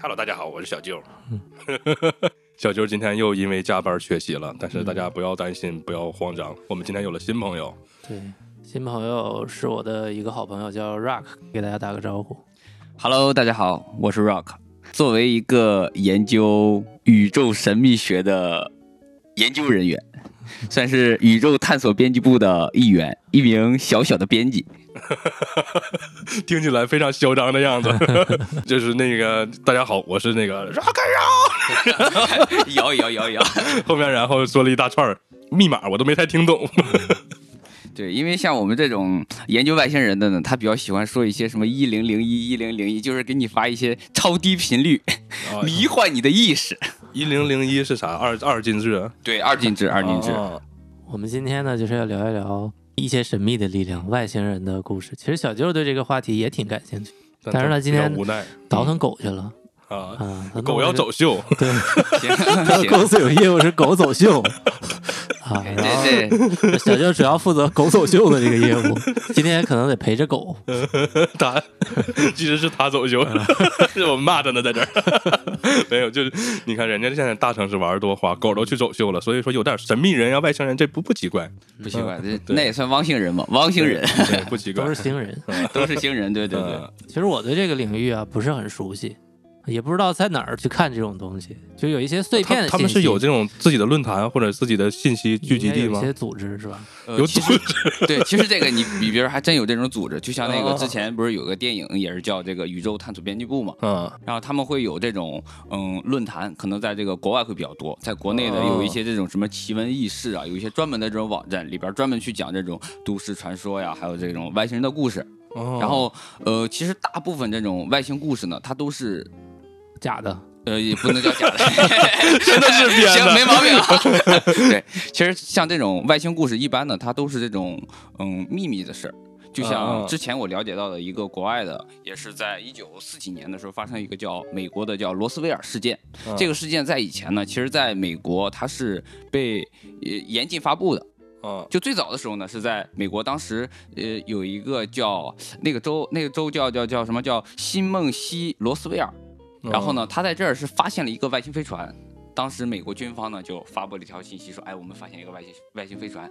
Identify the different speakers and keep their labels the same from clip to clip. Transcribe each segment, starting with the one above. Speaker 1: Hello，大家好，我是小舅。 小舅今天又因为加班缺席了，但是大家不要担心，不要慌张，我们今天有了新朋友。
Speaker 2: 对，新朋友是我的一个好朋友，叫 Rock，给大家打个招呼。
Speaker 3: Hello，大家好，我是 Rock。作为一个研究宇宙神秘学的研究人员， 算是宇宙探索编辑部的一员，一名小小的编辑。
Speaker 1: 听起来非常嚣张的样子， 就是那个大家好，我是那个 Rock
Speaker 3: 摇一摇，摇一摇。
Speaker 1: Roll，后面然后说了一大串儿密码，我都没太听懂。
Speaker 3: 对，因为像我们这种研究外星人的呢，他比较喜欢说一些什么一零零一、一零零一，就是给你发一些超低频率，迷幻你的意识。
Speaker 1: 一零零一是啥？二二进制？
Speaker 3: 对，二进制，二进制。
Speaker 1: 啊
Speaker 2: 我们今天呢，就是要聊一聊一些神秘的力量、外星人的故事。其实小舅对这个话题也挺感兴趣，但是呢今天
Speaker 1: 比较无奈
Speaker 2: 倒腾狗去了
Speaker 1: 啊，
Speaker 2: 啊，
Speaker 1: 狗要走，秀。
Speaker 2: 对，
Speaker 3: 行行，
Speaker 4: 狗走秀是狗走秀，
Speaker 2: 啊，然后
Speaker 3: 这 这
Speaker 2: 小舅主要负责狗走秀的这个业务，今天可能得陪着狗。
Speaker 1: 他其实是他走秀，
Speaker 3: 嗯
Speaker 1: 是我骂他呢，在这儿 没有，就是你看人家现在大城市玩儿多花，狗都去走秀了，所以说有点神秘人呀、外星人，这不不奇怪，
Speaker 3: 不奇怪，这
Speaker 1: 对
Speaker 3: 那也算汪星人嘛？汪星人
Speaker 1: 对不奇怪
Speaker 2: 都 是。星人，
Speaker 3: 都是星人，对对对。
Speaker 1: 嗯
Speaker 2: 其实我对这个领域啊不是很熟悉，也不知道在哪儿去看这种东西，就有一些碎片
Speaker 1: 他
Speaker 2: 的
Speaker 1: 他们
Speaker 2: 信
Speaker 1: 是
Speaker 2: 息
Speaker 1: 有这种自己的论坛或者自己的信息聚集地
Speaker 2: 应该有
Speaker 1: 吗
Speaker 2: 一？些组织是吧？
Speaker 3: 呃
Speaker 1: 有
Speaker 3: 其
Speaker 1: 组
Speaker 3: 实 对，其实这个你你比如还真有这种组织，就像那
Speaker 1: 啊
Speaker 3: 个之前不是有个电影也是叫这个《宇宙探索编辑部》嘛，
Speaker 1: 嗯，
Speaker 3: 然后他们会有这种嗯论坛，可能在这个国外会比较多，在国内的有一些这种什么奇闻异事啊，有一些专门的这种网站里边专门去讲这种都市传说呀，还有这种外星人的故事。
Speaker 1: 哦
Speaker 3: 然后呃，其实大部分这种外星故事呢，它都是
Speaker 2: 假的，
Speaker 3: 呃，也不能叫 假的，真
Speaker 1: 的是编的
Speaker 3: 行，没毛病、 啊。对，其实像这种外星故事，一般呢，它都是这种嗯秘密的事儿。就
Speaker 1: 啊
Speaker 3: 像之前我了解到的一个国外的，也是在一九四几年的时候发生一个叫美国的叫罗斯威尔事件。
Speaker 1: 嗯
Speaker 3: 这个事件在以前呢，其实在美国它是被呃严禁发布的。
Speaker 1: 嗯
Speaker 3: 就最早的时候呢，是在美国，当时呃有一个叫那个州，那个州叫叫叫什么叫新梦西罗斯威尔，然后呢，他在这儿是发现了一个外星飞船。当时美国军方呢就发布了一条信息说，哎，我们发现一个外星外星飞船。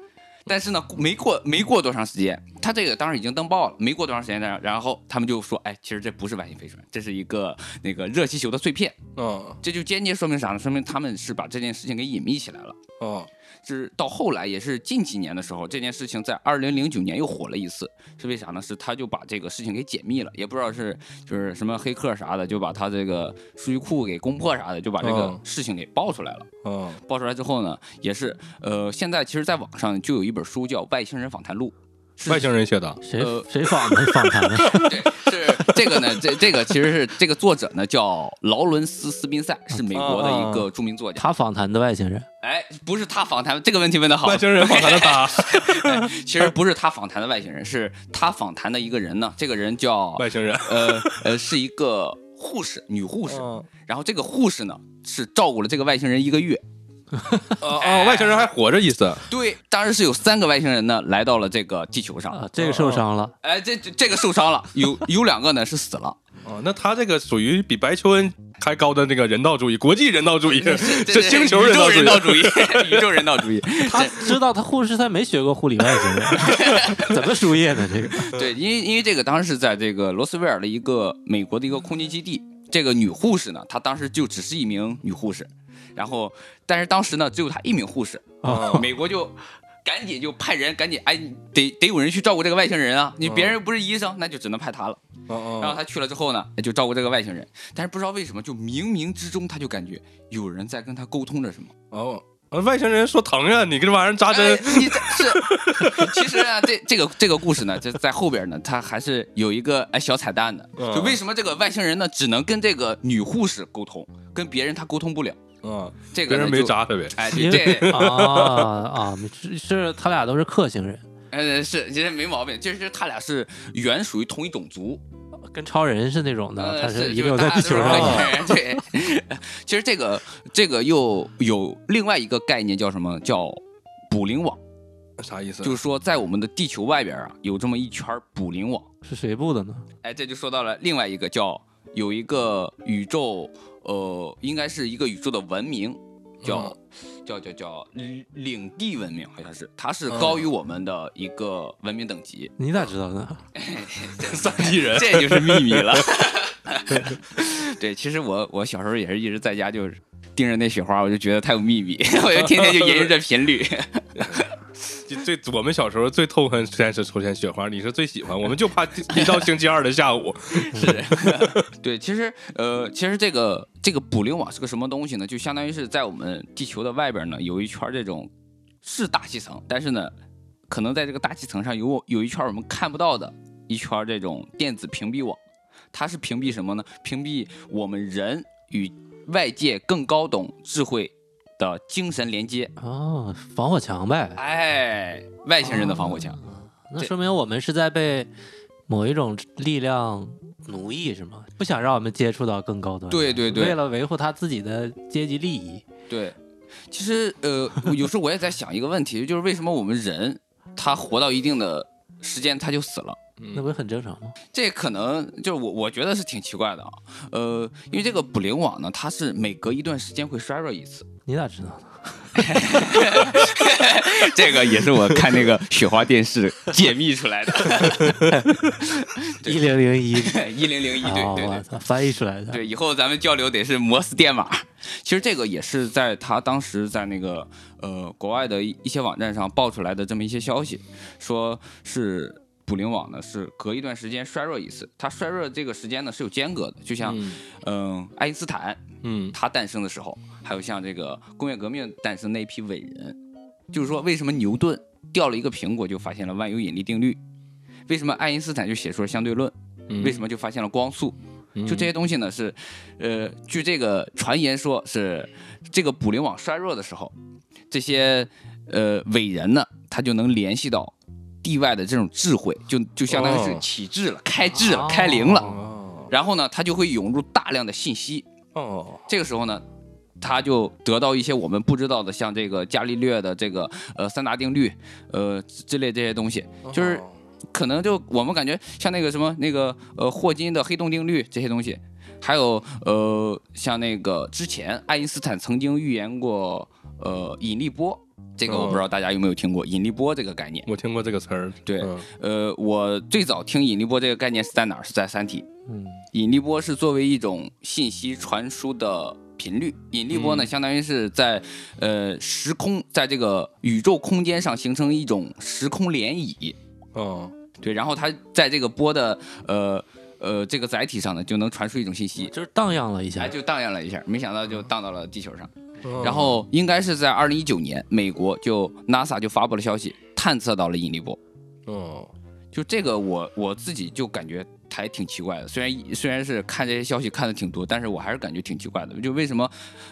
Speaker 3: 但是呢，没过没过多长时间，他这个当时已经登报了，没过多长时间，然然后他们就说，哎，其实这不是外星飞船，这是一个那个热气球的碎片。
Speaker 1: 嗯
Speaker 3: 这就间接说明啥呢？说明他们是把这件事情给隐秘起来了。
Speaker 1: 嗯
Speaker 3: 是到后来也是近几年的时候，这件事情在二零零九年又火了一次，是为啥呢？是他就把这个事情给解密了，也不知道是就是什么黑客啥的，就把他这个数据库给攻破啥的，就把这个
Speaker 1: 嗯
Speaker 3: 事情给爆出来了。
Speaker 1: 嗯
Speaker 3: 爆出来之后呢，也是呃，现在其实在网上就有一本书叫《外星人访谈录》。是
Speaker 1: 哦外星人写的，
Speaker 2: 谁、
Speaker 3: 呃
Speaker 2: 谁访的访谈的？
Speaker 3: 对，是这个呢，这这个其实是这个作者呢叫劳伦斯·斯宾塞，是美国的一个著名作家。
Speaker 2: 他访谈的外星人，
Speaker 3: 哎，不是他访谈这个问题问的好，
Speaker 1: 外星人访谈的他，
Speaker 3: 哎其实不是他访谈的外星人，是他访谈的一个人呢。这个人叫
Speaker 1: 外星 人，
Speaker 3: 呃呃，是一个护士，女护士。
Speaker 1: 嗯
Speaker 3: 然后这个护士呢，是照顾了这个外星人一个月。
Speaker 1: 哦
Speaker 3: 哎
Speaker 1: 哦，外星人还活着意思，
Speaker 3: 对，当时是有三个外星人呢来到了这个地球上。
Speaker 2: 啊，这个受伤了，
Speaker 3: 哎，这这这个受伤了，有有两个呢是死 了。
Speaker 1: 哦，那他这个属于比白求恩还高的那个人道主义，国际人道主义，
Speaker 3: 这
Speaker 1: 是星球
Speaker 3: 宇宙人
Speaker 1: 人
Speaker 3: 道
Speaker 1: 道
Speaker 3: 主
Speaker 1: 主义
Speaker 3: 义， 宇宙人道主义。
Speaker 1: 哦
Speaker 2: 他 知道他护士，他没学过护理外星人， 怎么输液呢？这个
Speaker 3: 对，因为因为这个当时是在这个罗斯威尔的一个美国的一个空军基地，这个女护士呢，她当时就只是一名女护士，然后但是当时呢只有她一名护士，
Speaker 1: 啊
Speaker 3: 美国就赶紧就派人赶紧哎得得有人去照顾这个外星人啊，你别人不是医生，那就只能派她了。然后
Speaker 1: 哦
Speaker 3: 她去了之后呢，就照顾这个外星人，但是不知道为什么就冥冥之中她就感觉有人在跟她沟通着什么。
Speaker 1: 哦，呃外星人说疼呀，你这玩意儿扎针
Speaker 3: 哎，你这是，其实啊，这这个这个故事呢，就在后边呢，它还是有一个哎小彩蛋的。
Speaker 1: 嗯
Speaker 3: 就为什么这个外星人呢，只能跟这个女护士沟通，跟别人他沟通不了。
Speaker 1: 嗯，
Speaker 3: 这
Speaker 1: 别
Speaker 3: 个呢
Speaker 1: 人没
Speaker 3: 就。
Speaker 1: 扎他呗，
Speaker 3: 哎，
Speaker 2: 因
Speaker 3: 对
Speaker 2: 为
Speaker 3: 这
Speaker 2: 啊啊，是是他俩都是克星人，
Speaker 3: 呃是其实没毛病，就是他俩是原属于同一种族，
Speaker 2: 跟超人是那种的，
Speaker 3: 呃
Speaker 2: 啊他
Speaker 3: 是
Speaker 2: 一定有在地球上啊
Speaker 3: 就是
Speaker 2: 的。
Speaker 3: 大家都是外星人对，其实这个这个又有另外一个概念叫什么？叫捕灵网，
Speaker 1: 啥意思？
Speaker 3: 就是说在我们的地球外边啊，有这么一圈捕灵网。
Speaker 2: 是谁布的呢？
Speaker 3: 哎，这就说到了另外一个叫有一个宇宙，呃，应该是一个宇宙的文明，叫、叫叫叫领领地文明，好像是，它是高于我们的一个文明等级。
Speaker 2: 你咋知道呢？
Speaker 1: 三亿人，
Speaker 3: 这就是秘密了。对，其实我我小时候也是一直在家就是盯着那雪花，我就觉得它有秘密， 我就天天就研究这频率。
Speaker 1: 就最我们小时候最痛恨实验室出现雪花，你是最喜欢，我们就怕一到星期二的下午，
Speaker 3: 是，对，其实呃，其实这个这个捕灵网是个什么东西呢？就相当于是在我们地球的外边呢，有一圈这种是大气层，但是呢，可能在这个大气层上有有一圈我们看不到的一圈这种电子屏蔽网，它是屏蔽什么呢？屏蔽我们人与外界更高等智慧的精神连接。
Speaker 2: 哦，防火墙呗，
Speaker 3: 哎，外星人的防火墙。
Speaker 2: 那
Speaker 3: 对
Speaker 2: 说明我们是在被某一种力量奴役，是吗？不想让我们接触到更高端。
Speaker 3: 对对对
Speaker 2: 为了维护他自己的阶级利益，
Speaker 3: 对，其实呃，有时候我也在想一个问题， 就是为什么我们人他活到一定的时间他就死了？
Speaker 2: 那不是很正常吗？
Speaker 3: 这可能就是我我觉得是挺奇怪的啊。呃，因为这个捕灵网呢，它是每隔一段时间会衰弱一次。
Speaker 2: 你咋知道的？
Speaker 3: 这个也是我看那个雪花电视解密出来的，对
Speaker 2: 一零零一，
Speaker 3: 一零零一 对
Speaker 2: 哦
Speaker 3: 对对
Speaker 2: 我。操，翻译出来的。
Speaker 3: 对，以后咱们交流得是摩斯电码。其实这个也是在他当时在那个呃国外的一一些网站上爆出来的这么一些消息，说是捕灵网呢是隔一段时间衰弱一次，它衰弱的这个时间呢是有间隔的，就像嗯、爱因斯坦
Speaker 1: 嗯，
Speaker 3: 他诞生的时候，还有像这个工业革命诞生那一批伟人，就是说为什么牛顿掉了一个苹果就发现了万有引力定律，为什么爱因斯坦就写出了相对论，
Speaker 1: 嗯
Speaker 3: 为什么就发现了光速？就这些东西呢是，呃，据这个传言说是这个捕灵网衰弱的时候，这些呃伟人呢，他就能联系到地外的这种智慧，就就相当于是
Speaker 1: 哦
Speaker 3: 启智了、开智了、开灵了。
Speaker 1: 哦
Speaker 3: 然后呢，它就会涌入大量的信息，
Speaker 1: 哦，
Speaker 3: 这个时候呢，他就得到一些我们不知道的，像这个伽利略的这个呃三大定律，呃之类这些东西，
Speaker 1: 哦
Speaker 3: 就是可能就我们感觉像那个什么那个呃霍金的黑洞定律这些东西，还有呃像那个之前爱因斯坦曾经预言过呃引力波。这个我不知道大家有没有听过引力波这个概念。
Speaker 1: 我听过这个词儿，
Speaker 3: 对
Speaker 1: 嗯
Speaker 3: 呃，我最早听引力波这个概念是在哪儿？是在《三体》。
Speaker 2: 嗯，
Speaker 3: 引力波是作为一种信息传输的频率，引力波呢，相当于是在呃时空，在这个宇宙空间上形成一种时空涟漪，
Speaker 1: 哦，
Speaker 3: 对，然后它在这个波的呃呃这个载体上呢，就能传输一种信息，
Speaker 2: 就是荡漾了一
Speaker 3: 哎，
Speaker 2: 下。
Speaker 3: 就荡漾了一下，没想到就荡到了地球上。
Speaker 1: 哦
Speaker 3: 然后应该是在二零一九年，美国就 NASA 就发布了消息，探测到了引力波。
Speaker 1: 哦，
Speaker 3: 就这个我我自己就感觉还挺奇怪的，虽然虽然是看这些消息看的挺多，但是我还是感觉挺奇怪的。就为什么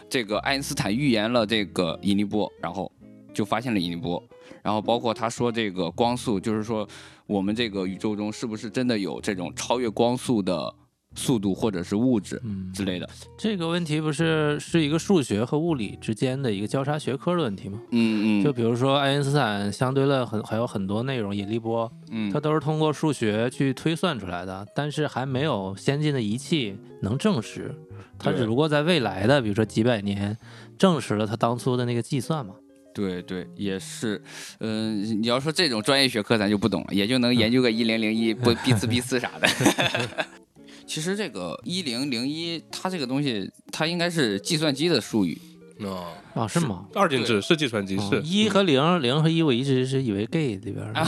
Speaker 3: 这个爱因斯坦预言了这个引力波，然后就发现了引力波，然后包括他说这个光速，就是说我们这个宇宙中是不是真的有这种超越光速的速度或者是物质
Speaker 2: 嗯，
Speaker 3: 之类的？
Speaker 2: 这个问题不是是一个数学和物理之间的一个交叉学科的问题吗？
Speaker 3: 嗯
Speaker 2: 就
Speaker 3: 嗯
Speaker 2: 比如说爱因斯坦相对论很还有很多内容，引力波它
Speaker 3: 嗯，
Speaker 2: 都是通过数学去推算出来的，但是还没有先进的仪器能证实。它
Speaker 1: 对
Speaker 2: 只不过在未来的，比如说几百年，证实了它当初的那个计算嘛。
Speaker 3: 对对，也是。嗯、你要说这种专业学科咱就不懂了，也就能研究个一零零一不 B 四 B 四啥的。 其实这个一零零一，它这个东西，它应该是计算机的术语。
Speaker 1: 哦，
Speaker 2: 啊，是吗？
Speaker 1: 二进制是计算机
Speaker 2: 哦
Speaker 1: 是，
Speaker 2: 一和零，零和一，我一直是以为 gay 里边的。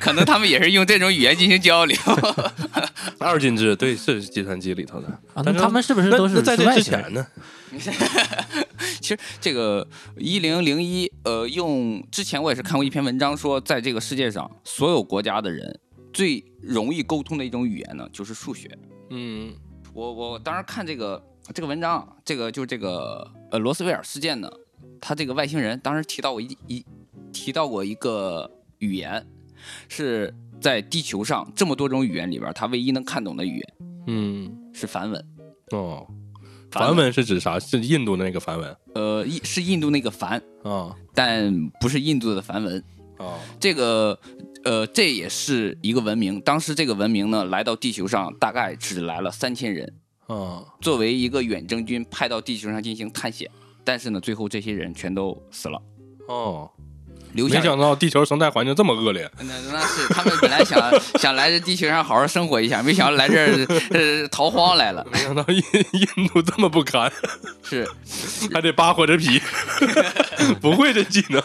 Speaker 3: 可能他们也是用这种语言进行交流。
Speaker 1: 二进制对是计算机里头的，
Speaker 2: 啊，那
Speaker 1: 但
Speaker 2: 他们是不是
Speaker 1: 那
Speaker 2: 都是
Speaker 1: 那在这
Speaker 2: 外
Speaker 1: 之
Speaker 2: 星人
Speaker 1: 前呢？
Speaker 3: 其实这个一零零一，呃，用之前我也是看过一篇文章说，在这个世界上所有国家的人最容易沟通的一种语言呢，就是数学。
Speaker 1: 嗯，
Speaker 3: 我我当时看这个这个文章啊，这个就是这个呃罗斯威尔事件呢，他这个外星人当时提到过一一提到过一个语言，是在地球上这么多种语言里边儿，他唯一能看懂的语言
Speaker 1: 嗯，
Speaker 3: 是梵文。
Speaker 1: 哦，
Speaker 3: 梵
Speaker 1: 梵文是指啥？是印度的那个梵文
Speaker 3: 呃，印是印度那个梵，
Speaker 1: 啊
Speaker 3: 但不是印度的梵文。
Speaker 1: 啊
Speaker 3: 这个呃，这也是一个文明。当时这个文明呢，来到地球上大概只来了三千人，
Speaker 1: 啊！
Speaker 3: 作为一个远征军派到地球上进行探险。但是呢，最后这些人全都死了，
Speaker 1: 哦，
Speaker 3: 留下
Speaker 1: 没想到地球生态环境这么恶 劣，
Speaker 3: 那那是他们本来 想想来这地球上好好生活一下，没想到来这儿 呃逃荒来了。
Speaker 1: 没想到印印度这么不 堪，
Speaker 3: 是
Speaker 1: 还得扒火车 皮，不会这技能。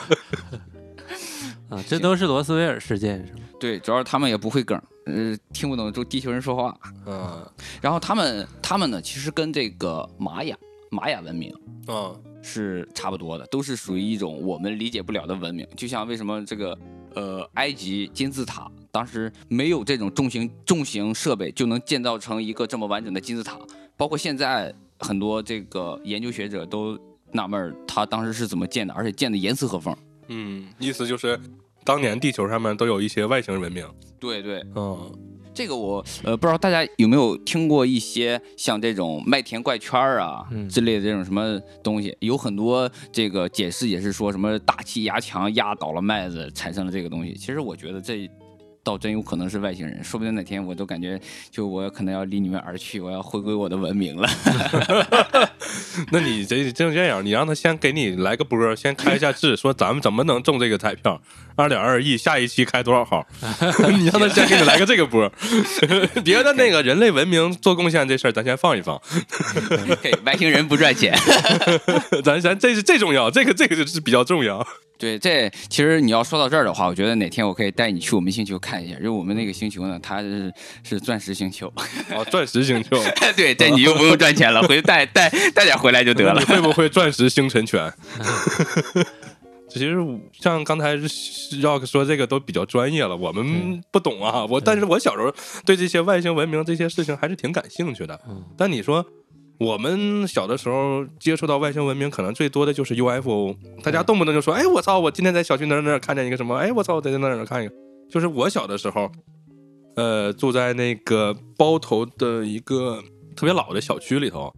Speaker 2: 啊？这都是罗斯威尔事件是吗？
Speaker 3: 对，主要是他们也不会梗，呃，听不懂就地球人说话。
Speaker 1: 嗯
Speaker 3: 然后他们他们呢，其实跟这个玛雅玛雅文明
Speaker 1: 嗯
Speaker 3: 是差不多的，都是属于一种我们理解不了的文明。就像为什么这个呃埃及金字塔当时没有这种重型重型设备就能建造成一个这么完整的金字塔，包括现在很多这个研究学者都纳闷儿它当时是怎么建的，而且建的严丝合缝。
Speaker 1: 嗯，意思就是当年地球上面都有一些外星文明。
Speaker 3: 对对，
Speaker 1: 嗯
Speaker 3: 这个我呃不知道大家有没有听过一些像这种麦田怪圈儿啊
Speaker 2: 嗯
Speaker 3: 之类的这种什么东西，有很多这个解释也是说什么大气压强压倒了麦子产生了这个东西。其实我觉得这倒真有可能是外星人，说不定哪天我都感觉就我可能要离你们而去，我要回归我的文明了。
Speaker 1: 那你这这这样，你让他先给你来个波儿，先开一下智，说咱们怎么能中这个彩票？二点二亿，下一期开多少号？ 你让他先给你来个这个波儿， 别的那个人类文明做贡献这事儿，咱先放一放，
Speaker 3: 嘿，外星人不赚钱。
Speaker 1: 咱咱这是这重要，这个这个是比较重要。
Speaker 3: 对，这其实你要说到这儿的话，我觉得哪天我可以带你去我们星球看一下，因为我们那个星球呢，它是是钻石星球。
Speaker 1: 哦，钻石星 球，
Speaker 3: 对，这你就不用赚钱了，回去带带带点回来就得
Speaker 1: 那
Speaker 3: 了
Speaker 1: 你。会不会钻石星辰 拳？其实像刚才 Rock 说这个都比较专业了，我们不懂啊。我但是我小时候对这些外星文明这些事情还是挺感兴趣的。
Speaker 2: 嗯
Speaker 1: 但你说我们小的时候接触到外星文明，可能最多的就是 UFO，大家动不动就说：“哎，我操！我今天在小区哪儿哪儿看见一个什么？哎，我操！我在那儿哪儿看一个。”就是我小的时候，呃，住在那个包头的一个特别老的小区里头，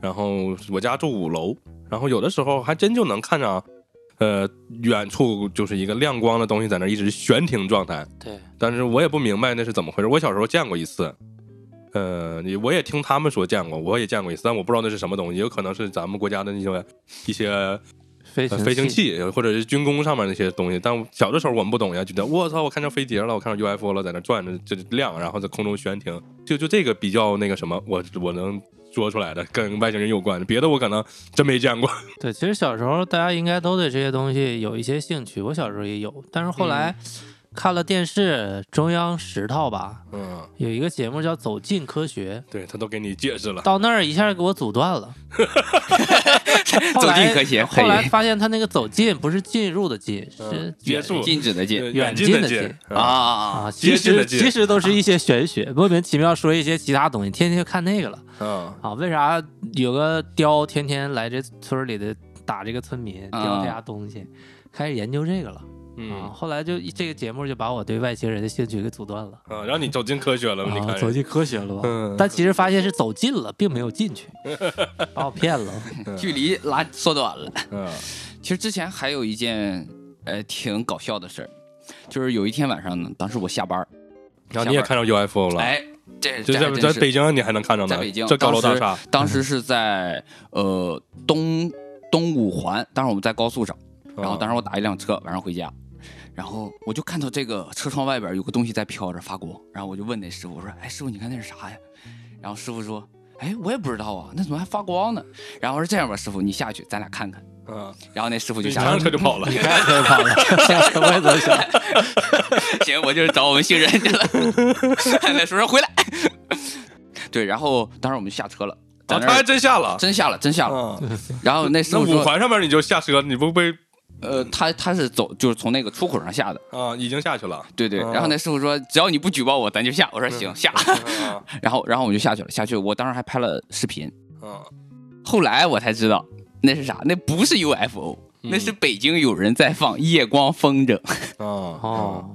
Speaker 1: 然后我家住五楼，然后有的时候还真就能看着啊。呃，远处就是一个亮光的东西在那儿一直悬停状态，
Speaker 2: 对，
Speaker 1: 但是我也不明白那是怎么回事。我小时候见过一次，呃，你我也听他们说见过，我也见过一次，但我不知道那是什么东西，有可能是咱们国家的那些一些、
Speaker 2: 飞
Speaker 1: 呃
Speaker 2: 行
Speaker 1: 飞行，器或者是军工上面那些东西。但我小的时候我们不懂呀，觉得我操，我看着飞碟了，我看着 UFO 了，在那转着就亮，然后在空中悬停，就就这个比较那个什么，我我能说出来的跟外星人有关的，别的我可能真没见过。
Speaker 2: 对，其实小时候大家应该都对这些东西有一些兴趣，我小时候也有，但是后来看了电视中央十套吧，
Speaker 1: 嗯，
Speaker 2: 有一个节目叫《走进科学
Speaker 1: 对他都给你解释》，了。
Speaker 2: 到那儿一下给我阻断 了。
Speaker 3: 走进科学可以
Speaker 2: 后来发现他那个走进不是进入的进，是
Speaker 1: 嗯接触
Speaker 3: 禁止的禁
Speaker 1: 呃
Speaker 2: 远
Speaker 1: 近
Speaker 2: 近
Speaker 1: 的
Speaker 2: 的
Speaker 1: 近
Speaker 2: 近
Speaker 1: 啊，
Speaker 3: 啊啊啊！
Speaker 2: 啊，
Speaker 1: 接
Speaker 2: 其
Speaker 1: 近的
Speaker 2: 实
Speaker 1: 近
Speaker 2: 其实都是一些玄学，莫名其妙说一些其他东西，天天就看那个了
Speaker 1: 嗯
Speaker 2: 啊。为啥有个雕天天来这村儿里的打这个村民，
Speaker 3: 啊嗯
Speaker 2: 雕这家东西，开始研究这个了啊。后来就这个节目就把我对外星人的兴趣给阻断了。
Speaker 1: 啊，让你走进科学了，你
Speaker 2: 啊，
Speaker 1: 看
Speaker 2: 走进科学了吧？
Speaker 1: 嗯
Speaker 2: 但其实发现是走近了，并没有进 去，把我骗了。
Speaker 3: 啊距离拉缩短了。
Speaker 1: 嗯
Speaker 3: 其实之前还有一件呃挺搞笑的事儿，就是有一天晚上呢，当时我下班儿，
Speaker 1: 然后你也看到 UFO 了，
Speaker 3: 哎，这
Speaker 1: 就在
Speaker 3: 这还真
Speaker 1: 在
Speaker 3: 是
Speaker 1: 北京你还能看着呢，
Speaker 3: 在北京
Speaker 1: 这高楼大厦，
Speaker 3: 当时是在呃东东五环，当时我们在高速上，然后当
Speaker 1: 时
Speaker 3: 时我打一辆车，晚上回家。然后我就看到这个车窗外边有个东西在飘着发光，然后我就问那师傅我说：“哎，师傅，你看那是啥呀？”然后师傅说：“哎，我也不知道啊，那怎么还发光呢？”然后我说：“这样吧，师傅，你下去，咱俩看看。
Speaker 1: 嗯，”
Speaker 3: 然后那师傅就
Speaker 1: 你
Speaker 3: 下
Speaker 1: 开上
Speaker 3: 去了。
Speaker 1: 车就跑 了，
Speaker 2: 开车跑了，下车我也走下。
Speaker 3: 行，我就是找我们新人去了。那叔叔回来，对，然后当时我们就下车了，
Speaker 1: 啊，
Speaker 3: 咱
Speaker 1: 他还真下了。
Speaker 3: 真下了，真下了。
Speaker 1: 啊，
Speaker 3: 然后那师
Speaker 1: 那
Speaker 3: 傅
Speaker 1: 五
Speaker 3: 说，
Speaker 1: 环上面你就下车，你不被
Speaker 3: 呃，他他是走就是从那个出口上下的，
Speaker 1: 啊已经下去了。
Speaker 3: 对对。
Speaker 1: 哦
Speaker 3: 然后那师傅说，只要你不举报我，咱就下。我说
Speaker 1: 嗯
Speaker 3: 行，下。
Speaker 1: 啊
Speaker 3: 然后然后我就下去了，下去我当时还拍了视频。
Speaker 1: 啊，
Speaker 3: 后来我才知道那是啥，那不是 UFO，、
Speaker 1: 嗯
Speaker 3: 那是北京有人在放夜光风筝。
Speaker 1: 啊，
Speaker 2: 哦，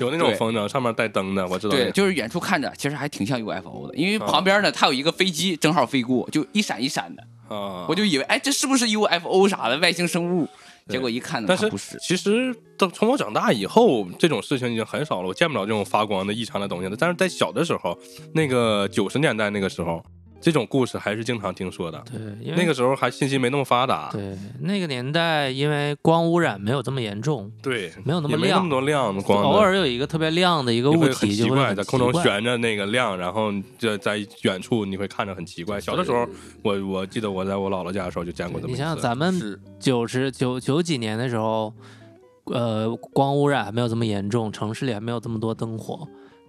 Speaker 1: 有那种风筝，上面带灯的，我知道。
Speaker 3: 对，，就是远处看着其实还挺像 UFO 的，因
Speaker 1: 嗯
Speaker 3: 为旁边呢它有一个飞机正好飞过，就一闪一闪的，
Speaker 1: 啊，
Speaker 3: 我就以为哎这是不是 UFO 啥的外星生物？
Speaker 1: 对
Speaker 3: 结果一看呢，
Speaker 1: 但
Speaker 3: 它
Speaker 1: 是
Speaker 3: 不是。
Speaker 1: 其实等从我长大以后，这种事情已经很少了，我见不着这种发光的异常的东西了。但是在小的时候，那个九十年代那个时候，这种故事还是经常听说的。
Speaker 2: 对，因为
Speaker 1: 那个时候还信息没那么发达，
Speaker 2: 对那个年代，因为光污染没有这么严重，
Speaker 1: 对，
Speaker 2: 没有那
Speaker 1: 也
Speaker 2: 么
Speaker 1: 没那
Speaker 2: 亮，
Speaker 1: 么多亮的光的，
Speaker 2: 偶尔有一个特别亮的一个
Speaker 1: 你
Speaker 2: 物
Speaker 1: 会很
Speaker 2: 体
Speaker 1: 奇
Speaker 2: 就会
Speaker 1: 怪，
Speaker 2: 很
Speaker 1: 在
Speaker 2: 奇
Speaker 1: 空中
Speaker 2: 怪
Speaker 1: 悬着那个亮，然后就在远处你会看着很奇怪。小的时候，我我记得我在我姥姥家的时候就见过这么
Speaker 2: 你
Speaker 1: 一
Speaker 2: 想想，
Speaker 1: 次。
Speaker 2: 咱们
Speaker 3: 是
Speaker 2: 九十九九几年的时候，呃，光污染还没有这么严重，城市里还没有这么多灯火。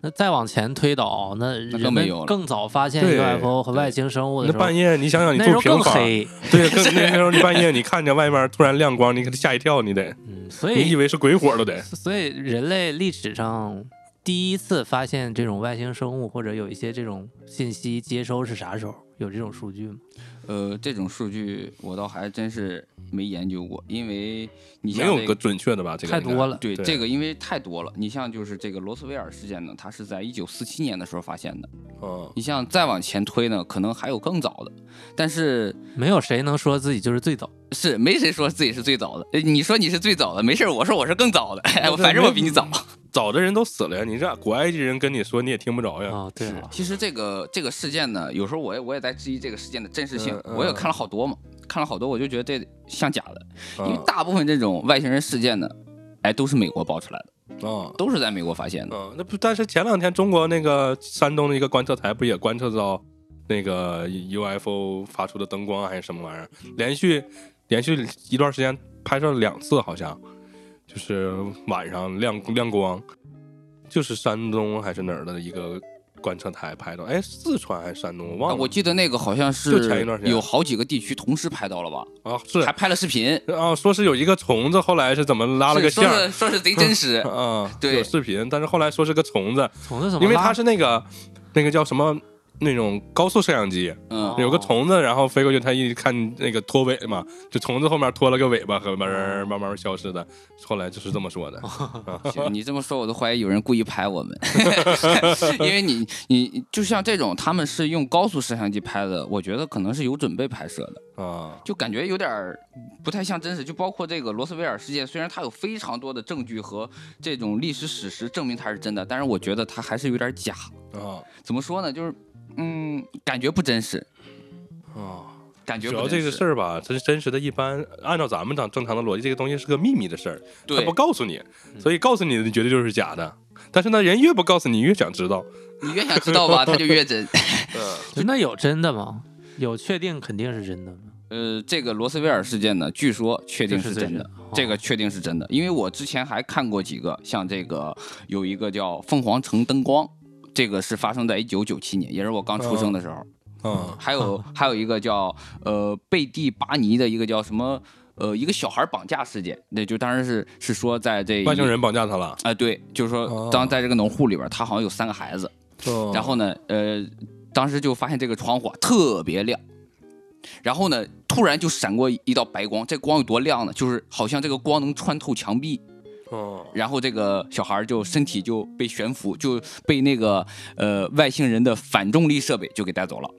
Speaker 2: 那再往前推导，那人
Speaker 3: 更没
Speaker 2: 们
Speaker 3: 有了
Speaker 2: 更早发现
Speaker 1: 对
Speaker 2: UFO 和外星生物的
Speaker 1: 那
Speaker 2: 时候
Speaker 1: 半，夜，你想想，你
Speaker 2: 那时
Speaker 1: 住
Speaker 2: 候
Speaker 1: 平
Speaker 2: 更
Speaker 1: 房，
Speaker 2: 黑，
Speaker 1: 对，更那时候你半夜你看见外面突然亮光，你给他吓一跳，你 得，
Speaker 2: 嗯，所
Speaker 1: 你以
Speaker 2: 以
Speaker 1: 为是鬼火都得。
Speaker 2: 所以人类历史上第一次发现这种外星生物或者有一些这种信息接收是啥时候？有这种数据吗？
Speaker 3: 呃，这种数据我倒还真是没研究过，因为你
Speaker 1: 没
Speaker 3: 像
Speaker 1: 有
Speaker 3: 这
Speaker 1: 个准确的吧？这个
Speaker 2: 太多
Speaker 1: 了。
Speaker 2: 了，
Speaker 3: 对
Speaker 1: 对啊
Speaker 3: 这个，因为太多了。你像就是这个罗斯威尔事件呢，它是在一九四七年的时候发现的。
Speaker 1: 嗯，
Speaker 3: 你像再往前推呢，可能还有更早的，但是
Speaker 2: 没有谁能说自己就是最早。
Speaker 3: 是没谁说自己是最早的。呃你说你是最早的，没事儿，我说我是更早的，哎， 我反正我比你早。
Speaker 1: 早的人都死了呀，你这古埃及人跟你说你也听不着呀。
Speaker 2: 啊，对啊，
Speaker 3: 其实这个这个事件呢，有时候我也我也在质疑这个事件的真实性
Speaker 1: 嗯。嗯
Speaker 3: 我也看了好多嘛，看了好多，我就觉得这像假的，因为
Speaker 1: 嗯
Speaker 3: 大部分这种外星人事件呢，哎，都是美国爆出来的，
Speaker 1: 嗯
Speaker 3: 都是在美国发现的。
Speaker 1: 嗯，那不，但是前两天中国那个山东的一个观测台不也观测到那个 UFO 发出的灯光还是什么玩意儿，连续连续一段时间拍摄了两次，好像就是晚上亮亮光，就是山东还是哪儿的一个观测台拍到，哎，四川还是山东，我
Speaker 3: 啊
Speaker 1: 忘了
Speaker 3: 我记得那个好像
Speaker 1: 就前一
Speaker 3: 是
Speaker 1: 段时间
Speaker 3: 有好几个地区同时拍到了吧，
Speaker 1: 啊，是
Speaker 3: 还拍了视频，
Speaker 1: 啊，说是有一个虫子，后来是怎么拉了
Speaker 3: 是
Speaker 1: 个线
Speaker 3: 说
Speaker 1: 儿
Speaker 3: 是说是贼真实，
Speaker 1: 啊？
Speaker 3: 对
Speaker 1: 有视频，但是后来说是个虫子，
Speaker 2: 虫子怎么
Speaker 1: 因为它
Speaker 2: 拉
Speaker 1: 是那个那个叫什么那种高速摄像机，
Speaker 2: 哦
Speaker 3: 嗯，
Speaker 1: 有个虫子，然后飞过去，它一看那个拖尾嘛，就虫子后面拖了个尾巴，和
Speaker 3: 哦
Speaker 1: 慢慢慢慢消失的。后来就是这么说的，
Speaker 3: 行你这么说，我都怀疑有人故意拍 我们，因为你你就像这种，他们是用高速摄像机拍的，我觉得可能是有准备拍摄的，
Speaker 1: 啊，
Speaker 3: 就感觉有点儿不太像真实。就包括这个罗斯威尔事件，虽然它有非常多的证据和这种历史史实证明它是真的，但是我觉得它还是有点假。
Speaker 1: 啊
Speaker 3: 怎么说呢？就是嗯，感觉不真实，
Speaker 1: 啊！
Speaker 3: 感觉
Speaker 1: 主
Speaker 3: 不
Speaker 1: 要
Speaker 3: 真
Speaker 1: 这个
Speaker 3: 实
Speaker 1: 事儿吧，它是真实的，一般按照咱们正正常的逻辑，这个东西是个秘密的事儿，他
Speaker 3: 对嗯
Speaker 1: 不告诉你，所以告诉你的，你绝对就是假的。但是呢，人越不告诉你，越想知道。
Speaker 3: 你越想知 道吧，它就越真。
Speaker 2: 那有真的吗？有确定肯定是真的吗？
Speaker 3: 呃，这个罗斯威尔事件呢，据说确定
Speaker 2: 这是
Speaker 3: 是真的，
Speaker 2: 最哦
Speaker 3: 这个确定是真的，因为我之前还看过几个，像这个有一个叫凤凰城灯光，这个是发生在一九九七年，也是我刚出生的时候。
Speaker 1: 嗯
Speaker 3: 还有 还有一个叫呃贝蒂巴尼的一个叫什么呃一个小孩绑架事件，那就当时是是说在这一
Speaker 1: 外星人绑架他了。
Speaker 3: 啊、对，就是说
Speaker 1: 哦
Speaker 3: 当在这个农户里边，他好像有三个孩子，然后呢，呃，当时就发现这个窗户啊特别亮，然后呢，突然就闪过一道白光，这光有多亮呢？就是好像这个光能穿透墙壁，
Speaker 1: 嗯，
Speaker 3: 然后这个小孩儿就身体就被悬浮，就被那个呃外星人的反重力设备就给带走了，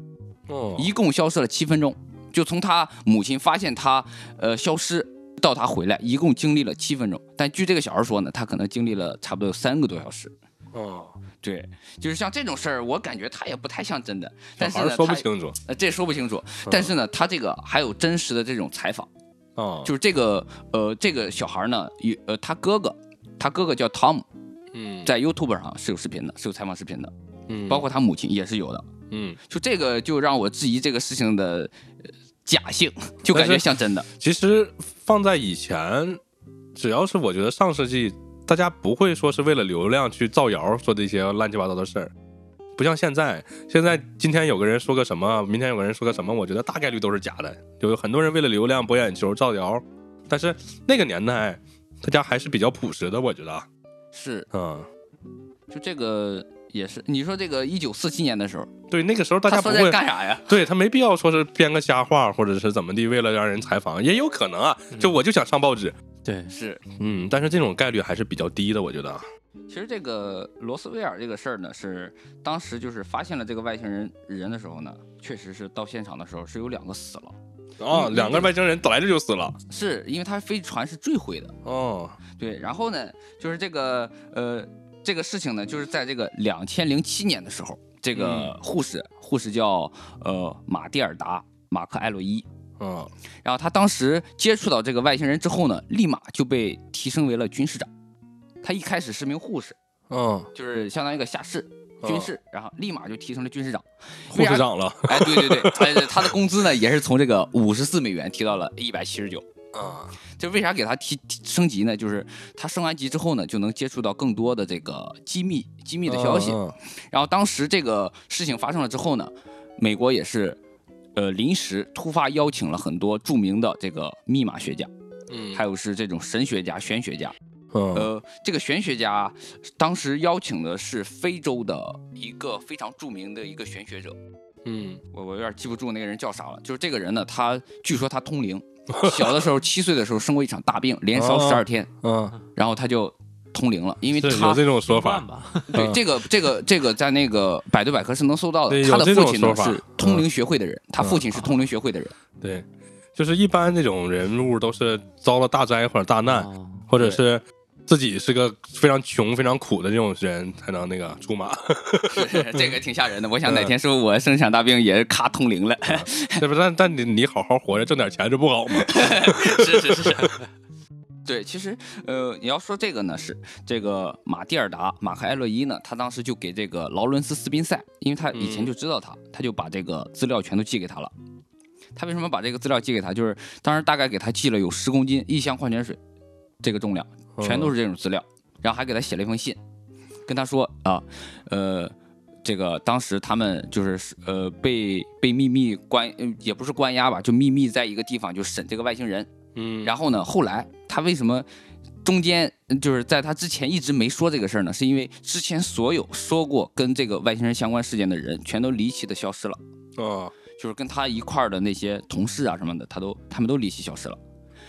Speaker 1: 嗯
Speaker 3: 一共消失了七分钟，就从他母亲发现他呃消失。到他回来，一共经历了七分钟，但据这个小孩儿说呢，他可能经历了差不多有三个多小时。
Speaker 1: 嗯，
Speaker 3: 对，就是像这种事儿，我感觉他也不太像真的，但是
Speaker 1: 小孩
Speaker 3: 呢，
Speaker 1: 说不
Speaker 3: 他
Speaker 1: 清楚嗯
Speaker 3: 呃，这说不清楚。但是呢，他这个还有真实的这种采访，
Speaker 1: 啊，
Speaker 3: 就是这个呃，这个小孩呢，有呃，他哥哥，他哥哥叫汤姆，
Speaker 1: 嗯，
Speaker 3: 在 YouTube 上是有视频的，是有采访视频的，
Speaker 1: 嗯
Speaker 3: 包括他母亲也是有的。
Speaker 1: 嗯，
Speaker 3: 就这个就让我质疑这个事情的呃假性，就感觉
Speaker 1: 但是
Speaker 3: 像真的。
Speaker 1: 其实放在以前，只要是我觉得上世纪，大家不会说是为了流量去造谣说这些乱七八糟的事儿。不像现在，现在今天有个人说个什么，明天有个人说个什么，我觉得大概率都是假的。就有很多人为了流量、博眼球、造谣，但是那个年代大家还是比较朴实的，我觉得，
Speaker 3: 是，
Speaker 1: 嗯，
Speaker 3: 就这个也是。你说这个一九四七年的时候，
Speaker 1: 对，那个时候大
Speaker 3: 他
Speaker 1: 家不
Speaker 3: 说在
Speaker 1: 会，
Speaker 3: 干啥呀？
Speaker 1: 对他没必要说是编个瞎话或者是怎么地，为了让人采访，也有可能啊。
Speaker 3: 嗯
Speaker 1: 就我就想上报纸，
Speaker 2: 对，
Speaker 3: 是，
Speaker 1: 嗯，但是这种概率还是比较低的，我觉得啊。
Speaker 3: 其实这个罗斯威尔这个事儿呢，是当时就是发现了这个外星人人的时候呢，确实是到现场的时候是有两个死了，
Speaker 1: 哦，
Speaker 3: 嗯
Speaker 1: 两个外星人来这就死了。
Speaker 3: 是因为他飞船是坠毁的。
Speaker 1: 哦，
Speaker 3: 对，然后呢，就是这个呃，这个事情呢，就是在这个两千零七年的时候，这个
Speaker 1: 嗯
Speaker 3: 护士、护士叫呃马蒂尔达马克埃洛伊，
Speaker 1: 嗯，
Speaker 3: 然后他当时接触到这个外星人之后呢，立马就被提升为了军士长。他一开始是名护士，
Speaker 1: 嗯，
Speaker 3: 就是相当于一个下士。军士，然后立马就提升了军士长。
Speaker 1: 哦护士长了。
Speaker 3: 哎，对对对，哎，他的工资呢也是从这个五十四美元提到了一百七十九。
Speaker 1: 啊，
Speaker 3: 这为啥给他提提升级呢？就是他升完级之后呢，就能接触到更多的这个机密机密的消息。
Speaker 1: 嗯
Speaker 3: 然后当时这个事情发生了之后呢，美国也是呃临时突发邀请了很多著名的这个密码学家，
Speaker 1: 嗯，
Speaker 3: 还有是这种神学家、玄学家。
Speaker 1: 嗯
Speaker 3: 呃，这个玄学家当时邀请的是非洲的一个非常著名的一个玄学者，
Speaker 1: 嗯，
Speaker 3: 我我有点记不住那个人叫啥了。就是这个人呢，他据说他通 灵，小的时候七岁的时候生过一场大病，连烧十二天。
Speaker 1: 嗯，
Speaker 3: 然后他就通灵了，因为
Speaker 1: 是有
Speaker 3: 他
Speaker 1: 这种说法
Speaker 2: 乱。吧，
Speaker 3: 对这个这个这个在那个百度百科是能搜到的
Speaker 1: 对。
Speaker 3: 他的
Speaker 1: 有这
Speaker 3: 父
Speaker 1: 种
Speaker 3: 亲呢
Speaker 1: 说法嗯
Speaker 3: 是通灵学会的人，他父亲是通灵学会的人。
Speaker 1: 对，就是一般这种人物都是遭了大灾或者大难，
Speaker 2: 哦
Speaker 1: 或者是自己是个非常穷、非常苦的这种人才能那个出马，
Speaker 3: 是
Speaker 1: 嗯
Speaker 3: 这个挺吓人的。我想哪天说我生场大病也咔通灵了。
Speaker 1: 对不？但但你你好好活着，挣点钱这不好吗？
Speaker 3: 是是是是。 对，其实呃，你要说这个呢，是这个马蒂尔达马克埃洛伊呢，他当时就给这个劳伦斯斯宾塞，因为他以前就知道他，他就把这个资料全都寄给他了。他为什么把这个资料寄给他？就是当时大概给他寄了有十公斤一箱矿泉水这个重量， 全都是这种资料，然后还给他写了一封信，跟他说啊，呃。这个当时他们就是呃被被秘密关，呃也不是关押吧，就秘密在一个地方就审这个外星人，
Speaker 1: 嗯，
Speaker 3: 然后呢，后来他为什么中间嗯就是在他之前一直没说这个事儿呢？是因为之前所有说过跟这个外星人相关事件的人，全都离奇的消失了，
Speaker 1: 啊，
Speaker 3: 就是跟他一块儿的那些同事啊什么的，他都他们都离奇消失了。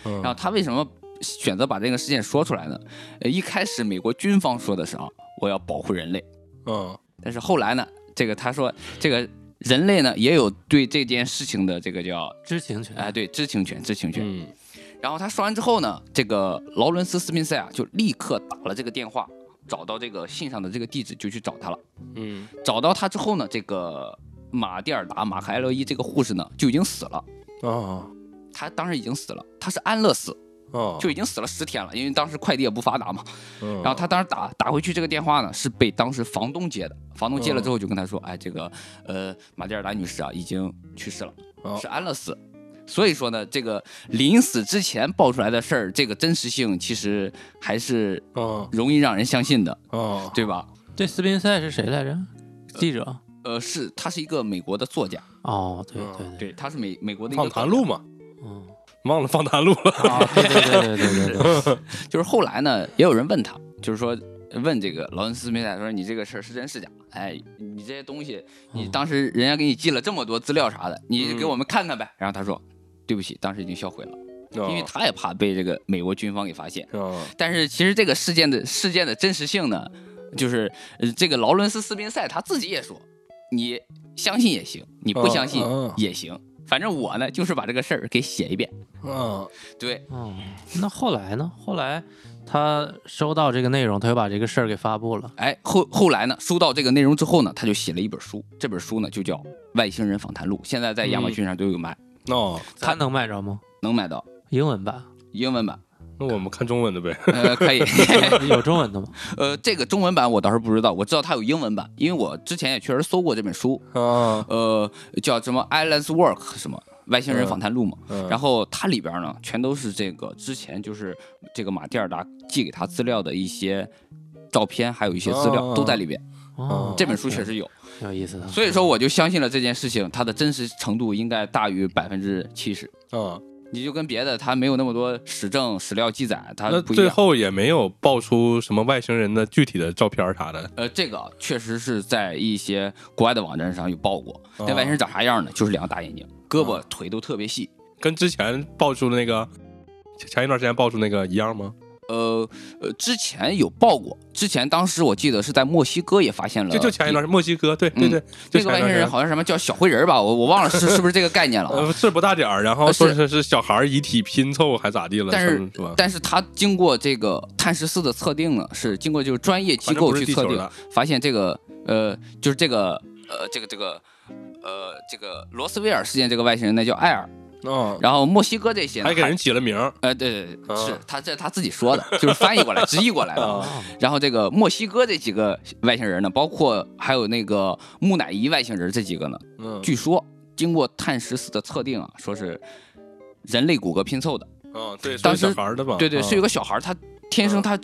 Speaker 1: 嗯
Speaker 3: 然后他为什么选择把这个事件说出来呢？呃，一开始美国军方说的是啊，我要保护人类，
Speaker 1: 嗯
Speaker 3: 但是后来呢，这个他说这个人类呢也有对这件事情的这个叫
Speaker 2: 知情权，
Speaker 3: 哎、对知情权知情权，
Speaker 1: 嗯
Speaker 3: 然后他说完之后呢，这个劳伦斯·斯宾塞啊就立刻打了这个电话，找到这个信上的这个地址就去找他了。
Speaker 1: 嗯
Speaker 3: 找到他之后呢，这个马蒂尔达马克埃洛伊这个护士呢就已经死了，
Speaker 1: 啊
Speaker 3: 她当时已经死了，她是安乐死，
Speaker 1: 啊，
Speaker 3: 就已经死了十天了，因为当时快递也不发达嘛。
Speaker 1: 嗯
Speaker 3: 然后他当时打打回去这个电话呢，是被当时房东接的。房东接了之
Speaker 1: 哦
Speaker 3: 后就跟他说：“哎，这个呃，马蒂尔达女士啊，已经去世了，
Speaker 1: 哦
Speaker 3: 是安乐死。”所以说呢，这个临死之前爆出来的事儿，这个真实性其实还是
Speaker 1: 啊
Speaker 3: 容易让人相信的，
Speaker 1: 啊，
Speaker 3: 对吧？
Speaker 2: 这斯宾塞是谁来着？记者。
Speaker 3: 呃，是，他是一个美国的作家，
Speaker 2: 哦，对
Speaker 1: 嗯
Speaker 2: 对对，
Speaker 3: 对，他是美美国的一个
Speaker 1: 访谈
Speaker 3: 作家
Speaker 1: 录嘛，
Speaker 2: 嗯，
Speaker 1: 忘了访谈录 了。
Speaker 2: 啊，对对对对对对对，
Speaker 3: 就是后来呢，也有人问他，就是说问这个劳伦斯·斯密塞说：“你这个事儿是真是假？哎，你这些东西，你当时人家给你寄了这么多资料啥的，你给我们看看呗。然后他说：“对不起，当时已经销毁了，
Speaker 1: 哦
Speaker 3: 因为他也怕被这个美国军方给发现。
Speaker 1: 啊，”
Speaker 3: 但是其实这个事件的事件的真实性呢，就是呃这个劳伦斯·斯宾塞他自己也说：“你相信也行，你不相信
Speaker 1: 嗯嗯
Speaker 3: 也行，反正我呢就是把这个事儿给写一遍。
Speaker 1: 啊”
Speaker 3: 对，
Speaker 2: 嗯，那后来呢？后来他收到这个内容，他又把这个事儿给发布了。
Speaker 3: 哎，后后来呢，收到这个内容之后呢，他就写了一本书，这本书呢就叫《外星人访谈录》，现在在亚马逊
Speaker 1: 嗯
Speaker 3: 上都有卖，
Speaker 1: 哦，
Speaker 2: 他能买着吗？
Speaker 3: 能买到
Speaker 2: 英文版
Speaker 3: 英文版，
Speaker 1: 那我们看中文的 呗。
Speaker 3: 呃， 可以。
Speaker 2: 有中文的 吗？
Speaker 3: 呃，这个中文版我倒是不知道，我知道它有英文版，因为我之前也确实搜过这本书，
Speaker 1: 啊，
Speaker 3: 呃，叫什么《Alice Work》什么。外星人访谈录嘛，
Speaker 1: 嗯
Speaker 3: 然后它里边呢全都是这个之前就是这个马蒂尔达寄给他资料的一些照片，还有一些资料、
Speaker 1: 哦
Speaker 3: 都在里边。
Speaker 2: 哦，
Speaker 3: 这本书确实有，
Speaker 2: 有意思的。
Speaker 3: 所以说我就相信了这件事情，它的真实程度应该大于百分之七十。
Speaker 1: 啊，
Speaker 3: 你就跟别的它没有那么多实证史料记载，它
Speaker 1: 那
Speaker 3: 不一
Speaker 1: 最
Speaker 3: 样。
Speaker 1: 后也没有爆出什么外星人的具体的照片儿啥的，
Speaker 3: 呃，这个确实是在一些国外的网站上有报过，那
Speaker 1: 啊
Speaker 3: 外星人长啥样呢？就是两个大眼睛，胳膊
Speaker 1: 哦
Speaker 3: 腿都特别细。
Speaker 1: 跟之前爆出的那个前前一段时间爆出那个一样吗？
Speaker 3: 呃呃，之前有报过，之前当时我记得是在墨西哥也发现了，
Speaker 1: 就就前一段时间墨西哥，对对
Speaker 3: 呃嗯
Speaker 1: 对，就
Speaker 3: 那
Speaker 1: 前一
Speaker 3: 个外星
Speaker 1: 段时
Speaker 3: 人
Speaker 1: 间。
Speaker 3: 好像什么叫小灰人儿吧，我我忘了是是不是这个概念了啊。
Speaker 1: 呃，是不大点儿，然后
Speaker 3: 呃
Speaker 1: 说
Speaker 3: 是
Speaker 1: 是是小孩儿遗体拼凑还咋地了，
Speaker 3: 但
Speaker 1: 是
Speaker 3: 是
Speaker 1: 是吧？
Speaker 3: 啊但是他经过这个碳十四的测定呢，是经过就是专业机
Speaker 1: 反正不
Speaker 3: 构
Speaker 1: 是
Speaker 3: 去
Speaker 1: 地
Speaker 3: 测
Speaker 1: 球
Speaker 3: 定，
Speaker 1: 的
Speaker 3: 发现这个呃，就是这个呃，这个这个呃，这个罗斯威尔事件这个外星人呢叫艾尔，
Speaker 1: 嗯，
Speaker 3: 然后墨西哥这些呢
Speaker 1: 还给人起了名儿
Speaker 3: 呃对对对，
Speaker 1: 啊
Speaker 3: 是他这他自己说 的，就是翻译过来直译过来的。
Speaker 1: 啊
Speaker 3: 然后这个墨西哥这几个外星人呢，包括还有那个木乃伊外星人这几个呢，
Speaker 1: 嗯
Speaker 3: 据说经过碳十四的测定啊，说是人类骨骼拼凑的。
Speaker 1: 嗯，对，
Speaker 3: 当
Speaker 1: 是
Speaker 3: 时
Speaker 1: 小孩儿的吧？
Speaker 3: 对对，
Speaker 1: 啊
Speaker 3: 是有个小孩儿，他天生
Speaker 1: 嗯
Speaker 3: 他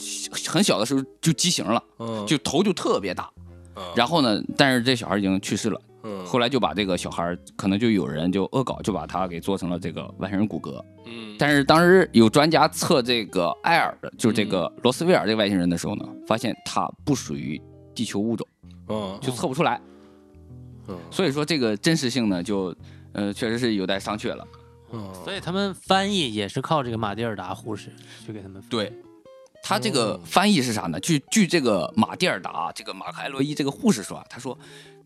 Speaker 3: 很小的时候就畸形了，
Speaker 1: 嗯
Speaker 3: 就头就特别大。
Speaker 1: 嗯
Speaker 3: 然后呢，但是这小孩已经去世了。
Speaker 1: 嗯
Speaker 3: 后来就把这个小孩儿，可能就有人就恶搞，就把他给做成了这个外星人骨骼。
Speaker 1: 嗯
Speaker 3: 但是当时有专家测这个艾尔，就是这个罗斯威尔这个外星人的时候呢，发现他不属于地球物种，
Speaker 1: 嗯
Speaker 3: 就测不出来。
Speaker 1: 嗯
Speaker 3: 所以说这个真实性呢，就呃确实是有待商榷了。
Speaker 1: 嗯
Speaker 2: 所以他们翻译也是靠这个马蒂尔达护士去给他们翻译。
Speaker 3: 对，他这个
Speaker 1: 哦
Speaker 3: 翻译是啥呢？据据这个马蒂尔达，这个马克艾洛伊这个护士说啊，他说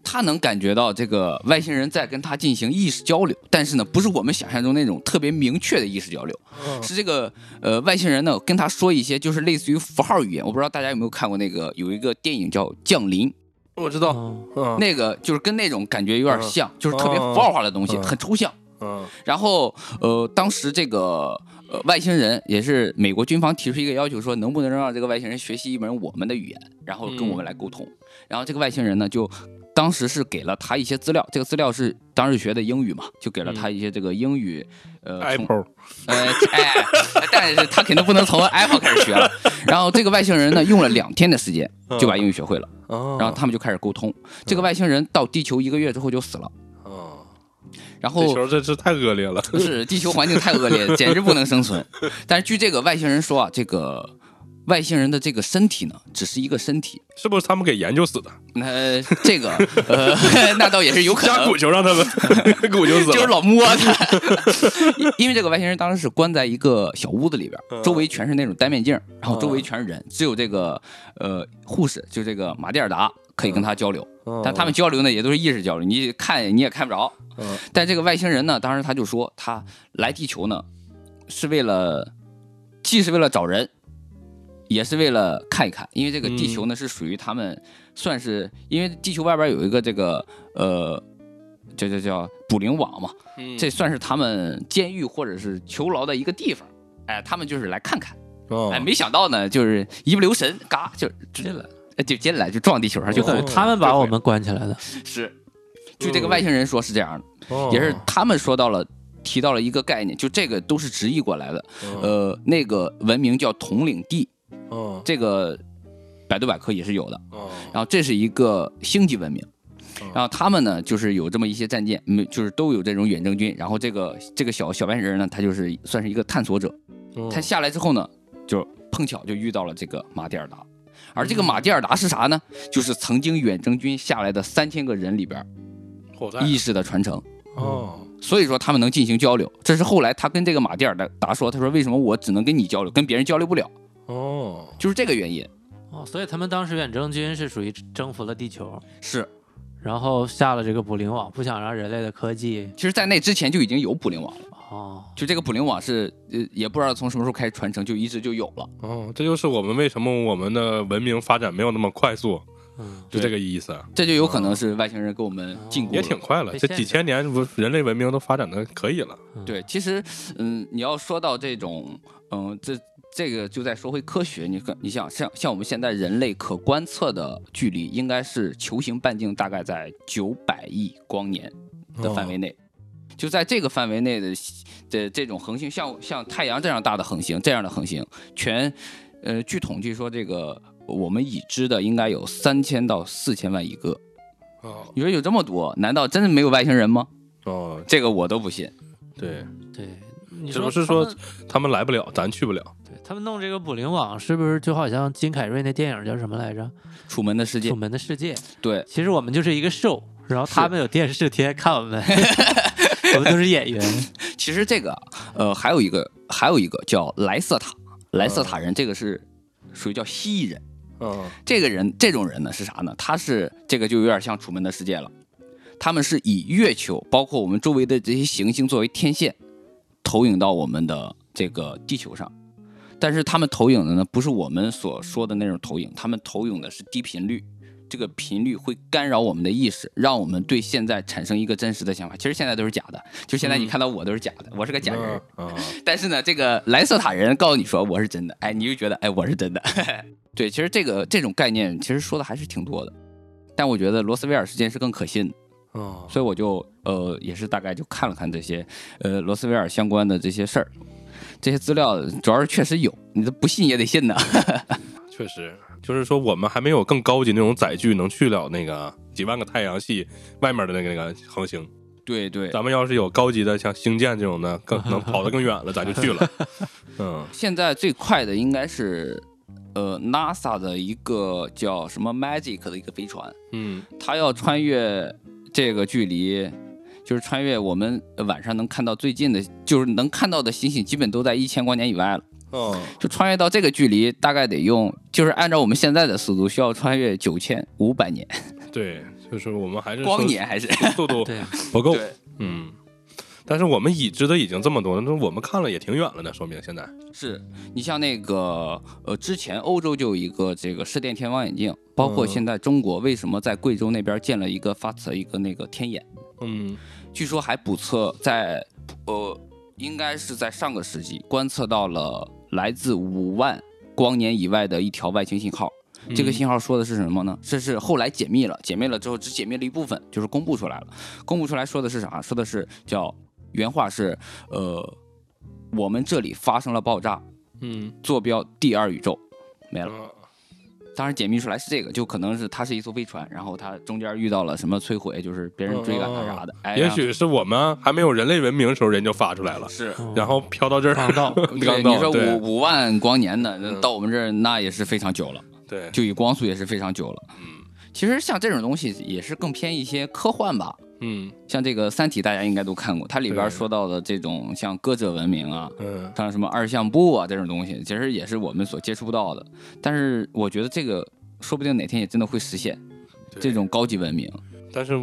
Speaker 3: 他能感觉到这个外星人在跟他进行意识交流，但是呢，不是我们想象中那种特别明确的意识交流，
Speaker 1: 嗯
Speaker 3: 是这个呃外星人呢跟他说一些就是类似于符号语言。我不知道大家有没有看过那个有一个电影叫《降临》。
Speaker 1: 我知道，
Speaker 2: 哦，
Speaker 1: 嗯
Speaker 3: 那个就是跟那种感觉有点像，就是特别符号化的东西，
Speaker 1: 嗯
Speaker 3: 很抽象。
Speaker 1: 嗯
Speaker 3: 然后呃，当时这个呃外星人也是美国军方提出一个要求，说能不能让这个外星人学习一门我们的语言，然后跟我们来沟通。然后这个外星人呢，就当时是给了他一些资料，这个资料是当时学的英语嘛，就给了他一些这个英语。呃，从
Speaker 1: 嗯，Apple
Speaker 3: 呃， 哎，但是他肯定不能从 Apple 开始学了。然后这个外星人呢，用了两天的时间就把英语学会了，
Speaker 1: 啊，
Speaker 3: 然后他们就开始沟通。这个外星人到地球一个月之后就死了，
Speaker 1: 嗯
Speaker 3: 然后
Speaker 1: 地球真是太恶劣了，
Speaker 3: 是地球环境太恶劣，简直不能生存。但是据这个外星人说啊，这个外星人的这个身体呢，只是一个身体。
Speaker 1: 是不是他们给研究死的？
Speaker 3: 那、这个呃， 那倒也是有可
Speaker 1: 加
Speaker 3: 能
Speaker 1: 骨，球让他 们骨球死
Speaker 3: 嗯就是
Speaker 1: 了，
Speaker 3: 老摸他。因因为这个外星人当时是关在一个小屋子里边，周围全是那种单面镜，然后周围全是人，只有这个呃护士，就这个马蒂尔达可以跟他交流。但他们交流呢，也都是意识交流，你看你也看不着。
Speaker 1: 嗯
Speaker 3: 但这个外星人呢，当时他就说，他来地球呢，是为了，既是为了找人，也是为了看一看，因为这个地球呢、是属于他们，算是因为地球外边有一个这个呃，叫叫叫捕灵网嘛，这算是他们监狱或者是囚牢的一个地方。哎，他们就是来看看，
Speaker 1: 嗯
Speaker 3: 哎，没想到呢，就是一不留神，嘎就
Speaker 2: 进来，
Speaker 3: 哎就进来就撞地球上
Speaker 2: 就
Speaker 3: 就
Speaker 2: 等
Speaker 3: 很
Speaker 2: 于哦他们把我们关起来的。
Speaker 3: 是，据这个外星人说是这样的，
Speaker 1: 哦
Speaker 3: 也是他们说到了。提到了一个概念，就这个都是直译过来的，呃，那个文明叫统领地，
Speaker 1: 嗯
Speaker 3: 这个百度百科也是有的。
Speaker 1: 嗯
Speaker 3: 然后这是一个星际文明
Speaker 1: 嗯，
Speaker 3: 然后他们呢就是有这么一些战舰，没就是都有这种远征军。然后这个这个小小外星人呢，他就是算是一个探索者，
Speaker 1: 嗯
Speaker 3: 他下来之后呢，就碰巧就遇到了这个马蒂尔达。而这
Speaker 1: 嗯
Speaker 3: 个马蒂尔达是啥呢？就是曾经远征军下来的三千个人里边儿
Speaker 1: 火灾
Speaker 3: 意识的传承。
Speaker 1: 哦
Speaker 3: 所以说他们能进行交流。这是后来他跟这个马蒂尔达达说，他说为什么我只能跟你交流，跟别人交流不了，
Speaker 1: 哦
Speaker 3: 就是这个原因。
Speaker 2: 哦，所以他们当时远征军是属于征服了地球，
Speaker 3: 是，
Speaker 2: 然后下了这个捕灵网，不想让人类的科技
Speaker 3: 其实，在那之前就已经有捕灵网了，
Speaker 2: 哦，
Speaker 3: 就这个捕灵网是呃也不知道从什么时候开始传承，就一直就有了。
Speaker 1: 哦，这就是我们为什么我们的文明发展没有那么快速，
Speaker 2: 嗯，
Speaker 1: 就
Speaker 3: 对
Speaker 1: 这个意思，
Speaker 3: 这就有可能是外星人给我们禁锢了。
Speaker 1: 也挺快了，
Speaker 2: 被
Speaker 1: 这
Speaker 2: 限制
Speaker 1: 几千年不人类文明都发展的可以了，
Speaker 3: 对，其实嗯，你要说到这种嗯这。这个就再说回科学，你看，你想像像我们现在人类可观测的距离，应该是球形半径大概在九百亿光年，的
Speaker 1: 嗯
Speaker 3: 范围内。就在这个范围内的的这种恒星，像像太阳这样大的恒星，这样的恒星，全呃，据统计说，这个我们已知的应该有三千到四千万一个。
Speaker 1: 哦
Speaker 3: 你说有这么多，难道真的没有外星人吗？
Speaker 1: 哦，
Speaker 3: 这个我都不信。
Speaker 1: 对，
Speaker 2: 对，你
Speaker 1: 只
Speaker 2: 说
Speaker 1: 不是
Speaker 2: 他
Speaker 1: 说
Speaker 2: 们
Speaker 1: 他们来不了，咱去不了。
Speaker 2: 对他们弄这个捕灵网，是不是就好像金凯瑞那电影叫什么来着？
Speaker 3: 楚门的世
Speaker 2: 《
Speaker 3: 界
Speaker 2: 楚，门的世界》。
Speaker 3: 对，
Speaker 2: 其实我们就是一个 show，然后他
Speaker 3: 是
Speaker 2: 们有电视天天看我 们，我们都是演员。
Speaker 3: 其实这个呃还有一个还有一个叫莱瑟塔，莱瑟塔人这个是属于叫蜥蜴人。
Speaker 1: 嗯，
Speaker 3: 这个人这种人呢是啥呢？他是这个就有点像《楚门的世界》了，他们是以月球包括我们周围的这些行星作为天线，投影到我们的这个地球上。但是他们投影的呢，不是我们所说的那种投影，他们投影的是低频率，这个频率会干扰我们的意识，让我们对现在产生一个真实的想法。其实现在都是假的，就现在你看到我都是假的，我是个假人。
Speaker 1: 嗯啊，
Speaker 3: 但是呢，这个莱瑟塔人告诉你说我是真的，哎，你就觉得哎我是真的。 对，其实这个这种概念其实说的还是挺多的，但我觉得罗斯威尔事件是更可信的，
Speaker 1: 哦，
Speaker 3: 所以我就呃也是大概就看了看这些呃罗斯威尔相关的这些事儿，这些资料主要是确实有，你都不信也得信呐。
Speaker 1: 确实，就是说我们还没有更高级那种载具能去了那个几万个太阳系外面的那个那个恒星。
Speaker 3: 对对，
Speaker 1: 咱们要是有高级的像星舰这种的，更能跑得更远了，咱就去了。嗯，
Speaker 3: 现在最快的应该是呃 NASA 的一个叫什么 Magic 的一个飞船，
Speaker 1: 嗯，
Speaker 3: 他要穿越这个距离，就是穿越我们晚上能看到最近的，就是能看到的星星，基本都在一千光年以外了。
Speaker 1: 哦，
Speaker 3: 就穿越到这个距离，大概得用，就是按照我们现在的速度，需要穿越九千五百年
Speaker 1: 对，就是我们还是
Speaker 3: 光年，还是？
Speaker 1: 速度
Speaker 2: 对，
Speaker 1: 不够。
Speaker 3: 对，
Speaker 1: 嗯，但是我们已知的已经这么多了，那我们看了也挺远了呢，说明现在。
Speaker 3: 是你像那个呃，之前欧洲就有一个这个射电天望远镜，包括
Speaker 1: 嗯
Speaker 3: 现在中国为什么在贵州那边建了一个发射一个那个天眼。
Speaker 1: 嗯，
Speaker 3: 据说还捕测在呃，应该是在上个世纪观测到了来自五万光年以外的一条外星信号。
Speaker 1: 嗯
Speaker 3: 这个信号说的是什么呢？这是后来解密了，解密了之后只解密了一部分，就是公布出来了。公布出来说的是啥？说的是叫原话是呃，我们这里发生了爆炸，
Speaker 1: 嗯，
Speaker 3: 坐标第二宇宙。没了，
Speaker 1: 嗯
Speaker 3: 当时解密出来是这个，就可能是它是一艘飞船，然后它中间遇到了什么摧毁，就是别人追赶
Speaker 1: 嗯
Speaker 3: 它啥的，哎，
Speaker 1: 也许是我们还没有人类文明的时候，人就发出来了，
Speaker 3: 是
Speaker 2: 嗯
Speaker 3: 啊
Speaker 1: 然后飘到这儿，
Speaker 2: 航道
Speaker 1: 刚
Speaker 3: 你
Speaker 1: 到，
Speaker 3: 说
Speaker 1: 对
Speaker 3: 五五万光年呢，
Speaker 1: 嗯
Speaker 3: 到我们这儿那也是非常久了，
Speaker 1: 对，
Speaker 3: 就以光速也是非常久了。
Speaker 1: 嗯
Speaker 3: 其实像这种东西也是更偏一些科幻吧，
Speaker 1: 嗯
Speaker 3: 像这个《三体》大家应该都看过，它里边
Speaker 1: 对
Speaker 3: 说到的这种像歌者文明啊。
Speaker 1: 嗯，
Speaker 3: 像什么二项步啊这种东西，其实也是我们所接触不到的。但是我觉得这个说不定哪天也真的会实现
Speaker 1: 对
Speaker 3: 这种高级文明。
Speaker 1: 但是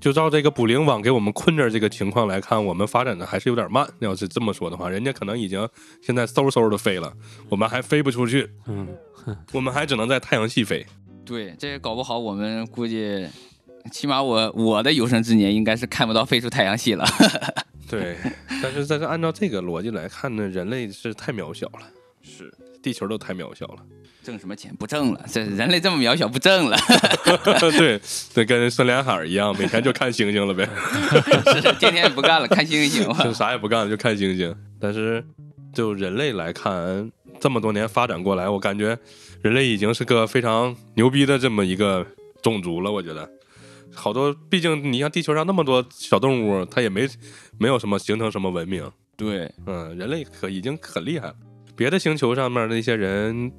Speaker 1: 就照这个捕灵网给我们困着这个情况来看，我们发展的还是有点慢。要是这么说的话，人家可能已经现在嗖嗖的飞了，我们还飞不出去，
Speaker 2: 嗯，
Speaker 1: 我们还只能在太阳系飞。
Speaker 3: 对，这也搞不好我们估计，起码我我的有生之年应该是看不到飞出太阳系了。
Speaker 1: 对， 但是但是按照这个逻辑来看呢，人类是太渺小了，是地球都太渺小了。
Speaker 3: 挣什么钱不挣了，这人类这么渺小不挣了，
Speaker 1: 对，对，跟孙连海一样，每天就看星星了呗，
Speaker 3: 是天天也不干了，看星 星
Speaker 1: 就
Speaker 3: 吧。
Speaker 1: 啥也不干，就看星星。但是就人类来看，这么多年发展过来，我感觉人类已经是个非常牛逼的这么一个种族了。我觉得好多，毕竟你像地球上那么多小动物，它也没没有什么形成什么文明。
Speaker 3: 对，
Speaker 1: 嗯，人类可已经很厉害了。别的星球上面的一些人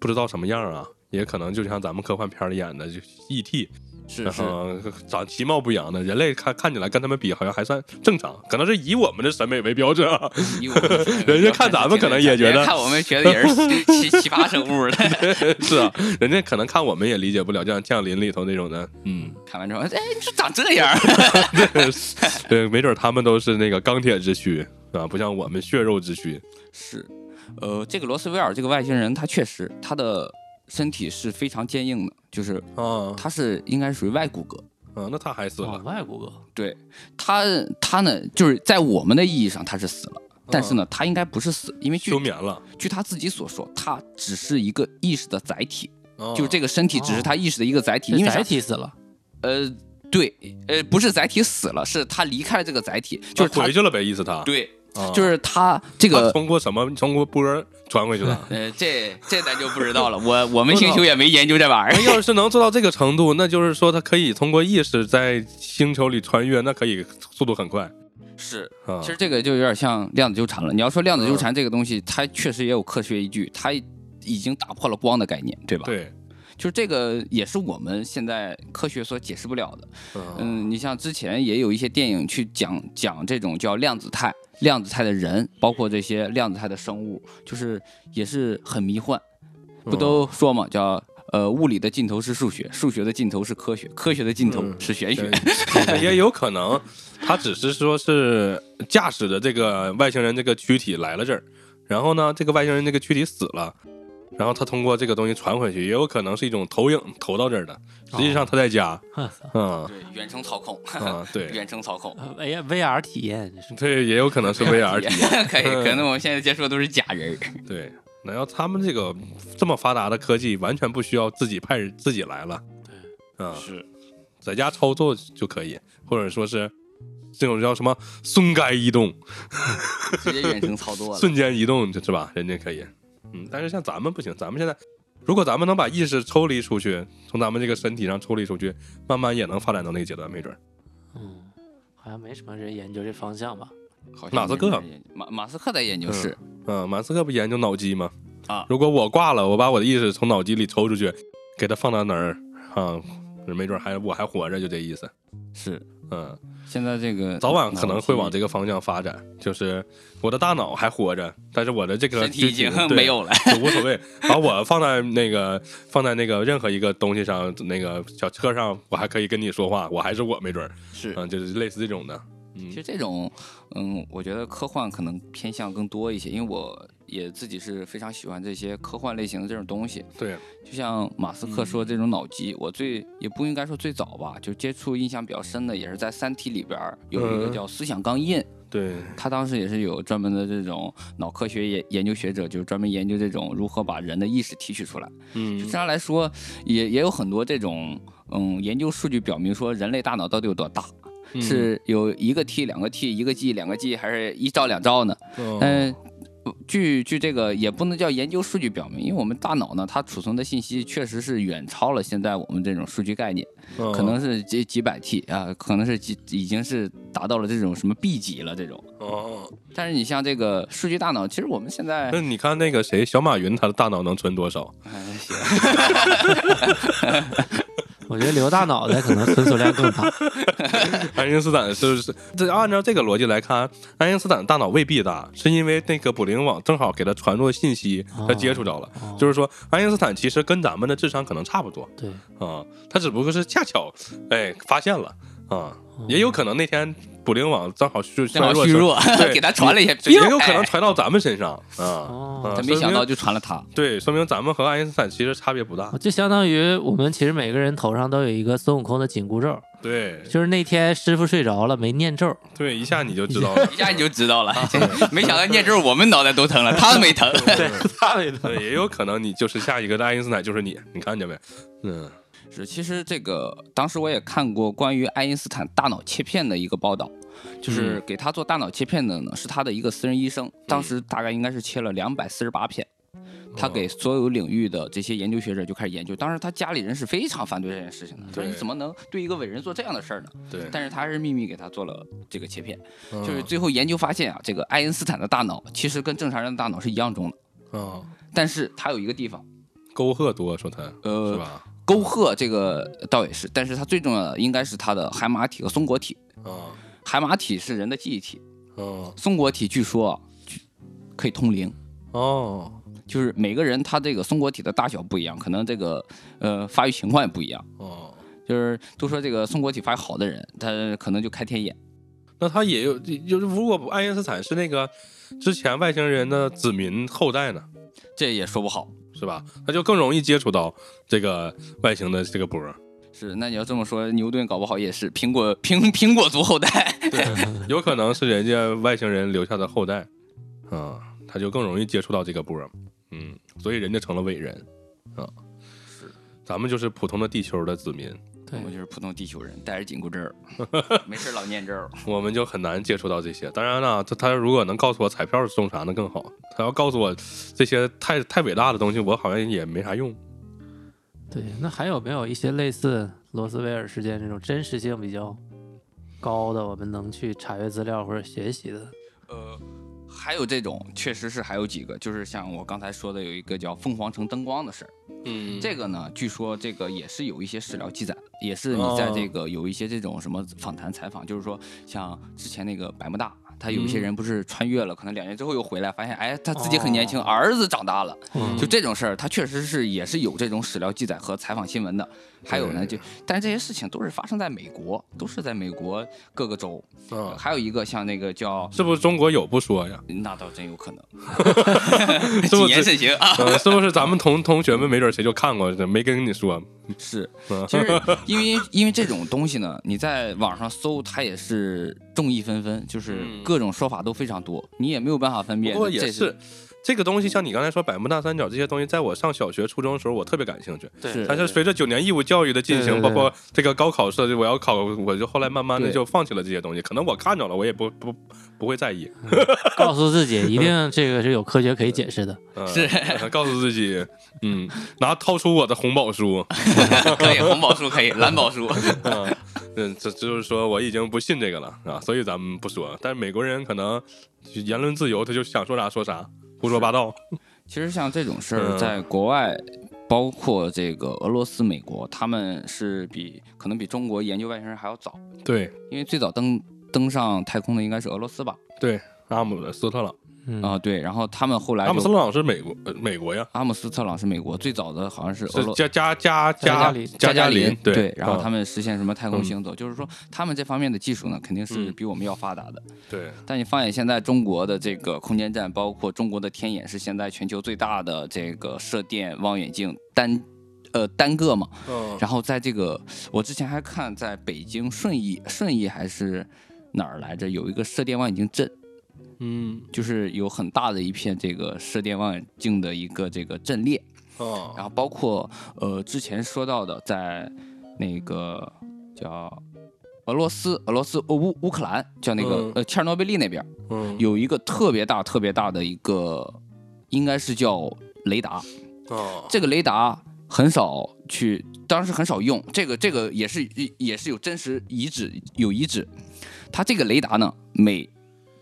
Speaker 1: 不知道什么样啊，也可能就像咱们科幻片里演的，就 E E.T.，
Speaker 3: 是
Speaker 1: 然
Speaker 3: 是，
Speaker 1: 后长其貌不扬的。人类看看起来跟他们比好像还算正常，可能是以我们的审美为标准 啊。
Speaker 3: 以我们
Speaker 1: 人家看咱们可能也觉得
Speaker 3: 人家看我们觉得也是奇奇奇葩生物的。
Speaker 1: 是啊，人家可能看我们也理解不了，就像《降临》里头那种的，嗯，
Speaker 3: 看完之后，哎，你说长这样，
Speaker 1: 对，没准他们都是那个钢铁之躯啊，不像我们血肉之躯。
Speaker 3: 是，呃，这个罗斯威尔这个外星人，他确实他的身体是非常坚硬的，就是
Speaker 1: 啊
Speaker 3: 他是应该属于外骨骼。
Speaker 1: 啊，那他还死
Speaker 2: 往
Speaker 3: 哦
Speaker 1: 了，
Speaker 2: 外骨骼，
Speaker 3: 对他，他呢，就是在我们的意义上他是死了，
Speaker 1: 嗯
Speaker 3: 但是呢，他应该不是死，因为据
Speaker 1: 休眠了，
Speaker 3: 据他自己所说，他只是一个意识的载体，
Speaker 1: 啊
Speaker 3: 就是这个身体只哦是他意识的一个载体，
Speaker 2: 这
Speaker 3: 因为啥
Speaker 2: 载？体死了，
Speaker 3: 呃，对，呃，不是载体死了，是他离开了这个载体，就是他
Speaker 1: 啊回去了呗，意思他。
Speaker 3: 对。
Speaker 1: 啊
Speaker 3: 就是他这
Speaker 1: 他
Speaker 3: 个。
Speaker 1: 通过什么？通过波儿传回去 的。
Speaker 3: 呃，这这咱就不知道了，我我们星球也没研究这玩意
Speaker 1: 那
Speaker 3: 儿。
Speaker 1: 要是能做到这个程度，那就是说他可以通过意识在星球里穿越，那可以速度很快
Speaker 3: 是，
Speaker 1: 啊
Speaker 3: 其。实这个就有点像量子纠缠了。你要说量子纠缠这个东西，它确实也有科学依据，它已经打破了光的概念，对吧？，
Speaker 1: 对，
Speaker 3: 就是这个也是我们现在科学所解释不了的。
Speaker 1: 嗯
Speaker 3: 嗯，你像之前也有一些电影去讲讲这种叫量子态、量子态的人，包括这些量子态的生物，就是也是很迷幻。不都
Speaker 1: 哦
Speaker 3: 说嘛，叫呃物理的尽头是数学，数学的尽头是科学，科学的尽头
Speaker 1: 嗯
Speaker 3: 是玄学。
Speaker 1: 对也有可能他只是说是驾驶着这个外星人这个躯体来了这儿，然后呢，这个外星人这个躯体死了。然后他通过这个东西传回去，也有可能是一种投影投到这儿的。实际上他在家，嗯
Speaker 3: 对，远程操控，
Speaker 1: 嗯， 对
Speaker 3: 远程操控。
Speaker 2: 呃哎呀，VR 体验这是
Speaker 1: 对，也有可能是 VR 体验。
Speaker 3: 可以，可能我们现在接触的都是假人儿。
Speaker 1: 对，难道他们这个这么发达的科技，完全不需要自己派人自己来了？对，嗯，
Speaker 3: 是，
Speaker 1: 在家操作就可以，或者说是这种叫什么“瞬间移动
Speaker 3: 直接远程操”，作了。
Speaker 1: 瞬间移动是吧？人家可以，嗯，但是像咱们不行，咱们现在。如果咱们能把意识抽离出去，从咱们这个身体上抽离出去，慢慢也能发展到那个阶段，没准儿。
Speaker 2: 嗯，好像没什么人研究这方向吧？
Speaker 3: 好像
Speaker 1: 马斯克
Speaker 3: 有人马马斯克在研究室，
Speaker 1: 嗯，马斯克不研究脑机吗？
Speaker 3: 啊
Speaker 1: 如果我挂了，我把我的意识从脑机里抽出去，给它放到哪儿啊？没准儿还我还活着，就这意思。
Speaker 3: 是
Speaker 1: 嗯，
Speaker 3: 现在这个
Speaker 1: 早晚可能会往这
Speaker 3: 个
Speaker 1: 个方向发展，就是我的大脑还活着，但是我的这个
Speaker 3: 身体已
Speaker 1: 躯
Speaker 3: 经
Speaker 1: 体
Speaker 3: 没，有了。
Speaker 1: 对就无所谓。把我放在那个放在那个任何一个东西上，那个小车上，我还可以跟你说话，我还是我，没准儿，
Speaker 3: 是
Speaker 1: 嗯，就是类似这种的。
Speaker 3: 其实这种，嗯，我觉得科幻可能偏向更多一些，因为我也自己是非常喜欢这些科幻类型的这种东西。
Speaker 1: 对，
Speaker 3: 就像马斯克说这种脑机，我最也不应该说最早吧，就接触印象比较深的也是在《三体》里边儿有一个
Speaker 1: 嗯
Speaker 3: 叫思想钢印，
Speaker 1: 对，
Speaker 3: 他当时也是有专门的这种脑科学研研究学者，就是专门研究这种如何把人的意识提取出来。就
Speaker 1: 嗯
Speaker 3: 这样来说，也也有很多这种嗯研究数据表明说，人类大脑到底有多大？
Speaker 1: 嗯
Speaker 3: 是有一个 T、两个 T、一个 G、两个 G，还是一兆两兆呢？
Speaker 1: 嗯
Speaker 3: 嗯、据据这个也不能叫研究数据表明，因为我们大脑呢，它储存的信息确实是远超了现在我们这种数据概念，
Speaker 1: 嗯
Speaker 3: 可能是几几百 T 啊，可能是几已经是达到了这种什么 B 级了这种。
Speaker 1: 哦，
Speaker 3: 但是你像这个数据大脑，其实我们现在
Speaker 1: 那你看那个谁，小马云，他的大脑能存多少？
Speaker 3: 哎行
Speaker 2: 我觉得留大脑袋可能存储量更大。
Speaker 1: 爱因斯坦是不是？这按照这个逻辑来看，爱因斯坦大脑未必大，是因为那个捕灵网正好给他传入信息，他接触着了。
Speaker 2: 哦
Speaker 1: 就是说，爱因斯坦其实跟咱们的智商可能差不多
Speaker 2: 对，
Speaker 1: 啊、他只不过是恰巧哎发现了啊、
Speaker 2: 嗯
Speaker 1: 也有可能那天捕灵网正好虚衰
Speaker 3: 正好
Speaker 1: 弱
Speaker 3: 虚
Speaker 1: 时候，
Speaker 3: 弱，
Speaker 1: 对
Speaker 3: 给他传了一下，
Speaker 1: 也有可能
Speaker 3: 哎
Speaker 1: 传到咱们身上啊。
Speaker 2: 哦，
Speaker 1: 嗯
Speaker 3: 他没想
Speaker 1: 说
Speaker 3: 到
Speaker 1: 明
Speaker 3: 就传了他。
Speaker 1: 对，说明咱们和爱因斯坦其实差别不大。
Speaker 2: 就相当于我们其实每个人头上都有一个孙悟空的紧箍咒，
Speaker 1: 对
Speaker 2: 就是那天师傅睡着了没念咒，
Speaker 1: 对， 一下你就知道了
Speaker 3: 一。下你就知道了， 没想到念咒我们脑袋都疼了，他没疼。
Speaker 1: 对，也有可能你就是下一个的爱因斯坦就是你，你看见没？嗯
Speaker 3: 是，其实这个当时我也看过关于爱因斯坦大脑切片的一个报道，
Speaker 1: 嗯
Speaker 3: 就是给他做大脑切片的呢是他的一个私人医生，当时大概应该是切了两百四十八片。他
Speaker 1: 哦
Speaker 3: 给所有领域的这些研究学者就开始研究，当时他家里人是非常反对这件事情的，说
Speaker 1: 对
Speaker 3: 你怎么能对一个伟人做这样的事儿呢？
Speaker 1: 对，嗯
Speaker 3: 但是他还是秘密给他做了这个切片，
Speaker 1: 就
Speaker 3: 就是最后研究发现啊，这个爱因斯坦的大脑其实跟正常人的大脑是一样重的，
Speaker 1: 啊，
Speaker 3: 但是他有一个地方，
Speaker 1: 沟壑多说他是
Speaker 3: 呃，
Speaker 1: 吧？
Speaker 3: 沟壑这个倒也是，但是它最重要的应该是它的海马体和松果体。
Speaker 1: 啊
Speaker 3: 海马体是人的记忆体，
Speaker 1: 啊
Speaker 3: 松果体据说啊据可以通灵，
Speaker 1: 哦
Speaker 3: 就是每个人他这个松果体的大小不一样，可能这个呃发育情况也不一样。
Speaker 1: 哦，
Speaker 3: 就是都说这个松果体发育好的人，他可能就开天眼。
Speaker 1: 那他也有就是如果不爱因斯坦是那个之前外星人的子民后代呢，
Speaker 3: 这也说不好。
Speaker 1: 是吧？他就更容易接触到这个外星的这个波儿，
Speaker 3: 是，那你要这么说，牛顿搞不好也是苹果苹苹果族后代。
Speaker 1: 对，有可能是人家外星人留下的后代，啊，他就更容易接触到这个波儿，嗯，所以人家成了伟人，啊，是，咱们就是普通的地球的子民，
Speaker 3: 我
Speaker 2: 对
Speaker 3: 们就是普通地球人，戴着紧箍咒儿，没事儿老念咒儿。
Speaker 1: 我们就很难接触到这些。当然了，他他如果能告诉我彩票是中啥，那更好。他要告诉我这些太太伟大的东西，我好像也没啥用。
Speaker 2: 对，那还有没有一些类似罗斯威尔事件这种真实性比较高的，我们能去查阅资料或者学习的？
Speaker 3: 呃，还有这种，确实是还有几个，就是像我刚才说的，有一个叫凤凰城灯光的事儿。
Speaker 1: 嗯
Speaker 3: 这个呢，据说这个也是有一些史料记载，也是你在这个有一些这种什么访谈采访，就是说像之前那个百慕大，他有一些
Speaker 2: 嗯
Speaker 3: 人不是穿越了，可能两年之后又回来，发现哎他自己很年轻，
Speaker 2: 哦
Speaker 3: 儿子长大了，
Speaker 2: 嗯
Speaker 3: 就这种事儿，他确实是也是有这种史料记载和采访新闻的。还有呢，就但是这些事情都是发生在美国，都是在美国各个州。
Speaker 2: 哦
Speaker 1: 啊，
Speaker 3: 还有一个像那个叫
Speaker 1: 是不是中国有不说 呀？
Speaker 3: 那倒真有可能，
Speaker 1: 这
Speaker 3: 谨
Speaker 1: 么
Speaker 3: 言慎行啊。
Speaker 1: 呃，是不是咱们同同学们没准谁就看过，没跟你说？
Speaker 3: 是，
Speaker 1: 嗯
Speaker 3: 其实因为因为这种东西呢，你在网上搜，它也是众议纷纷，就是
Speaker 1: 嗯
Speaker 3: 各种说法都非常多，你也没有办法分辨。
Speaker 1: 不过也
Speaker 3: 这
Speaker 1: 是，这个东西，像你刚才说百慕大三角这些东西，在我上小学、初中的时候，我特别感兴趣。
Speaker 3: 是
Speaker 1: 但是随着九年义务教育的进行，
Speaker 2: 对对对
Speaker 1: 包括这个高考设置，我要考，我就后来慢慢的
Speaker 3: 对
Speaker 1: 就放弃了这些东西。可能我看着了，我也不不不会在意。
Speaker 2: 告诉自己，一定这个是有科学可以解释的。
Speaker 1: 呃、是告诉自己，嗯，拿掏出我的红宝书，
Speaker 3: 可以红宝书，可以 蓝宝书，
Speaker 1: 嗯、嗯，这这就是说我已经不信这个了啊，所以咱们不说。但是美国人可能言论自由，他就想说啥说啥，胡说八道。
Speaker 3: 其实像这种事
Speaker 1: 嗯
Speaker 3: 儿，在国外，包括这个俄罗斯、美国，他们是比可能比中国研究外星人还要早，
Speaker 1: 对
Speaker 3: 因为最早登登上太空的应该是俄罗斯吧？
Speaker 1: 对，阿姆斯特朗，
Speaker 2: 嗯
Speaker 3: 啊、对，然后他们后来
Speaker 1: 阿姆斯
Speaker 3: 就
Speaker 1: 特朗是美国、呃美国呀，
Speaker 3: 阿姆斯特朗是美国最早的，好像是俄
Speaker 1: 是
Speaker 3: 罗
Speaker 1: 加加加
Speaker 2: 加加
Speaker 1: 加
Speaker 2: 林
Speaker 3: 加
Speaker 1: 加
Speaker 3: 林
Speaker 1: 对，啊
Speaker 3: 然后他
Speaker 1: 们
Speaker 3: 们实现什么太空行走，就是说他们这方面的技术呢，肯定是
Speaker 1: 嗯
Speaker 3: 比我们要发达的。
Speaker 1: 对
Speaker 3: 但你放眼现在中国的这个空间站，包括中国的天眼是现在全球最大的这个射电望远镜单。呃，单个嘛，
Speaker 1: 嗯
Speaker 3: 然后在这个，我之前还看在北京顺义，顺义还是哪儿来着，有一个射电望远镜阵，
Speaker 1: 嗯
Speaker 3: 就是有很大的一片这个射电望远镜的一个这个阵列，
Speaker 1: 哦
Speaker 3: 然后包括呃之前说到的，在那个叫俄罗斯、俄罗斯、呃、乌乌克兰，叫那个、
Speaker 1: 嗯
Speaker 3: 呃切尔诺贝利那边
Speaker 1: 嗯
Speaker 3: 有一个特别大、特别大的一个，应该是叫雷达。
Speaker 1: 哦
Speaker 3: 这个雷达很少去，当时很少用。这个这个也是也是有真实遗址有遗址，它这个雷达呢，每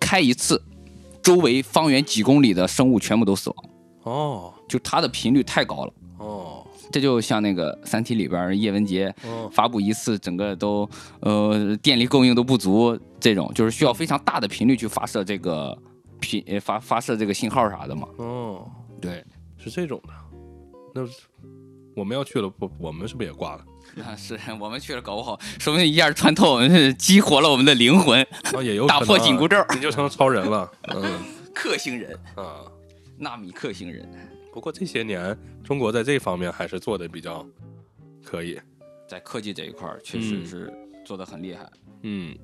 Speaker 3: 开一次，周围方圆几公里的生物全部都死亡，
Speaker 1: 哦
Speaker 3: 就它的频率太高了。
Speaker 1: 哦
Speaker 3: 这就像那个《三体》里边儿叶文洁
Speaker 1: 哦
Speaker 3: 发布一次，整个都呃电力供应都不足，这种就是需要非常大的频率去发射这个频呃发发射这个信号啥的嘛。
Speaker 1: 哦，
Speaker 3: 对，
Speaker 1: 是这种的，那我们要去了，不，我们是不是也挂了？
Speaker 3: 啊， 是我们去了，搞不好说不定一下穿透我们， 是激活了我们的灵魂，
Speaker 1: 啊，也有
Speaker 3: 打
Speaker 1: 可
Speaker 3: 破
Speaker 1: 能啊
Speaker 3: 紧箍咒，
Speaker 1: 你就成超人了。嗯
Speaker 3: 克星人，
Speaker 1: 啊，
Speaker 3: 纳米克星人，
Speaker 1: 不过这些年中国在这方面还是做的比较可以。
Speaker 3: 在科技这一块儿确
Speaker 1: 嗯
Speaker 3: 实是做的很厉害。
Speaker 1: 嗯，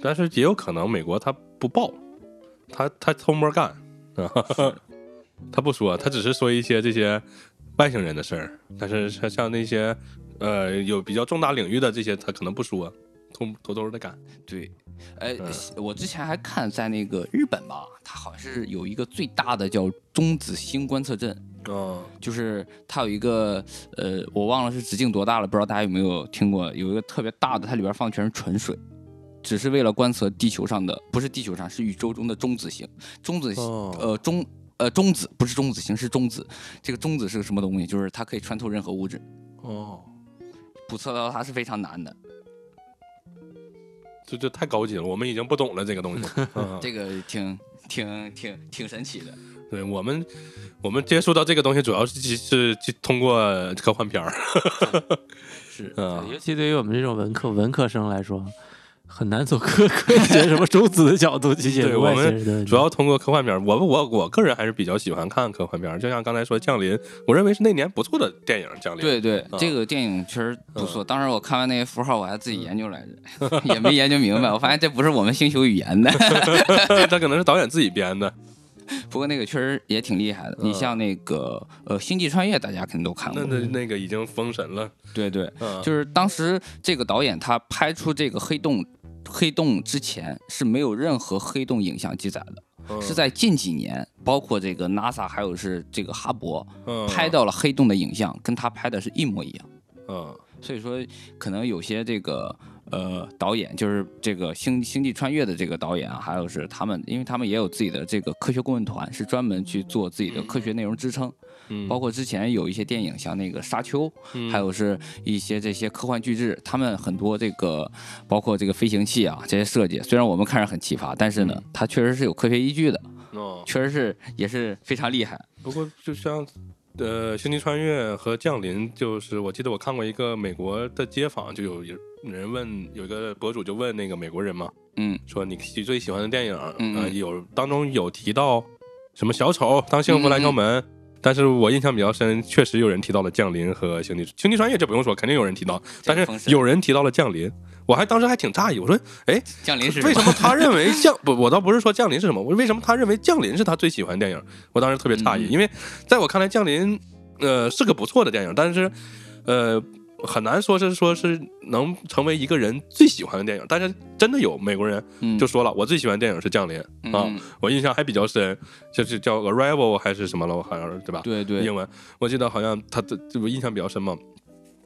Speaker 1: 但是也有可能美国他不报，他他偷摸干 啊，他不说，他只是说一些这些外星人的事儿，但是像像那些呃有比较重大领域的这些，他可能不说，偷偷偷的干。
Speaker 3: 对，哎
Speaker 1: 嗯，
Speaker 3: 我之前还看在那个日本吧，它好像是有一个最大的叫中子星观测站。
Speaker 1: 嗯
Speaker 3: 就是它有一个呃，我忘了是直径多大了，不知道大家有没有听过，有一个特别大的，它里边放的全是纯水，只是为了观测地球上的，不是地球上，是宇宙中的中子星，中子星、
Speaker 1: 哦
Speaker 3: 呃中呃中子不是中子星是中子，这个中子是个什么东西？就是它可以穿透任何物质，
Speaker 1: 哦，
Speaker 3: 捕测到它是非常难的，
Speaker 1: 这这太高级了，我们已经不懂了这个东西。嗯、
Speaker 3: 这个挺挺挺挺神奇的。
Speaker 1: 对我们我们接触到这个东西，主要是是是通过科幻片儿。
Speaker 3: 是
Speaker 1: 嗯
Speaker 2: 尤其对于我们这种文科文科生来说，很难从科 科学什么中子的角度去解
Speaker 1: 对
Speaker 2: 读
Speaker 1: 我
Speaker 2: 外星
Speaker 1: 们
Speaker 2: 人
Speaker 3: 嗯
Speaker 2: 的问题。
Speaker 1: 主要通过科幻片儿，我我我个人还是比较喜欢看科幻片儿，就像刚才说《降临》，我认为是那年不错的电影《降临》。
Speaker 3: 对对，
Speaker 1: 嗯
Speaker 3: 这个电影确实不错。当时我看完那些符号，我还自己研究来着， 也没研究明白。我发现这不是我们星球语言的。
Speaker 1: 对，他可能是导演自己编的。
Speaker 3: 不过那个确实也挺厉害的。
Speaker 1: 嗯
Speaker 3: 你像那个呃《星际穿越》，大家肯定都看
Speaker 1: 那
Speaker 3: 过，
Speaker 1: 那那个已经封神了，
Speaker 3: 对对，
Speaker 1: 嗯，
Speaker 3: 嗯就是当时这个导演他拍出这个黑洞。黑洞之前是没有任何黑洞影像记载的，
Speaker 1: 嗯
Speaker 3: 是在近几年，包括这个 NASA 还有是这个哈勃
Speaker 1: 嗯
Speaker 3: 拍到了黑洞的影像，跟他拍的是一模一样。
Speaker 1: 嗯
Speaker 3: 所以说，可能有些这个呃导演，就是这个星《星际穿越》的这个导演啊，还有是他们，因为他们也有自己的这个科学顾问团，是专门去做自己的科学内容支撑。
Speaker 1: 嗯，
Speaker 3: 包括之前有一些电影，像那个《沙丘》，
Speaker 1: 嗯
Speaker 3: 还有是一些这些科幻巨制，他们很多这个包括这个飞行器啊这些设计，虽然我们看着很奇葩，但是
Speaker 1: 嗯
Speaker 3: 呢，它确实是有科学依据的，
Speaker 1: 哦，
Speaker 3: 确实是也是非常厉害。
Speaker 1: 不过就像呃《星际穿越》和《降临》，就是我记得我看过一个美国的街访，就有人问，有一个博主就问那个美国人嘛，
Speaker 3: 嗯，
Speaker 1: 说你最喜欢的电影，
Speaker 3: 嗯
Speaker 1: 呃
Speaker 3: 嗯
Speaker 1: 有当中有提到什么小丑当幸福来敲门。
Speaker 3: 嗯
Speaker 1: 但是我印象比较深，确实有人提到了《降临》和《星际星际穿越》，这不用说，肯定有人提到。
Speaker 3: 这
Speaker 1: 但
Speaker 3: 个风
Speaker 1: 是
Speaker 3: 神
Speaker 1: 有人提到了《降临》，我还当时还挺诧异，我说
Speaker 3: 降临是
Speaker 1: 为什
Speaker 3: 么？
Speaker 1: 么他认 为降不？我倒不是说降临是什么，我为什么他认为降临是他最喜欢的电影？我当时特别诧异，
Speaker 3: 嗯
Speaker 1: 因为在我看来，降临呃是个不错的电影，但是呃很难说是说是能成为一个人最喜欢的电影。但是真的有美国人
Speaker 3: 嗯，
Speaker 1: 就说了，我最喜欢的电影是降临，
Speaker 3: 嗯
Speaker 1: 啊我印象还比较深，就是叫 Arrival 还是什么了，我好像是对吧？
Speaker 3: 对对
Speaker 1: 英，文，我记得好像他的我印象比较深嘛。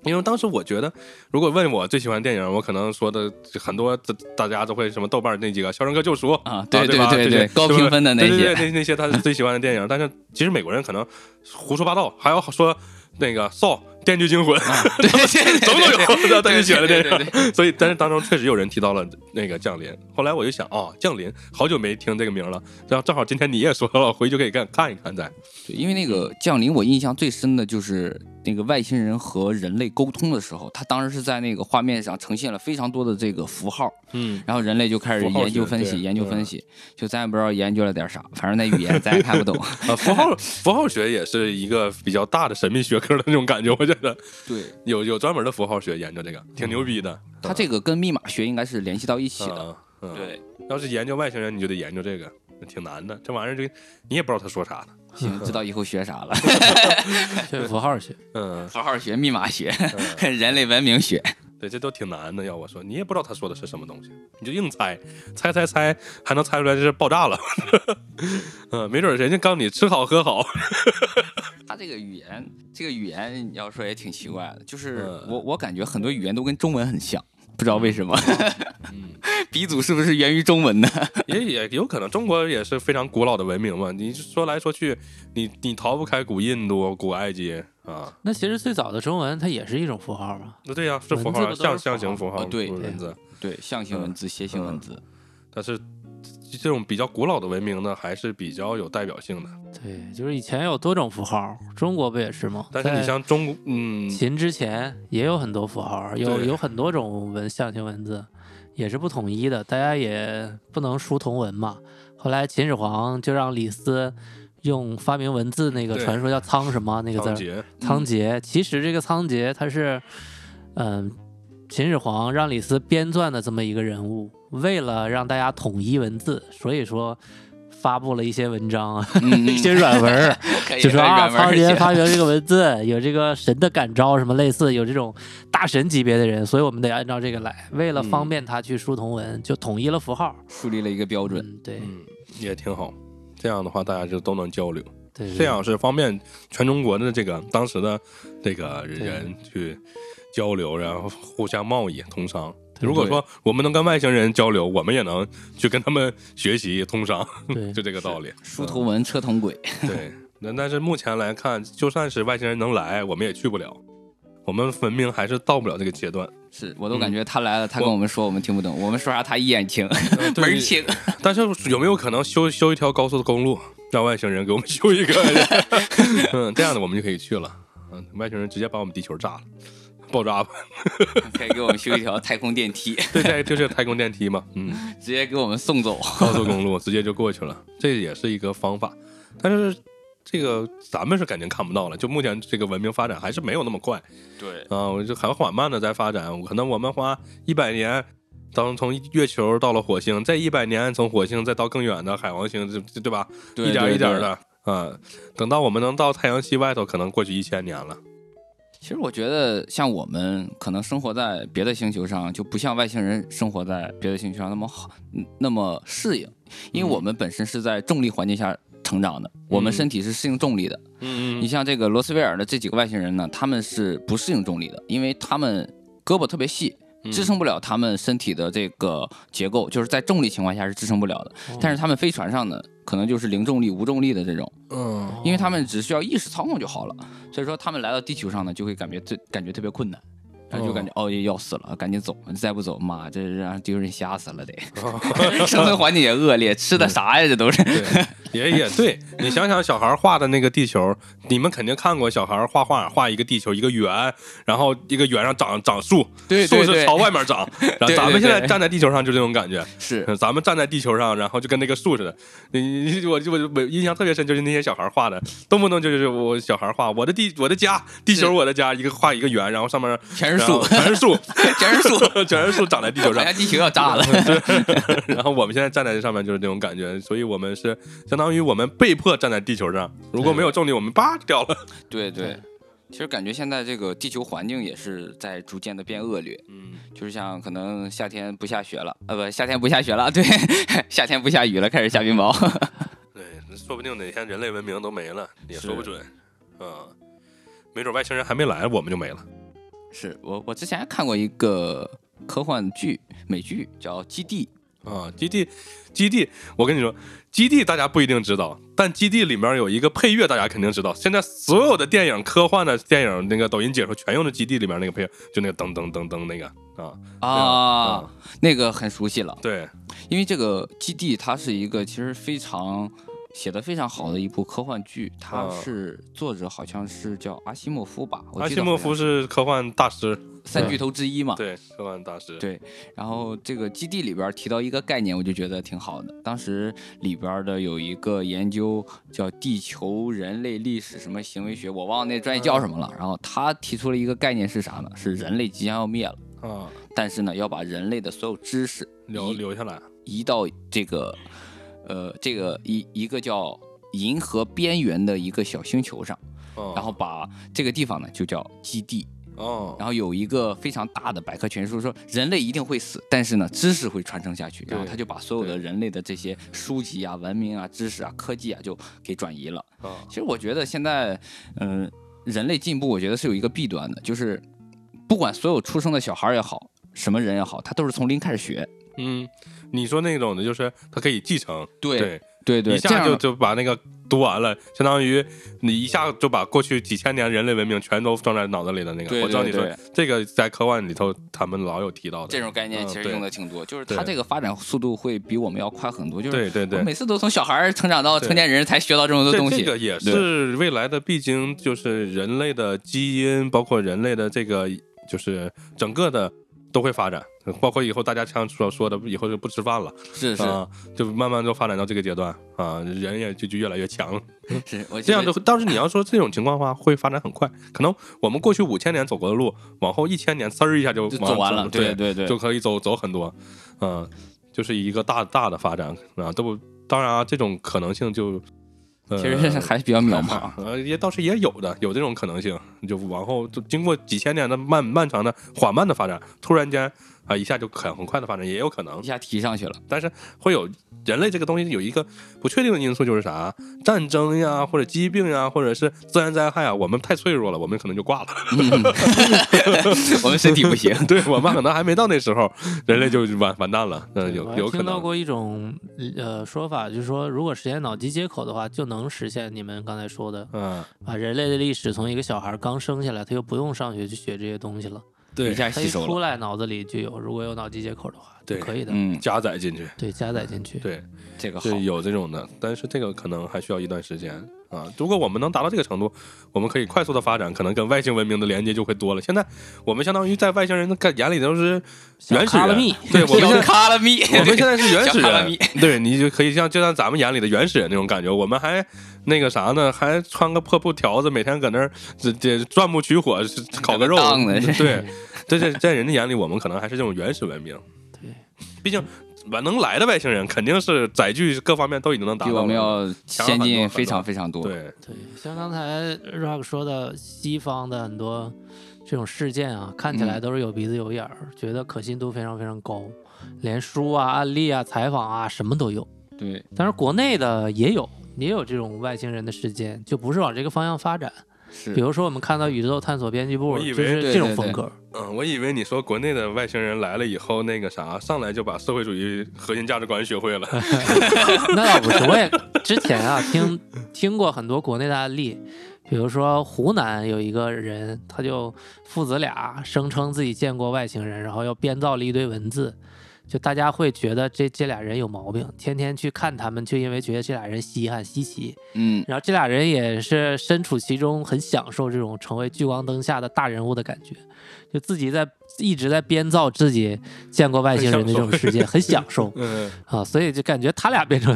Speaker 1: 因为当时我觉得，如果问我最喜欢的电影，我可能说的很多，大大家都会什么豆瓣那几个《肖申克救赎》
Speaker 3: 啊，
Speaker 1: 对
Speaker 3: 对对
Speaker 1: 吧
Speaker 3: 对
Speaker 1: 这些
Speaker 3: 对，高评分的那
Speaker 1: 对对
Speaker 3: 些，
Speaker 1: 对，那那些他是最喜欢的电影。但是其实美国人可能胡说八道，还有说那个《Saw》《电锯惊魂》
Speaker 3: 啊 对对，
Speaker 1: 什么都有，他就喜欢的电
Speaker 3: 对对对
Speaker 1: 影。所以，但是当中确实有人提到了那个《降临》，后来我就想，哦，《降临》好久没听这个名了，然后正好今天你也说了，回去就可以看看一看再。
Speaker 3: 对，因为那个降临，我印象最深的就是那个外星人和人类沟通的时候，他当时是在那个画面上呈现了非常多的这个符号，
Speaker 1: 嗯，
Speaker 3: 然后人类就开始
Speaker 1: 符号
Speaker 3: 研究
Speaker 1: 学
Speaker 3: 分
Speaker 1: 对嗯
Speaker 3: 析，研究
Speaker 1: 对
Speaker 3: 分析，就咱也不知道研究了点啥，反正那语言咱也看不懂。
Speaker 1: 啊，符号符号学也是一个比较大的神秘学科的那种感觉，我觉得
Speaker 3: 对，
Speaker 1: 有有专门的符号学研究这个，挺牛逼的。
Speaker 3: 它这个跟密码学应该嗯是联系到一起的。
Speaker 1: 啊，嗯，，，要是研究外星人，你就得研究这个，挺难的。这玩意儿就你也不知道他说啥呢。
Speaker 3: 行，知道以后学啥了，
Speaker 2: 学符号学，
Speaker 1: 嗯，
Speaker 3: 好好学密码学、
Speaker 1: 嗯
Speaker 3: 人类文明学。
Speaker 1: 对，这都挺难的。要我说，你也不知道他说的是什么东西，你就硬猜，猜猜猜，还能猜出来这是爆炸了。 嗯，没准人家告诉你吃好喝好。
Speaker 3: 它这个语言，这个语言你要说也挺奇怪的，就是
Speaker 1: 嗯
Speaker 3: 我我感觉很多语言都跟中文很像，不知道为什么。
Speaker 1: 嗯，
Speaker 3: 鼻祖是不是源于中文呢？
Speaker 1: 也也有可能，中国也是非常古老的文明嘛。你说来说去，你你逃不开古印度、古埃及啊。
Speaker 2: 那其实最早的中文它也是一种符号嘛，
Speaker 1: 那对呀、是符
Speaker 2: 文字
Speaker 1: 号，
Speaker 2: 不都是
Speaker 1: 象
Speaker 2: 符
Speaker 1: 象形
Speaker 2: 号
Speaker 1: 符号，
Speaker 3: 哦对
Speaker 1: 不是
Speaker 2: 对
Speaker 1: 文字。
Speaker 3: 对，象形文字、楔形文字，
Speaker 1: 但是这这种比较古老的文明呢，还是比较有代表性的。
Speaker 2: 对，就是以前有多种符号，中国不也是吗？
Speaker 1: 但是你
Speaker 2: 在
Speaker 1: 像中国，嗯，
Speaker 2: 秦之前也有很多符号，有
Speaker 1: 对
Speaker 2: 有很多种文象形文字，也是不统一的，大家也不能书同文嘛。后来秦始皇就让李斯用发明文字那个
Speaker 1: 对
Speaker 2: 传说叫仓什么那个字
Speaker 1: 仓
Speaker 2: 儿，
Speaker 1: 颉，
Speaker 2: 仓颉。其实这个仓颉他是，嗯、秦始皇让李斯编撰的这么一个人物，为了让大家统一文字，所以说发布了一些文章啊，
Speaker 3: 嗯
Speaker 2: 一些软文儿，
Speaker 3: 可以
Speaker 2: 就说
Speaker 3: 按
Speaker 2: 啊，
Speaker 3: 软文
Speaker 2: 仓
Speaker 3: 儿
Speaker 2: 颉
Speaker 3: 写
Speaker 2: 发明这个文字， 有这个神的感召，什么类似，有这种大神级别的人，所以我们得按照这个来。为了方便他去书同文，就统一了符号。
Speaker 3: 树立了一个标准。
Speaker 2: 嗯，对，
Speaker 1: 嗯，也挺好。这样的话，大家就都能交流，
Speaker 2: 对，对
Speaker 1: 这样是方便全中国的这个当时的这个
Speaker 2: 对
Speaker 1: 人去交流，然后互相贸易通商。
Speaker 2: 对
Speaker 1: 如果
Speaker 3: 对
Speaker 1: 说我们能跟外星人交流，我们也能去跟他们学习通商，
Speaker 2: 对
Speaker 1: 就这个道理。
Speaker 3: 书同文，车同轨。
Speaker 1: 对，那但是目前来看，就算是外星人能来，我们也去不了，我们文明还是到不了这个阶段。
Speaker 3: 是我都感觉他来了，嗯他跟我们说我们听不懂，我们说啥他一眼清， 门儿清。
Speaker 1: 但是有没有可能修修一条高速公路，让外星人给我们修一个？嗯，这样的我们就可以去了。嗯，外星人直接把我们地球炸了，爆炸吧！
Speaker 3: 可以给我们修一条太空电 梯，
Speaker 1: 对，这就是太空电梯嘛。嗯，
Speaker 3: 直接给我们送走。
Speaker 1: 高速公路直接就过去了， 这也是一个方法。但是这个咱们是肯定看不到了，就目前这个文明发展还是没有那么快。
Speaker 3: 对，
Speaker 1: 啊，我就很缓慢的在发展，可能我们花一百年当从月球到了火星，再一百年从火星再到更远的海王星，这这对吧？
Speaker 3: 对
Speaker 1: 一点儿
Speaker 3: 对
Speaker 1: 一点儿
Speaker 3: 对
Speaker 1: 的。啊、等到我们能到太阳系外头，可能过去一千年了。
Speaker 3: 其实我觉得，像我们可能生活在别的星球上，就不像外星人生活在别的星球上那么好，嗯那么适应，因为我们本身是在重力环境下成长的，我们身体是适应重力的。
Speaker 1: 嗯
Speaker 3: 你像这个罗斯威尔的这几个外星人呢，他们是不适应重力的，因为他们胳膊特别细，
Speaker 1: 嗯
Speaker 3: 支撑不了他们身体的这个结构，就是在重力情况下是支撑不了的。
Speaker 1: 哦
Speaker 3: 但是他们飞船上呢，可能就是零重力、无重力的这种，
Speaker 1: 嗯
Speaker 3: 因为他们只需要意识操控就好了。所以说他们来到地球上呢，就会感觉这感觉特别困难。然后就感觉哦要死了，赶紧走！再不走，妈，这让地球人吓死 了得！生存环境也恶劣，吃的啥呀？这都是。
Speaker 1: 对，也也对。你想想，小孩画的那个地球，你们肯定看过小孩画画，画一个地球，一个圆，然后一个圆上长长树，
Speaker 3: 对
Speaker 1: 树
Speaker 3: 对
Speaker 1: 是
Speaker 3: 对
Speaker 1: 朝外面 长。然后
Speaker 3: 对
Speaker 1: 咱们
Speaker 3: 对
Speaker 1: 现在
Speaker 3: 对
Speaker 1: 站在地球上就这种感觉，
Speaker 3: 是
Speaker 1: 嗯咱们站在地球上，然后就跟那个树似的。你你我我我印象特别深，就是那些小孩画的，动不动就是我小孩画我的地我的家，地球
Speaker 3: 是
Speaker 1: 我的家，一个画一个圆，然后上面
Speaker 3: 全是
Speaker 1: 然后
Speaker 3: 树
Speaker 1: 全是树，
Speaker 3: 全是树，
Speaker 1: 全是树长在地球
Speaker 3: 好
Speaker 1: 上。
Speaker 3: 像地球要炸了。
Speaker 1: 然后我们现在站在这上面就是这种感觉，所以我们是相当于我们被迫站在地球上，如果没有重力，我们叭就掉了。
Speaker 3: 对对，其实感觉现在这个地球环境也是在逐渐的变恶劣，
Speaker 1: 嗯，
Speaker 3: 就是像可能夏天不下雪了，呃不，夏天不下雪了， 对，夏天不下雨了，开始下冰雹。
Speaker 1: 对，说不定哪天人类文明都没了，也
Speaker 3: 是
Speaker 1: 说不准。嗯，没准外星人还没来，我们就没了。
Speaker 3: 是我我之前还看过一个科幻剧，美剧叫《基地》，
Speaker 1: 啊，基地，基地，我跟你说，基地大家不一定知道，但基地里面有一个配乐，大家肯定知道。现在所有的电影、科幻的电影，那个抖音解说全用的基地里面那个配乐，就那个噔噔噔噔那个啊，
Speaker 3: 啊
Speaker 1: 嗯，
Speaker 3: 那个很熟悉了，
Speaker 1: 对，
Speaker 3: 因为这个《基地》它是一个其实非常。写的非常好的一部科幻剧，它
Speaker 1: 嗯
Speaker 3: 是作者好像是叫阿西莫夫吧？我
Speaker 1: 阿
Speaker 3: 记
Speaker 1: 西
Speaker 3: 得
Speaker 1: 莫
Speaker 3: 好像
Speaker 1: 夫是科幻大师，
Speaker 3: 三巨头之一嘛。
Speaker 1: 对，科幻大师，
Speaker 3: 啊对，然后这个基地里边儿提到一个概念，我就觉得挺好的。当时里边儿的有一个研究叫地球人类历史什么行为学，我忘了那专业叫什么了。然后他提出了一个概念是啥呢？是人类即将要灭了，
Speaker 1: 啊，
Speaker 3: 但是呢，要把人类的所有知识
Speaker 1: 留
Speaker 3: 移
Speaker 1: 留下来，
Speaker 3: 移到这个，呃，这个一一个叫银河边缘的一个小星球上，
Speaker 1: 嗯
Speaker 3: 然后把这个地方呢就叫基地。
Speaker 1: 哦，
Speaker 3: 然后有一个非常大的百科全书说人类一定会死，但是呢，知识会传承下去。然后他就把所有的人类的这些书籍啊、文明啊、知识啊、科技啊就给转移了。
Speaker 1: 啊
Speaker 3: 其实我觉得现在，嗯、人类进步，我觉得是有一个弊端的，就是不管所有出生的小孩儿也好，什么人也好，他都是从零开始学。
Speaker 1: 嗯，你说那种的就是它可以继承，对，
Speaker 3: 对对，
Speaker 1: 一
Speaker 3: 这
Speaker 1: 下
Speaker 3: 样
Speaker 1: 就
Speaker 3: 的
Speaker 1: 就把那个读完了，相当于你一下就把过去几千年人类文明全都装在脑子里的那个。
Speaker 3: 对
Speaker 1: 我知道
Speaker 3: 对
Speaker 1: 你说
Speaker 3: 对
Speaker 1: 这个在科幻里头他们老有提到的
Speaker 3: 这种概念
Speaker 1: 嗯
Speaker 3: 其实
Speaker 1: 对
Speaker 3: 用的挺多，就是
Speaker 1: 对
Speaker 3: 它这个发展速度会比我们要快很多。就是
Speaker 1: 对对对
Speaker 3: 我每次都从小孩儿成长到
Speaker 1: 对
Speaker 3: 成年人才学到这么多
Speaker 1: 这
Speaker 3: 东西。
Speaker 1: 这个也
Speaker 3: 对
Speaker 1: 是未来的必经，就是人类的基因，包括人类的这个，就是整个的都会发展，包括以后大家像说说的，以后就不吃饭了，
Speaker 3: 是是
Speaker 1: 啊，就慢慢就发展到这个阶段啊，人也就就越来越强。
Speaker 3: 是，我
Speaker 1: 这样
Speaker 3: 的
Speaker 1: 的，但是你要说这种情况的话，会发展很快，可能我们过去五千年走过的路，往后一千年呲儿一下就
Speaker 3: 就
Speaker 1: 往
Speaker 3: 走完了。
Speaker 1: 对
Speaker 3: 对对对，
Speaker 1: 就可以走走很多，嗯、就是一个大大的发展啊，都不，当然啊，这种可能性就。呃
Speaker 3: 其实还是比较渺茫。
Speaker 1: 呃，也倒是也有的，有这种可能性。就往后就经过几千年的漫漫长的缓慢的发展，突然间啊、一下就很很快的发展，也有可能
Speaker 3: 一。下提上去了，
Speaker 1: 但是会有人类这个东西有一个不确定的因素，就是啥战争呀，或者疾病呀，或者是自然灾害啊，我们太脆弱了，我们可能 就挂了。
Speaker 3: 我们身体不行。
Speaker 1: 对我们可能还没到那时候，人类就完完蛋了。嗯、
Speaker 2: 我
Speaker 1: 有
Speaker 2: 还
Speaker 1: 有可
Speaker 2: 听到
Speaker 1: 能。
Speaker 2: 过一种呃说法，就是说如果实现脑机接口的话，就能实现你们刚才说的，
Speaker 1: 嗯，
Speaker 2: 把人类的历史从一个小孩刚生下来，他就不用上学去学这些东西了，
Speaker 3: 一
Speaker 1: 对，
Speaker 3: 下
Speaker 2: 他
Speaker 3: 哎吸
Speaker 2: 一
Speaker 3: 收
Speaker 2: 出
Speaker 3: 了。
Speaker 2: 来脑子里就有，如果有脑机接口的话，
Speaker 1: 对
Speaker 2: 可以的，
Speaker 3: 嗯，
Speaker 1: 加载进去，
Speaker 2: 对，加载进去，
Speaker 1: 对，
Speaker 3: 这个好。
Speaker 1: 对，有这种的，但是这个可能还需要一段时间啊。如果我们能达到这个程度，我们可以快速的发展，可能跟外星文明的连接就会多了。现在我们相当于在外星人的概眼里都是原始
Speaker 2: 卡拉
Speaker 1: 人
Speaker 2: 密，
Speaker 1: 对我们现在
Speaker 3: 卡拉 咪，
Speaker 1: 我们现在是原始
Speaker 3: 小卡拉
Speaker 1: 人
Speaker 3: 米，
Speaker 1: 对你就可以像就像咱们眼里的原始人那种感觉。我们还那个啥呢，还穿个破布条子，每天搁那儿这这钻木取火，是烤个肉
Speaker 3: 荡呢是
Speaker 1: 对，这这在人家眼里，我们可能还是这种原始文明。
Speaker 2: 对，
Speaker 1: 毕竟能来的外星人肯定是载具各方面都已经能达
Speaker 3: 比
Speaker 1: 到
Speaker 3: 我们
Speaker 1: 了
Speaker 3: 要先进非常非常多。
Speaker 1: 对，
Speaker 2: 对，像刚才 Rock 说的，西方的很多这种事件啊，看起来
Speaker 3: 嗯
Speaker 2: 都是有鼻子有眼儿，觉得可信度非常非常高，连书啊、案例啊、采访啊什么都有。
Speaker 3: 对，
Speaker 2: 但是国内的也有，也有这种外星人的事件，就不是往这个方向发展。
Speaker 3: 是
Speaker 2: 比如说我们看到宇宙探索编辑部，
Speaker 1: 我
Speaker 2: 就
Speaker 1: 以为
Speaker 2: 是
Speaker 3: 对
Speaker 2: 这种
Speaker 3: 对
Speaker 2: 风
Speaker 3: 对
Speaker 2: 格。
Speaker 1: 嗯，我以为你说国内的外星人来了以后，那个啥，上来就把社会主义核心价值观学 会了，
Speaker 2: 那倒不是，我也之前啊听听过很多国内的案例，比如说湖南有一个人，他就父子俩声称自己见过外星人，然后又编造了一堆文字，就大家会觉得这这俩人有毛病，天天去看他们，就因为觉得这俩人稀罕稀奇，
Speaker 3: 嗯，
Speaker 2: 然后这俩人也是身处其中，很享受这种成为聚光灯下的大人物的感觉，就自己在一直在编造自己见过外星人的这种世界，很享受。
Speaker 1: 嗯，
Speaker 2: 啊，所以就感觉他俩变成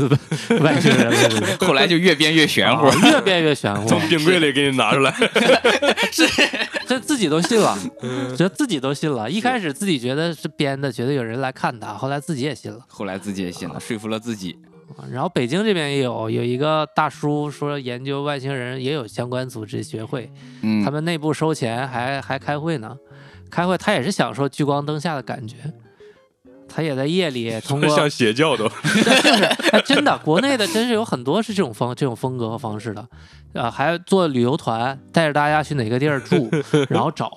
Speaker 2: 外星人了，是不是
Speaker 3: 后来就越编越玄乎
Speaker 2: 啊。越变越玄乎
Speaker 1: 从，冰柜里给你拿出 来，
Speaker 2: 这自己都信了，觉得自己都信了。一开始自己觉得是编的，觉得有人来看他，后来自己也信了。
Speaker 3: 后来自己也信了，说服了自己。
Speaker 2: 啊然后北京这边也有有一个大叔说研究外星人，也有相关组织学会，
Speaker 3: 嗯，
Speaker 2: 他们内部收钱还还开会呢，开会他也是享受聚光灯下的感觉。他也在夜里通过
Speaker 1: 像邪教都，
Speaker 2: 哎，真的，国内的真是有很多是这种方这种风格和方式的，呃，还做旅游团，带着大家去哪个地儿住，然后找，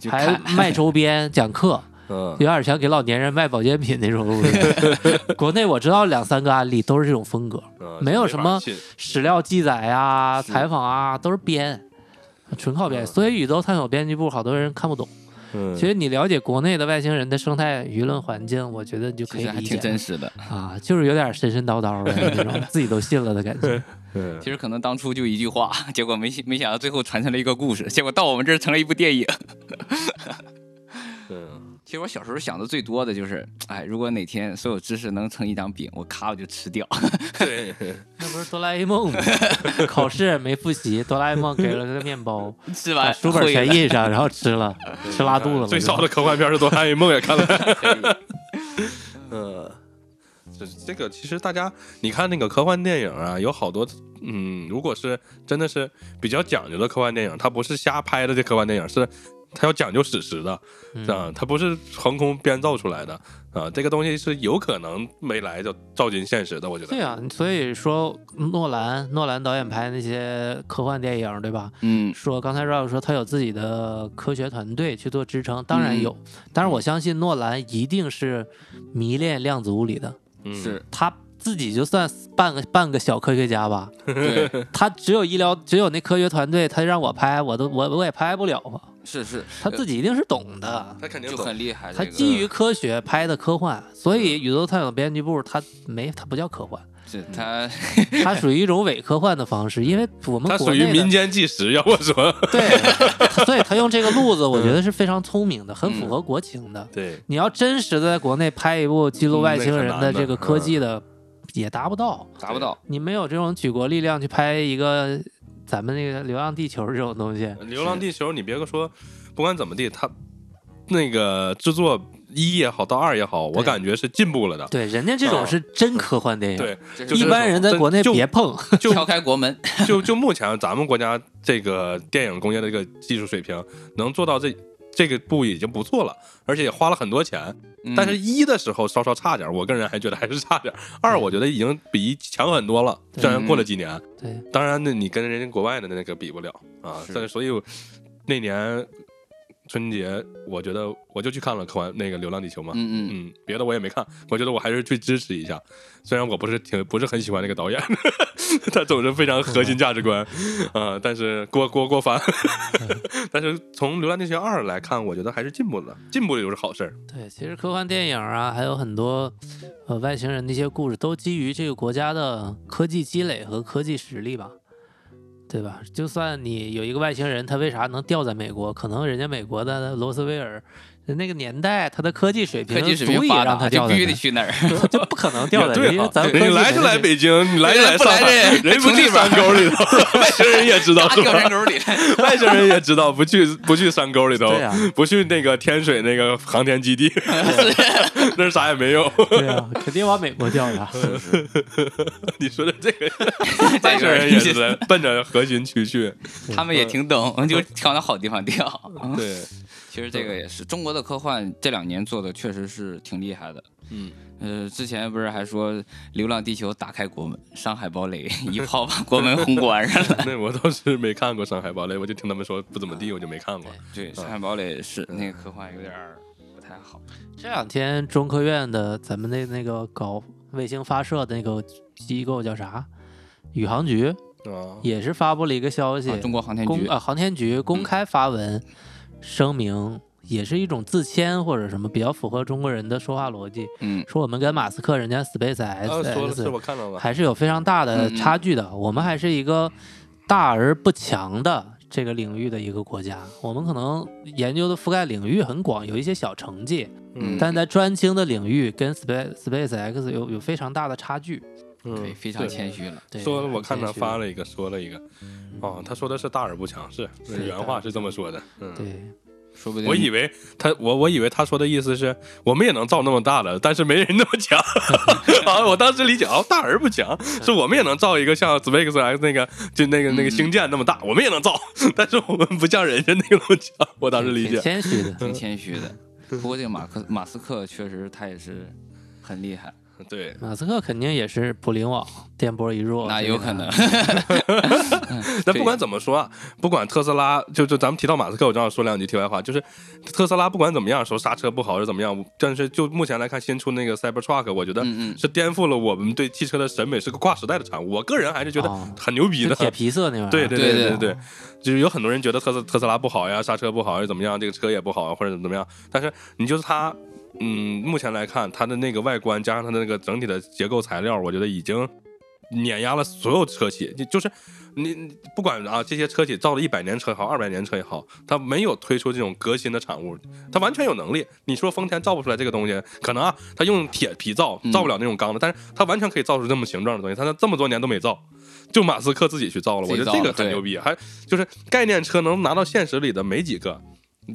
Speaker 3: 就
Speaker 2: 还
Speaker 3: 看
Speaker 2: 卖周边、讲课，
Speaker 1: 嗯
Speaker 2: 有点像给老年人卖保健品那种路线。 国内我知道两三个案例都是这种风格，
Speaker 1: 嗯
Speaker 2: 没有什么
Speaker 1: 法信
Speaker 2: 史料记载啊、采访啊都是编，纯靠编。
Speaker 1: 嗯
Speaker 2: 所以宇宙探索编辑部好多人看不懂。
Speaker 1: 嗯
Speaker 2: 其实你了解国内的外星人的生态舆论环境，我觉得你就可
Speaker 3: 其
Speaker 2: 以
Speaker 3: 实还
Speaker 2: 理
Speaker 3: 挺
Speaker 2: 解
Speaker 3: 真实的。
Speaker 2: 啊，就是有点神神叨叨的那种，自己都信了的感觉。
Speaker 1: 嗯
Speaker 3: 其实可能当初就一句话， 结果没想没想到最后传成了一个 故事，结果到我们这儿成了一部电影。
Speaker 1: 嗯
Speaker 3: 其实我小时候想的最多的就是，哎，如果哪天所有知识能成一张饼，我咔我就吃掉。
Speaker 1: 对，
Speaker 2: 那不是哆啦 A 梦吗？考试没复习，哆啦 A 梦给了他个面包，
Speaker 3: 吃
Speaker 2: 把
Speaker 3: 完
Speaker 2: 书本
Speaker 3: 会
Speaker 2: 全
Speaker 3: 了
Speaker 2: 印上，然后吃了，吃拉肚子了。
Speaker 1: 最早的科幻片是《哆啦 A 梦》也看了，
Speaker 3: 可以
Speaker 1: 嗯，这这个其实大家你看那个科幻电影啊，有好多，嗯，如果是真的是比较讲究的科幻电影，它不是瞎拍的，这科幻电影是它要讲究史实的，
Speaker 2: 嗯
Speaker 1: 啊，它不是横空编造出来的啊，这个东西是有可能没来就照进现实的，我觉得。
Speaker 2: 对啊，所以说诺兰，诺兰导演拍那些科幻电影，对吧？
Speaker 3: 嗯，
Speaker 2: 说刚才 Rob 说他有自己的科学团队去做支撑，当然有，但是我相信诺兰一定是迷恋量子物理的，
Speaker 1: 嗯，
Speaker 3: 是
Speaker 2: 他自己就算半个半个小科学家吧，
Speaker 3: 对，
Speaker 2: 他只有医疗，只有那科学团队，他让我拍，我都我我也拍不了嘛。
Speaker 3: 是是，
Speaker 2: 他自己一定是懂的，
Speaker 1: 他肯定
Speaker 3: 就
Speaker 1: 懂嗯
Speaker 3: 很厉害。
Speaker 2: 他
Speaker 3: 这个
Speaker 2: 基于科学拍的科幻，所以《宇宙探索编辑部》它没它不叫科幻，
Speaker 3: 是他
Speaker 2: 它属于一种伪科幻的方式，因为我们
Speaker 1: 它
Speaker 2: 国
Speaker 1: 属
Speaker 2: 内
Speaker 1: 于
Speaker 2: 的
Speaker 1: 民间纪实，要我说，
Speaker 2: 对，所以他用这个路子，我
Speaker 1: 嗯
Speaker 2: 觉得是非常聪明的，很符合国情的。
Speaker 1: 对，
Speaker 2: 你要真实的在国内拍一部记
Speaker 1: 嗯
Speaker 2: 录外星人的这个科技的，也达不到。
Speaker 3: 达不 到。
Speaker 2: 你没有这种举国力量去拍一个咱们那个《流浪地球》这种东西，
Speaker 1: 《流浪地球》，你别个说，不管怎么地，它那个制作一也好到二也好，我
Speaker 2: 对
Speaker 1: 感觉是进步了 的。
Speaker 2: 对，人家这种
Speaker 1: 啊
Speaker 2: 是真科幻电影。
Speaker 1: 对，
Speaker 3: 这
Speaker 1: 就是
Speaker 2: 一般人在国内
Speaker 1: 就
Speaker 2: 别碰，
Speaker 1: 就
Speaker 3: 敲开国门，
Speaker 1: 就就目前啊咱们国家这个电影工业的这个技术水平，能做到这这个步已经不错了，而且也花了很多钱。
Speaker 3: 嗯
Speaker 1: 但是一的时候稍稍差点儿，我个人还觉得还是差点儿。二
Speaker 3: 嗯
Speaker 1: 我觉得已经比一强很多了，
Speaker 2: 对
Speaker 1: 虽然过了几年。
Speaker 2: 对，
Speaker 1: 当然，那你跟人家国外的那个比不了啊。
Speaker 3: 是
Speaker 1: 但是所以我那年春节，我觉得我就去看了科幻那个《流浪地球》嘛。
Speaker 3: 嗯嗯，
Speaker 1: 嗯，别的我也没看， 我觉得我还是去支持一下。虽然我不是挺不是很喜欢这个导演， 他总是非常核心价值观，啊、但是郭郭郭帆， 但是从《流浪地球二》来看，我觉得还是进步了，进步就是好事儿。
Speaker 2: 对，其实科幻电影啊，还有很多呃外星人的一些故事，都基于这个国家的科技积累和科技实力吧，对吧？就算你有一个外星人，他为啥能掉在美国？可能人家美国的罗斯威尔那个年代，它的科技水
Speaker 1: 嗯
Speaker 2: 平
Speaker 3: 科技水平
Speaker 2: 足以
Speaker 3: 发
Speaker 2: 让
Speaker 3: 达，
Speaker 2: 它
Speaker 3: 就
Speaker 2: 掉
Speaker 3: 必
Speaker 2: 在
Speaker 3: 须
Speaker 2: 那
Speaker 3: 得
Speaker 2: 儿，
Speaker 3: 去那儿。
Speaker 2: 就不可能 掉在那儿，
Speaker 1: 对
Speaker 2: 因为
Speaker 1: 啊，
Speaker 2: 咱们科
Speaker 1: 你
Speaker 2: 技
Speaker 1: 来就
Speaker 2: 水
Speaker 1: 来
Speaker 2: 平
Speaker 1: 北京，你来就
Speaker 3: 不
Speaker 1: 上
Speaker 3: 来
Speaker 1: 海，
Speaker 3: 这
Speaker 1: 人不
Speaker 3: 城
Speaker 1: 去
Speaker 3: 里边
Speaker 1: 山
Speaker 3: 儿
Speaker 1: 沟里头， 外星人也知道
Speaker 3: 嘎
Speaker 1: 是
Speaker 3: 掉
Speaker 1: 吧
Speaker 3: 山？沟里，
Speaker 1: 外星人也知道不去不去山沟里头
Speaker 4: 对，呀、
Speaker 1: 不去那个天水那个航天基地， 那儿啥也没有。
Speaker 2: 对啊，肯定往美国掉 的。
Speaker 1: 你说的这个，外
Speaker 3: 在这
Speaker 1: 星
Speaker 3: 儿
Speaker 1: 人也是在奔着核心区去。
Speaker 3: 他们也挺懂，就挑那好地方掉。
Speaker 2: 啊
Speaker 1: 对，
Speaker 3: 其实这个也是中国的科幻这两年做的确实是挺厉害的。
Speaker 1: 嗯，
Speaker 3: 呃，之前不是还说《流浪地球》打开国门，上海堡垒一炮把国门轰关上了。
Speaker 1: 那我倒是没看过《上海堡垒》，我就听他们说不怎么
Speaker 2: 啊
Speaker 1: 地，我就没看过。
Speaker 3: 对，上海堡垒是那个科幻有点儿不太好。
Speaker 2: 这两天中科院的咱们那那个搞卫星发射的那个机构叫啥？宇航局
Speaker 1: 啊，
Speaker 2: 也是发布了一个消息，
Speaker 3: 啊中国航天
Speaker 2: 公
Speaker 3: 局
Speaker 2: 啊、航天局公
Speaker 1: 嗯
Speaker 2: 开发文、声明，也是一种自谦或者什么，比较符合中国人的说话逻辑，
Speaker 3: 嗯，
Speaker 2: 说我们跟马斯克人家 Space
Speaker 1: 啊，说了是
Speaker 2: X
Speaker 1: 我看到了，
Speaker 2: 呃还是有非常大的
Speaker 3: 嗯嗯
Speaker 2: 差距的，我们还是一个大而不强的。这个领域的一个国家，我们可能研究的覆盖领域很广，有一些小成绩，
Speaker 1: 嗯
Speaker 2: 但在专精的领域跟 Space Space X 有有非常大的差距。
Speaker 3: 对，
Speaker 1: 嗯，
Speaker 3: 非常
Speaker 1: 对
Speaker 3: 谦虚了。
Speaker 2: 对，
Speaker 1: 说了，我看他
Speaker 2: 谦虚
Speaker 1: 发了一个，说了一个，哦，他说的是大而不强，是
Speaker 2: 嗯是的
Speaker 1: 原话是这么说的，嗯。
Speaker 2: 对，
Speaker 3: 说不定
Speaker 1: 我以为他，我我以为他说的意思是我们也能造那么大的，但是没人那么 强。啊，我当时理解哦，大而不强，
Speaker 2: 嗯
Speaker 1: 是我们也能造一个像 SpaceX 那个就那个那个星舰那么大，我们也能造，但是我们不像人家那个那么强。我当时理
Speaker 2: 挺
Speaker 1: 解，
Speaker 2: 谦虚的。
Speaker 3: 挺谦虚的。不过这个马克马斯克确实他也是很厉害，
Speaker 1: 对，
Speaker 2: 马斯克肯定也是普林网电波一弱，
Speaker 3: 那
Speaker 2: 这
Speaker 3: 有
Speaker 2: 个
Speaker 3: 可能。
Speaker 1: 那
Speaker 3: 对
Speaker 1: 不管怎么说啊，不管特斯拉，就就咱们提到马斯克，我正好说两句题外话，就是特斯拉不管怎么样，说刹车不好是怎么样，但是就目前来看，新出那个 Cybertruck，我觉得
Speaker 3: 嗯嗯
Speaker 1: 是颠覆了我们对汽车的审美，是个跨时代的产物。我个人还是觉得
Speaker 2: 哦
Speaker 1: 很牛逼
Speaker 2: 就
Speaker 1: 的。
Speaker 2: 铁皮色那玩意儿。
Speaker 1: 对对对
Speaker 3: 对
Speaker 1: 对对，就是有很多人觉得特斯特斯拉不好呀，刹车不好呀，怎么样，这个车也不好啊，或者怎么样。但是你就是它，嗯，目前来看，它的那个外观加上它的那个整体的结构材料，我觉得已经碾压了所有车企。就就是你你不管啊，这些车企造了一百年车也好，二百年车也好，它没有推出这种革新的产物，它完全有能力。你说丰田造不出来这个东西，可能啊，它用铁皮造
Speaker 3: 嗯
Speaker 1: 造不了那种钢的，但是它完全可以造出这么形状的东西，它它这么多年都没造。就马斯克自己去造了，
Speaker 3: 自
Speaker 1: 我
Speaker 3: 己
Speaker 1: 觉得
Speaker 3: 造了
Speaker 1: 这个很
Speaker 3: 对
Speaker 1: 牛逼，还就是概念车能拿到现实里的没几个，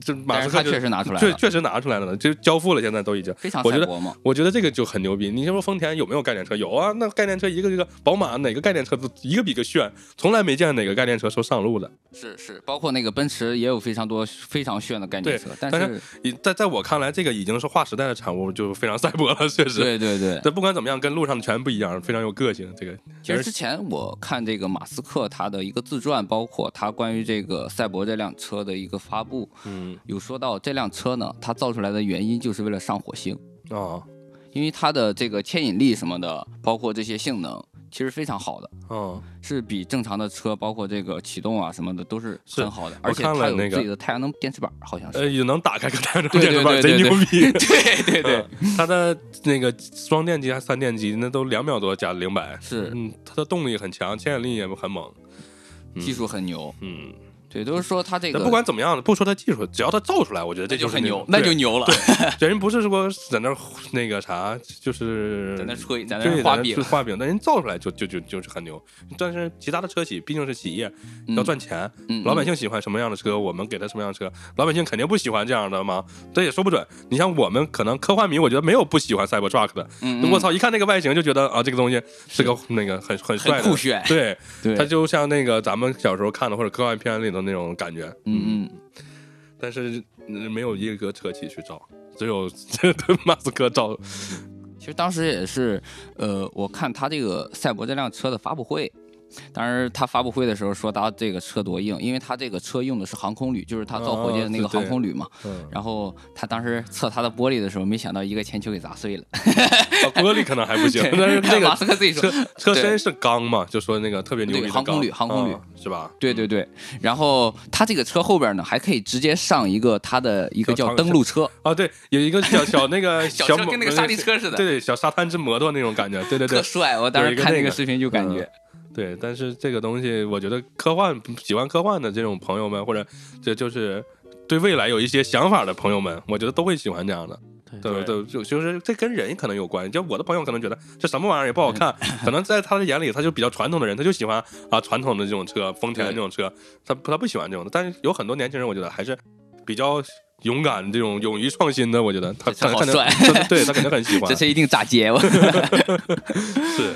Speaker 1: 这马
Speaker 3: 但
Speaker 1: 斯
Speaker 3: 是
Speaker 1: 克
Speaker 3: 他
Speaker 1: 就
Speaker 3: 确实拿出来
Speaker 1: 确
Speaker 3: 了，
Speaker 1: 确实拿出来了，就交付了，现在都已经。
Speaker 3: 非常
Speaker 1: 我觉
Speaker 3: 赛
Speaker 1: 得
Speaker 3: 博嘛。
Speaker 1: 我觉得这个就很牛逼。你说丰田有没有概念车？有啊，那概念车一个一个，宝马哪个概念车都一个比一个炫，从来没见哪个概念车说上路的。
Speaker 3: 是是，包括那个奔驰也有非常多非常炫的概
Speaker 1: 对
Speaker 3: 念车，但
Speaker 1: 但
Speaker 3: 是
Speaker 1: 你在在我看来，这个已经是划时代的产物，就非常赛博了，确实。
Speaker 3: 对对对，
Speaker 1: 但不管怎么样，跟路上的全不一样，非常有个性。这个
Speaker 3: 其实之前我看这个马斯克他的一个自传，包括他关于这个赛博这辆车的一个发布，
Speaker 1: 嗯
Speaker 3: 有说到这辆车呢，它造出来的原因就是为了上火星，
Speaker 1: 啊
Speaker 3: 因为它的这个牵引力什么的，包括这些性能，其实非常好的，
Speaker 1: 啊，
Speaker 3: 是比正常的车，包括这个启动啊什么的都是
Speaker 1: 是
Speaker 3: 很好的，而且
Speaker 1: 看
Speaker 3: 它
Speaker 1: 了
Speaker 3: 有
Speaker 1: 那个
Speaker 3: 自己的太阳能电池板，好像是。
Speaker 1: 呃，也能打开个太阳能
Speaker 3: 对
Speaker 1: 电池板，
Speaker 3: 对对
Speaker 1: 贼牛
Speaker 3: 对
Speaker 1: 逼。
Speaker 3: 对对对，
Speaker 1: 嗯，它的那个双电机还是三电机，那都两秒多加零百，
Speaker 3: 是
Speaker 1: 嗯，它的动力很强，牵引力也很猛，嗯
Speaker 3: 技术很牛，
Speaker 1: 嗯，
Speaker 3: 对，都是说它这
Speaker 1: 但
Speaker 3: 个
Speaker 1: 不管怎么样，不说它技术，只要它造出来，我觉得
Speaker 3: 那
Speaker 1: 这
Speaker 3: 就是很牛，
Speaker 1: 那
Speaker 3: 那
Speaker 1: 种
Speaker 3: 就牛了，
Speaker 1: 对人不是说在那儿那个啥，就是
Speaker 3: 在那吹，在
Speaker 1: 对
Speaker 3: 那画饼
Speaker 1: 在那，画饼，但人造出来就就就就是很牛。但是其他的车企毕竟是企业，
Speaker 3: 嗯
Speaker 1: 要赚钱，
Speaker 3: 嗯
Speaker 1: 老百姓喜欢什么样的车，我们给他什么样的车，老百姓肯定不喜欢这样的嘛，这也说不准。你像我们可能科幻迷，我觉得没有不喜欢 Cybertruck 的，
Speaker 3: 嗯，
Speaker 1: 我操，一看那个外形就觉得啊，这个东西是个那个很很
Speaker 3: 嗯，很
Speaker 1: 帅的
Speaker 3: 酷。炫，
Speaker 1: 对，
Speaker 3: 对
Speaker 1: 它就像那个咱们小时候看的或者科幻片里的那种感觉，
Speaker 3: 嗯嗯，
Speaker 1: 但是嗯没有一个车企去造，只有马斯克啊造。
Speaker 3: 其实当时也是，呃，我看他这个赛博这辆车的发布会，当时他发布会的时候说他这个车多硬，因为他这个车用的是航空铝，就是他造火箭的那个
Speaker 1: 啊对
Speaker 3: 航空铝嘛。
Speaker 1: 嗯，
Speaker 3: 然后他当时测他的玻璃的时候，没想到一个铅球给砸碎了。
Speaker 1: 玻璃可能还不 行，但是这
Speaker 3: 马
Speaker 1: 个
Speaker 3: 斯克自己说
Speaker 1: 车，车身是钢嘛，就说那个特别牛逼的
Speaker 3: 对航空铝
Speaker 1: 钢
Speaker 3: 航空铝
Speaker 1: 嗯是吧？
Speaker 3: 对对对。然后他这个车后边呢，还可以直接上一个他的一个
Speaker 1: 小
Speaker 3: 叫
Speaker 1: 长
Speaker 3: 登陆车，
Speaker 1: 啊，对，有一个小小那个
Speaker 3: 小
Speaker 1: 摩呃
Speaker 3: 车跟那个沙地车似的，
Speaker 1: 对对，小沙滩之摩托那种感觉，对对对
Speaker 3: 特，帅。我当
Speaker 1: 有
Speaker 3: 时
Speaker 1: 一个
Speaker 3: 看
Speaker 1: 那
Speaker 3: 那个
Speaker 1: 个嗯
Speaker 3: 视频就感觉，
Speaker 1: 对，但是这个东西，我觉得科幻喜欢科幻的这种朋友们，或者这就是对未来有一些想法的朋友们，我觉得都会喜欢这样的。对
Speaker 2: 对
Speaker 1: 对对，就就是这跟人可能有关系。就我的朋友可能觉得这什么玩意儿也
Speaker 3: 嗯
Speaker 1: 不好看，可能在他的眼里，他就比较传统的人，他就喜欢啊传统的这种车，丰田的这种车，他他不喜欢这种的。但是有很多年轻人，我觉得还是比较勇敢，这种勇于创新的，我觉得他
Speaker 3: 这
Speaker 1: 他
Speaker 3: 好
Speaker 1: 肯定
Speaker 3: 帅
Speaker 1: 他对他肯定很喜欢
Speaker 3: 这。是一定炸 街吧？
Speaker 1: 是，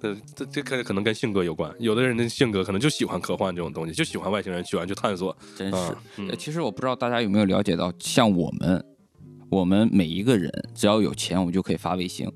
Speaker 1: 这这这可可能跟性格有关，有的人的性格可能就喜欢科幻这种东西，就喜欢外星人，喜欢去探索。
Speaker 3: 真是。
Speaker 1: 啊，嗯
Speaker 3: 呃，其实我不知道大家有没有了解到，像我们，我们每一个人只要有钱，我们就可以发卫星，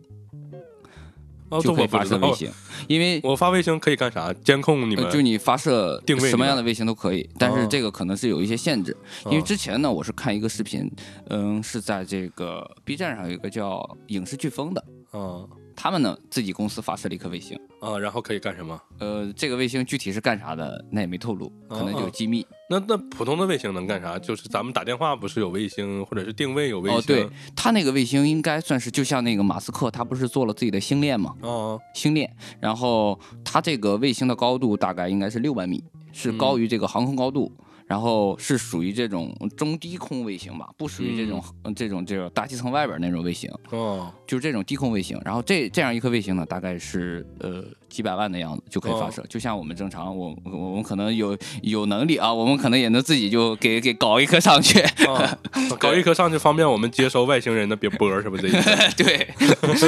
Speaker 1: 哦，这
Speaker 3: 就可以
Speaker 1: 我不
Speaker 3: 发
Speaker 1: 知
Speaker 3: 射
Speaker 1: 道
Speaker 3: 卫。星，因为
Speaker 1: 我发卫星可以干啥？监控你们
Speaker 3: 呃，就你发射
Speaker 1: 定位你
Speaker 3: 什么样
Speaker 1: 们
Speaker 3: 的卫星都可以，但
Speaker 1: 哦
Speaker 3: 是这个可能是有一些限制。因为
Speaker 1: 啊
Speaker 3: 之前呢，我是看一个视频，嗯，是在这个 B 站上有一个叫影视飓风的，
Speaker 1: 啊
Speaker 3: 他们呢自己公司发射了一颗卫星，
Speaker 1: 啊，然后可以干什么？
Speaker 3: 呃，这个卫星具体是干啥的，那也没透露，可能
Speaker 1: 哦
Speaker 3: 就有机密。
Speaker 1: 那那普通的卫星能干啥？就是咱们打电话不是有卫星，或者是定位有卫星？
Speaker 3: 哦，对，，他那个卫星应该算是就像那个马斯克，他不是做了自己的星链吗？
Speaker 1: 哦，
Speaker 3: 星链，然后它这个卫星的高度大概应该是六万米，是
Speaker 2: 嗯
Speaker 3: 高于这个航空高度，然后是属于这种中低空卫星吧，不属于这种、
Speaker 2: 嗯
Speaker 3: 呃这种这种大气层外边那种卫星，
Speaker 1: 哦，
Speaker 3: 就是这种低空卫星。然后这这样一颗卫星呢，大概是呃几百万的样子就可以
Speaker 2: 哦
Speaker 3: 发射，就像我们正常，我我我们可能有有能力啊，我们可能也能自己就给给搞一颗上去，
Speaker 1: 哦搞一颗上去方便我们接收外星人的别波儿，是不是这意 思？
Speaker 3: 对，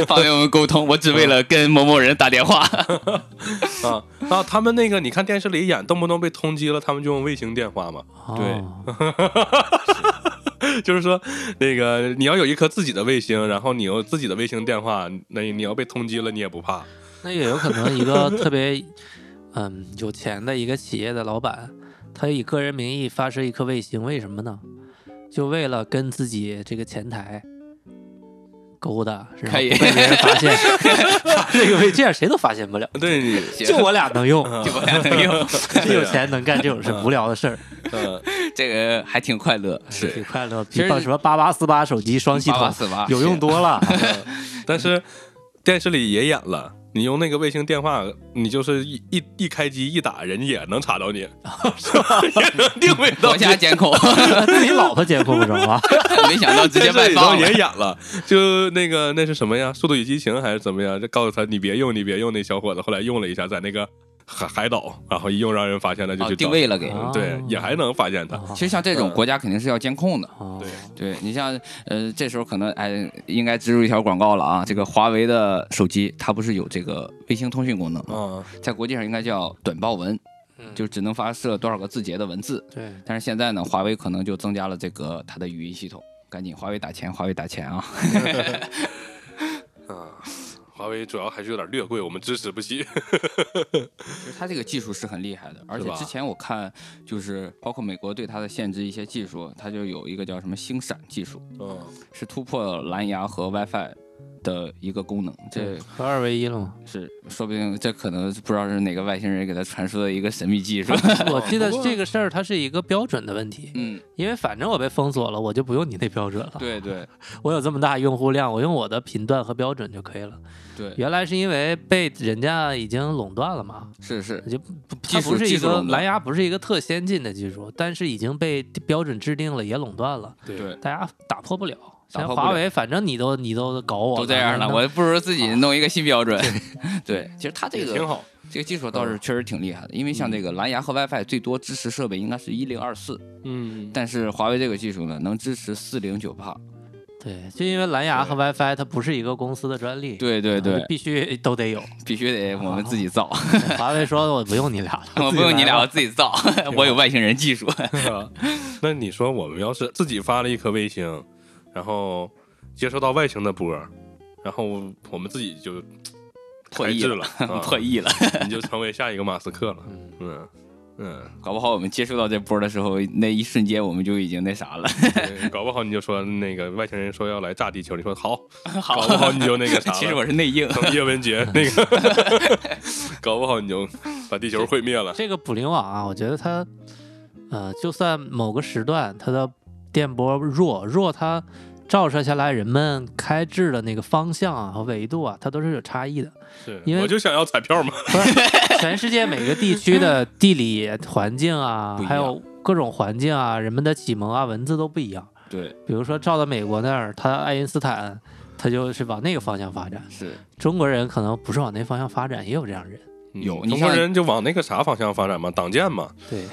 Speaker 3: 方便我们沟通。我只为
Speaker 2: 嗯
Speaker 3: 了跟某某人打电话。
Speaker 1: 啊啊，他们那个你看电视里演，动不动被通缉了，他们就用卫星电话嘛。
Speaker 2: 哦
Speaker 1: 就是说，那个你要有一颗自己的卫星，然后你有自己的卫星电话，那你要被通缉了，你也不怕。
Speaker 2: 那也有可能一个特别嗯有钱的一个企业的老板，他以个人名义发射一颗卫星，为什么呢？就为了跟自己这个前台勾搭，然后
Speaker 3: 可以
Speaker 2: 不被别人发现，这个卫这样谁都发现不了，
Speaker 1: 对，你
Speaker 2: 就我俩能用，
Speaker 3: 就我俩能用。
Speaker 2: 真有钱能干这种事无聊的事儿，
Speaker 1: 呃，
Speaker 3: 这个还挺快 乐，
Speaker 2: 挺快乐，
Speaker 3: 其
Speaker 2: 比
Speaker 3: 实
Speaker 2: 什么八八四八手机双系统
Speaker 3: 死啊吧，
Speaker 2: 有用多了。
Speaker 1: 但是电视里也演了。你用那个卫星电话，你就是一一一开机一打，人家也能查 到你， 也能定位到
Speaker 3: 国
Speaker 1: 你。
Speaker 3: 家监 控，
Speaker 2: 自己啊老婆监控不着 啊，
Speaker 3: 没 想到直接
Speaker 1: 电视
Speaker 3: 外
Speaker 1: 里头
Speaker 3: 放
Speaker 1: 也
Speaker 3: 了。
Speaker 1: 演了，就那个那是什么呀？《速度与激情》还是怎么样？就告诉他你别用，你别用。那小伙子后来用了一下，在那个海海岛，然后一用让人发现哦了，就
Speaker 3: 啊
Speaker 1: 去、嗯
Speaker 3: 定。位了嗯给，
Speaker 2: 啊
Speaker 1: 对，也还能发现他。
Speaker 3: 其实像这种国家肯定是要监控的。
Speaker 2: 哦
Speaker 1: 对
Speaker 3: 对你像呃，这时候可能哎，应该植入一条广告了啊。这个华为的手机它不是有这个卫星通讯功能吗，
Speaker 1: 啊，
Speaker 3: 在国际上应该叫短报文，就只能发射多少个字节的文字。
Speaker 2: 对，
Speaker 3: 但是现在呢，华为可能就增加了这个它的语音系统。赶紧，华为打钱，华为打钱 啊！
Speaker 1: 华为主要还是有点略贵，我们支持不 起。
Speaker 3: 就是它这个技术是很厉害的，而且
Speaker 1: 吧
Speaker 3: 之前我看就是包括美国对它的限制一些技术，它就有一个叫什么星闪技术，
Speaker 1: 嗯，
Speaker 3: 是突破蓝牙和 WiFi 的一个功能。这
Speaker 2: 合二为一了嘛。
Speaker 3: 是说不定这可能不知道是哪个外星人给它传输的一个神秘 技术。
Speaker 2: 我记得这个事儿它是一个标准的问题，
Speaker 3: 嗯，
Speaker 2: 因为反正我被封锁了，我就不用你那标准了。
Speaker 3: 对对
Speaker 2: 我有这么大用户量，我用我的频段和标准就可以了。
Speaker 3: 对，
Speaker 2: 原来是因为被人家已经垄断了嘛，
Speaker 3: 是是，
Speaker 2: 就不
Speaker 3: 技
Speaker 2: 它
Speaker 3: 术
Speaker 2: 不是一
Speaker 3: 技术
Speaker 2: 个
Speaker 3: 垄断
Speaker 2: 蓝牙，不是一个特先进的技术，但是已经被标准制定了，也垄断了，
Speaker 3: 对，
Speaker 2: 大家打破不了。
Speaker 3: 打
Speaker 2: 像
Speaker 3: 破不
Speaker 2: 华
Speaker 3: 了
Speaker 2: 为，反正你都你都搞我
Speaker 3: 都这样
Speaker 2: 了
Speaker 3: 了，
Speaker 2: 那，
Speaker 3: 我不如自己弄一个新标准。对，其实它这
Speaker 1: 挺
Speaker 3: 个
Speaker 1: 好。嗯
Speaker 3: 这个技术倒是确实挺厉害的，因为像这个蓝牙和 WiFi 最多支持设备应该是一零二四，
Speaker 1: 嗯，
Speaker 3: 但是华为这个技术呢，能支持四零九帕。
Speaker 2: 对，就因为蓝牙和 WiFi 它不是一个公司的专利，
Speaker 3: 对对
Speaker 2: 啊
Speaker 3: 对
Speaker 2: 就，必须都得 有。
Speaker 3: 必须得我们自己造，
Speaker 2: 华为说我不用你俩了，
Speaker 3: 我 不用你俩，
Speaker 2: 啊
Speaker 3: 我自己造， 我有外星人技术。
Speaker 1: 那你说我们要是自己发了一颗卫星，然后接收到外星的波儿，然后我们自己就
Speaker 3: 破
Speaker 1: 开
Speaker 3: 译
Speaker 1: 智
Speaker 3: 了
Speaker 1: 了， 啊
Speaker 3: 破译了，
Speaker 1: 你就成为下一个马斯克了。嗯嗯，
Speaker 3: 搞不好我们接触到这波的时候，那一瞬间我们就已经那啥了，
Speaker 1: 对 搞不好你就说那个外星人说要来炸地球，你说好，搞不好你就那个啥了。
Speaker 3: 其实我是内应，
Speaker 1: 等叶文洁那个，搞不好你就把地球毁灭了。
Speaker 2: 这个捕灵网啊，我觉得它，呃，就算某个时段它的电波弱，弱它照射下来人们开智的那个方向啊和维度啊，它都是有差 异的。
Speaker 1: 是
Speaker 2: 因为
Speaker 1: 我就想要彩票嘛。
Speaker 2: 不是，全世界每个地区的地理环境啊
Speaker 3: 不一，样
Speaker 2: 还有各种环境啊、人们的启蒙啊、文字都不一样。
Speaker 3: 对，
Speaker 2: 比如说照到美国那儿，他爱因斯坦他就是往那个方向发展，
Speaker 3: 是
Speaker 2: 中国人可能不是往那方向发展，也有这样人。
Speaker 3: 有你
Speaker 1: 中国
Speaker 3: 像
Speaker 1: 人就往那个啥方向发展嘛，党建嘛，
Speaker 2: 对，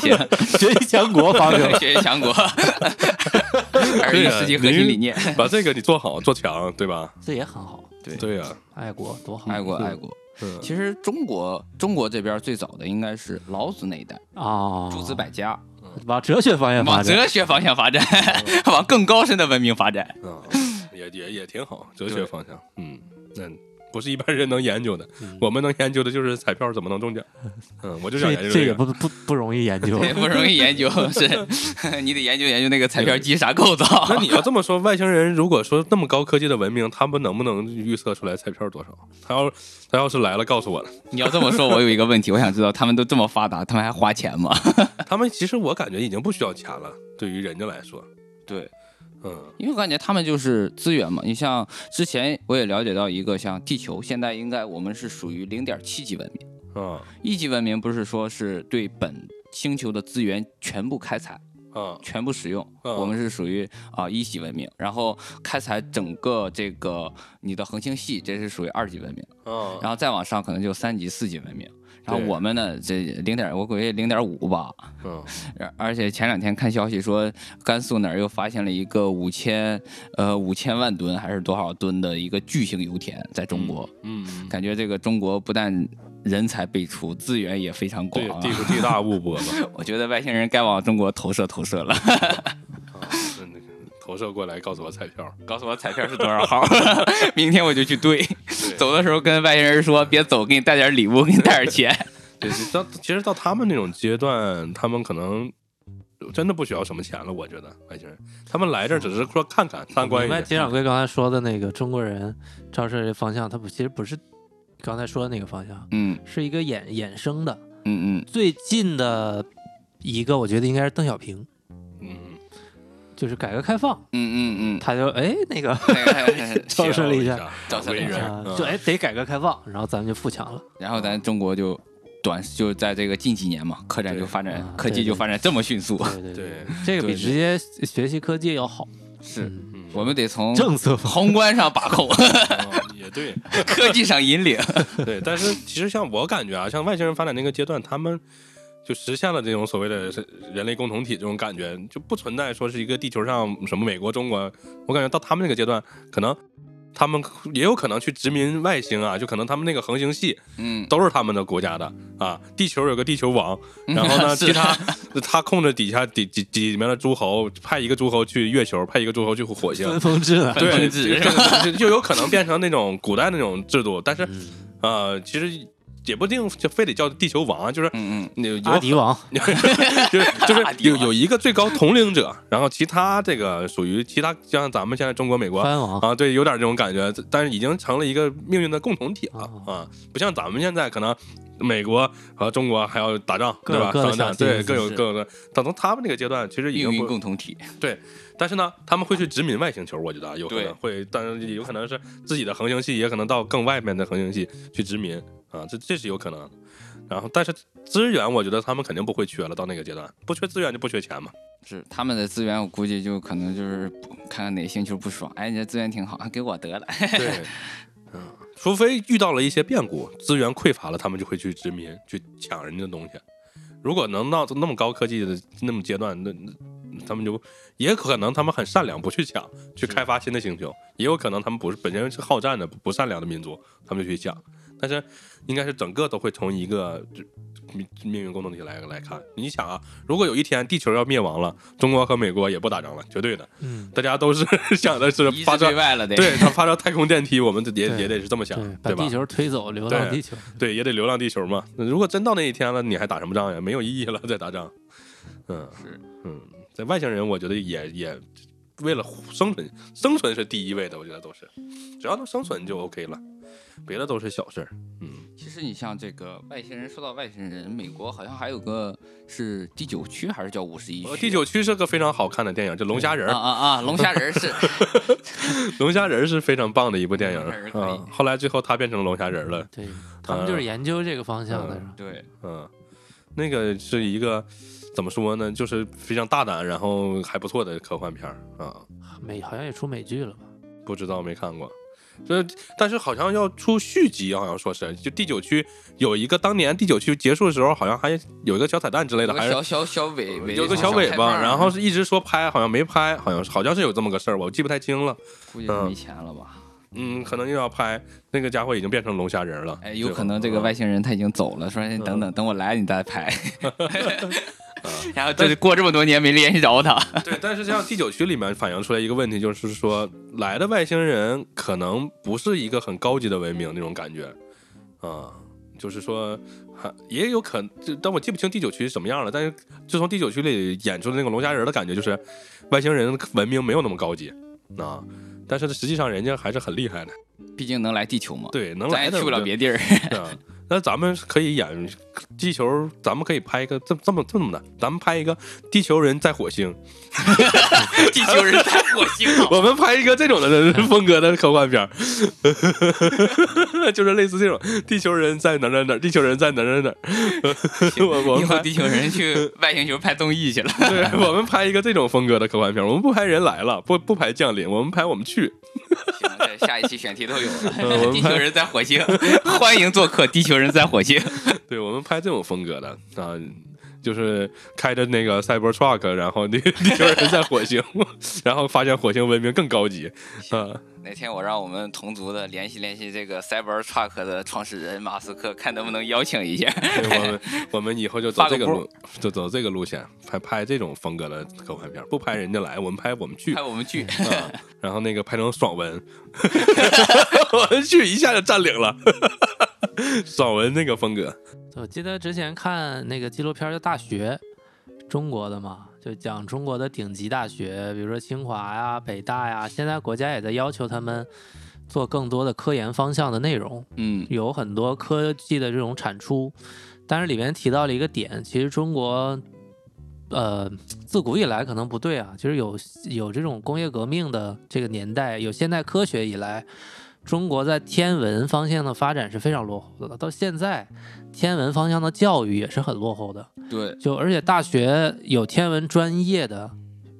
Speaker 3: 行，
Speaker 4: 学习 强国方面
Speaker 3: 学习强国，二十一世纪核心理念，
Speaker 1: 把这个你做好做强，对吧？
Speaker 2: 这也很好，
Speaker 3: 对
Speaker 1: 对呀，
Speaker 2: 爱国多好，
Speaker 3: 爱国爱国。
Speaker 1: 嗯
Speaker 3: 其实中国中国这边最早的应该是老子那一代，
Speaker 2: 啊！
Speaker 3: 诸子百家，
Speaker 2: 往哲学方向发
Speaker 3: 往
Speaker 2: 展，
Speaker 3: 哲学方向发展， 往更高深的文明发展。
Speaker 1: 啊，也也也挺好，哲学方向，嗯，那不是一般人能研究的，我们能研究的就是彩票怎么能中奖，嗯，我就想研究
Speaker 2: 这也
Speaker 1: 个，
Speaker 2: 不不不容易研 究。
Speaker 3: 也不容易研究，是你得研究研究那个彩票机啥构造。
Speaker 1: 那你要这么说，外星人如果说那么高科技的文明，他们能不能预测出来彩票多少？他要他要是来了，告诉我了。
Speaker 3: 你要这么说，我有一个问题，我想知道他们都这么发达，他们还花钱吗？
Speaker 1: 他们其实我感觉已经不需要钱了，对于人家来说，
Speaker 3: 对，
Speaker 1: 嗯，
Speaker 3: 因为我感觉他们就是资源嘛。你像之前我也了解到一个，像地球现在应该我们是属于零点七级文明，
Speaker 1: 啊
Speaker 3: 一级文明不是说是对本星球的资源全部开采、
Speaker 1: 啊
Speaker 3: 全部使用，
Speaker 1: 嗯
Speaker 3: 我们是属于啊、一级文明，然后开采整个这个你的恒星系，这是属于二级文明。
Speaker 1: 啊
Speaker 3: 然后再往上可能就三级、四级文明。然后
Speaker 1: 对
Speaker 3: 我们呢，这零点我估计零点五吧。
Speaker 1: 嗯
Speaker 3: 而而且前两天看消息说，甘肃哪儿又发现了一个五千呃五千万吨还是多少吨的一个巨型油田，在中国。
Speaker 1: 嗯，
Speaker 3: 感觉这个中国不但人才辈出，资源也非常广
Speaker 1: 嗯对，
Speaker 3: 啊。
Speaker 1: 地地大物博嘛，
Speaker 3: 我觉得外星人该往中国投射投射了。
Speaker 1: 嗯那个投射过来告诉我彩票，
Speaker 3: 告诉我彩票是多少号， 明天我就去兑。 走的时候跟外星人说，别走，给你带点礼物，给你带点钱。
Speaker 1: 对，对到其实到他们那种阶段，他们可能真的不需要什么钱了。我觉得外星人，他们来这儿只是说看看参观
Speaker 2: 明
Speaker 1: 一
Speaker 2: 白，
Speaker 1: 下。
Speaker 2: 金掌柜刚才说的那个中国人照射这方向，他不其实不是刚才说的那个方向，
Speaker 3: 嗯
Speaker 2: 是一个衍衍生的。
Speaker 3: 嗯嗯，
Speaker 2: 最近的一个，我觉得应该是邓小平，
Speaker 1: 嗯，
Speaker 2: 就是改革开放，
Speaker 3: 嗯嗯嗯，
Speaker 2: 他就哎那个
Speaker 3: 那
Speaker 2: 照射了一
Speaker 1: 邂逅
Speaker 2: 下，
Speaker 3: 照射
Speaker 1: 为
Speaker 3: 了一下
Speaker 1: 嗯人嗯
Speaker 2: 啊，就哎得改革开放，然后咱们就富强了。
Speaker 3: 然后咱中国就短就在这个近几年嘛，科展就发
Speaker 2: 对啊
Speaker 3: 展，科技就发展这么迅速，
Speaker 2: 对对
Speaker 1: 对，
Speaker 2: 这个比
Speaker 3: 对对
Speaker 2: 直接学习科技要好。
Speaker 3: 是
Speaker 2: 嗯
Speaker 1: 嗯
Speaker 3: 我们得从
Speaker 2: 政策
Speaker 3: 宏观上把控，
Speaker 1: 哦也对，
Speaker 3: 科技上引领。
Speaker 1: 对，但是其实像我感觉啊，像外星人发展那个阶段，他们就实现了这种所谓的是人类共同体这种感觉，就不存在说是一个地球上什么美国、中国。我感觉到他们那个阶段，可能他们也有可能去殖民外星啊，就可能他们那个恒星系
Speaker 3: 嗯，
Speaker 1: 都是他们的国家的啊。地球有个地球王，然后呢，
Speaker 3: 是
Speaker 1: 其他他控制底下底底底里面的诸侯，派一个诸侯去月球，派一个诸侯去火星，
Speaker 2: 分封制呢？
Speaker 1: 对，
Speaker 3: 分治
Speaker 1: 这个就就有可能变成那种古代那种制度，但是
Speaker 2: 嗯
Speaker 1: 呃，其实也不一定就非得叫地球王啊， 就是
Speaker 3: 嗯
Speaker 1: 有有
Speaker 2: 阿迪王，
Speaker 1: 就是就是
Speaker 3: 阿迪
Speaker 1: 有
Speaker 3: 王
Speaker 1: 有一个最高统领者，然后其他这个属于其他像咱们现在中国、美国。
Speaker 2: 藩王，
Speaker 1: 啊，对，有点这种感觉，但是已经成了一个命运的共同体了
Speaker 2: 哦
Speaker 1: 啊，不像咱们现在可能美国和中国还要打仗，
Speaker 2: 各
Speaker 1: 对
Speaker 2: 有
Speaker 1: 吧？
Speaker 2: 各的
Speaker 1: 上战
Speaker 2: 小
Speaker 1: 对，
Speaker 2: 心
Speaker 1: 各有
Speaker 2: 思
Speaker 1: 各的。等到他们那个阶段，其实
Speaker 3: 嗯，
Speaker 1: 已
Speaker 3: 命
Speaker 1: 经
Speaker 3: 运
Speaker 1: 不
Speaker 3: 共同体，
Speaker 1: 但是呢，他们会去殖民外星球，我觉得啊，有可
Speaker 3: 对
Speaker 1: 能会，但是有可能是自己的恒星系，也可能到更外面的恒星系去殖民啊，这这是有可能。然后，但是资源，我觉得他们肯定不会缺了，到那个阶段，不缺资源就不缺钱嘛。
Speaker 3: 是他们的资源，我估计就可能就是看看哪星球不爽，哎，你这资源挺好，还给我得了。
Speaker 1: 对，嗯，除非遇到了一些变故，资源匮乏了，他们就会去殖民，去抢人家的东西。如果能到那么高科技的那么阶段，那那他们就也可能他们很善良，不去抢，去开发新的星球；也有可能他们不是本身是好战的、不不善良的民族，他们就去抢。但是应该是整个都会从一个就命命运共同体来来看。你想啊，如果有一天地球要灭亡了，中国和美国也不打仗了，绝对的，
Speaker 2: 嗯，
Speaker 1: 大家都是 想的是
Speaker 3: 一
Speaker 1: 发
Speaker 3: 致
Speaker 1: 展
Speaker 3: 对外了得。
Speaker 1: 对他发射太空电梯，我们也
Speaker 2: 对
Speaker 1: 也得是这么想
Speaker 2: 对，，把
Speaker 1: 对吧
Speaker 2: 地？球推走，流浪
Speaker 1: 对
Speaker 2: 地球。
Speaker 1: 对，也得流浪地球嘛。那如果真到那一天了，你还打什么仗呀？没有意义了，再打仗。嗯，
Speaker 3: 是
Speaker 1: 嗯，在外星人，我觉得也也为了生存，生存是第一位的，我觉得都是，只要能生存就 OK 了，别的都是小事儿。嗯，
Speaker 3: 其实你像这个外星人，说到外星人，美国好像还有个是第九区，还是叫五十一
Speaker 1: 呃
Speaker 3: 区？
Speaker 1: 第九区是个非常好看的电影，就《龙虾人
Speaker 3: 啊》，啊啊！龙虾人是
Speaker 1: 《龙虾人》是非常棒的一部电影
Speaker 3: 龙虾人
Speaker 1: 啊、
Speaker 3: 可以
Speaker 1: 嗯后来最后他变成龙虾人了，嗯
Speaker 2: 对他们就是研究这个方向的，是吧
Speaker 3: 对，
Speaker 1: 嗯，那个是一个怎么说呢，就是非常大胆，然后还不错的科幻片儿啊。
Speaker 2: 美好像也出美剧了吧？
Speaker 1: 不知道没看过。这但是好像要出续集，好像说是就第九区有一个当年第九区结束的时候，好像还有一个小彩蛋之类的，
Speaker 3: 有
Speaker 1: 还
Speaker 3: 个
Speaker 1: 是
Speaker 3: 小小小尾尾，
Speaker 1: 有个小尾
Speaker 3: 开
Speaker 1: 巴，
Speaker 3: 放
Speaker 1: 然后是一直说拍，好像没拍，好像是好像是有这么个事儿，我记不太清了。
Speaker 3: 估计是没钱了吧？
Speaker 1: 嗯，可能又要拍，那个家伙已经变成龙虾人了。
Speaker 3: 哎，有
Speaker 1: 对吧嗯
Speaker 3: 可能这个外星人他已经走了，说哎等等等我来你再拍，
Speaker 1: 嗯
Speaker 3: 然后这就过这么多年没联系着他，
Speaker 1: 对，但是像第九区里面反映出来一个问题，就是说来的外星人可能不是一个很高级的文明那种感觉，啊，就是说还也有可能，就但我记不清第九区是什么样了。但是自从第九区里演出的那个龙虾人的感觉，就是外星人文明没有那么高级啊，但是实际上人家还是很厉害的，
Speaker 3: 毕竟能来地球嘛，
Speaker 1: 对，能
Speaker 3: 咱
Speaker 1: 来
Speaker 3: 也
Speaker 1: 的
Speaker 3: 去不了别地儿。
Speaker 1: 对啊，那咱们可以演地球，咱们可以拍一个这这么这么的，咱们拍一个地球人在火星，
Speaker 3: 地球人在火星，
Speaker 1: 我们拍一个这种的风格的科幻片儿， 就是类似这种地球人在哪儿哪儿哪儿，地球人在哪儿 哪儿哪儿，我我
Speaker 3: 以
Speaker 1: 们
Speaker 3: 后
Speaker 1: 拍
Speaker 3: 地球人去外星球拍综艺去了。
Speaker 1: 对，我们拍一个这种风格的科幻片儿，我们不拍人来了，不不拍降临，我们拍我们去，
Speaker 3: 行，这下一期选题都有
Speaker 1: 嗯我
Speaker 3: 了。
Speaker 1: 们
Speaker 3: 地球人在火星，欢迎做客。地球人在火 星，
Speaker 1: 对我们拍这种风格的啊。就是开着那个赛博 truck，然后地地球人在火星， 然后发现火星文明更高级，啊、
Speaker 3: 哪天我让我们同族的联系联系这个 Cybertruck 的创始人马斯克，看能不能邀请一 下。
Speaker 1: 对 我们我们以后就走
Speaker 3: 发个
Speaker 1: 这个
Speaker 3: 波
Speaker 1: 路，就走这个路线，拍拍这种风格的科幻片儿，不拍人家来，我们拍我们去
Speaker 3: 拍我们剧，
Speaker 1: 啊，然后那个拍成爽文， 我们去一下就占领了， 爽文那个风格，
Speaker 2: 我记得之前看那个纪录片儿叫《大学》，中国的嘛，就讲中国的顶级大学，比如说清华呀、北大呀。现在国家也在要求他们做更多的科研方向的内容，
Speaker 3: 嗯，
Speaker 2: 有很多科技的这种产出。但是里面提到了一个点，其实中国，呃，自古以来可能不对啊，就是有有这种工业革命的这个年代，有现代科学以来，中国在天文方向的发展是非常落后的。到现在，天文方向的教育也是很落后的。
Speaker 3: 对，
Speaker 2: 就而且大学有天文专业的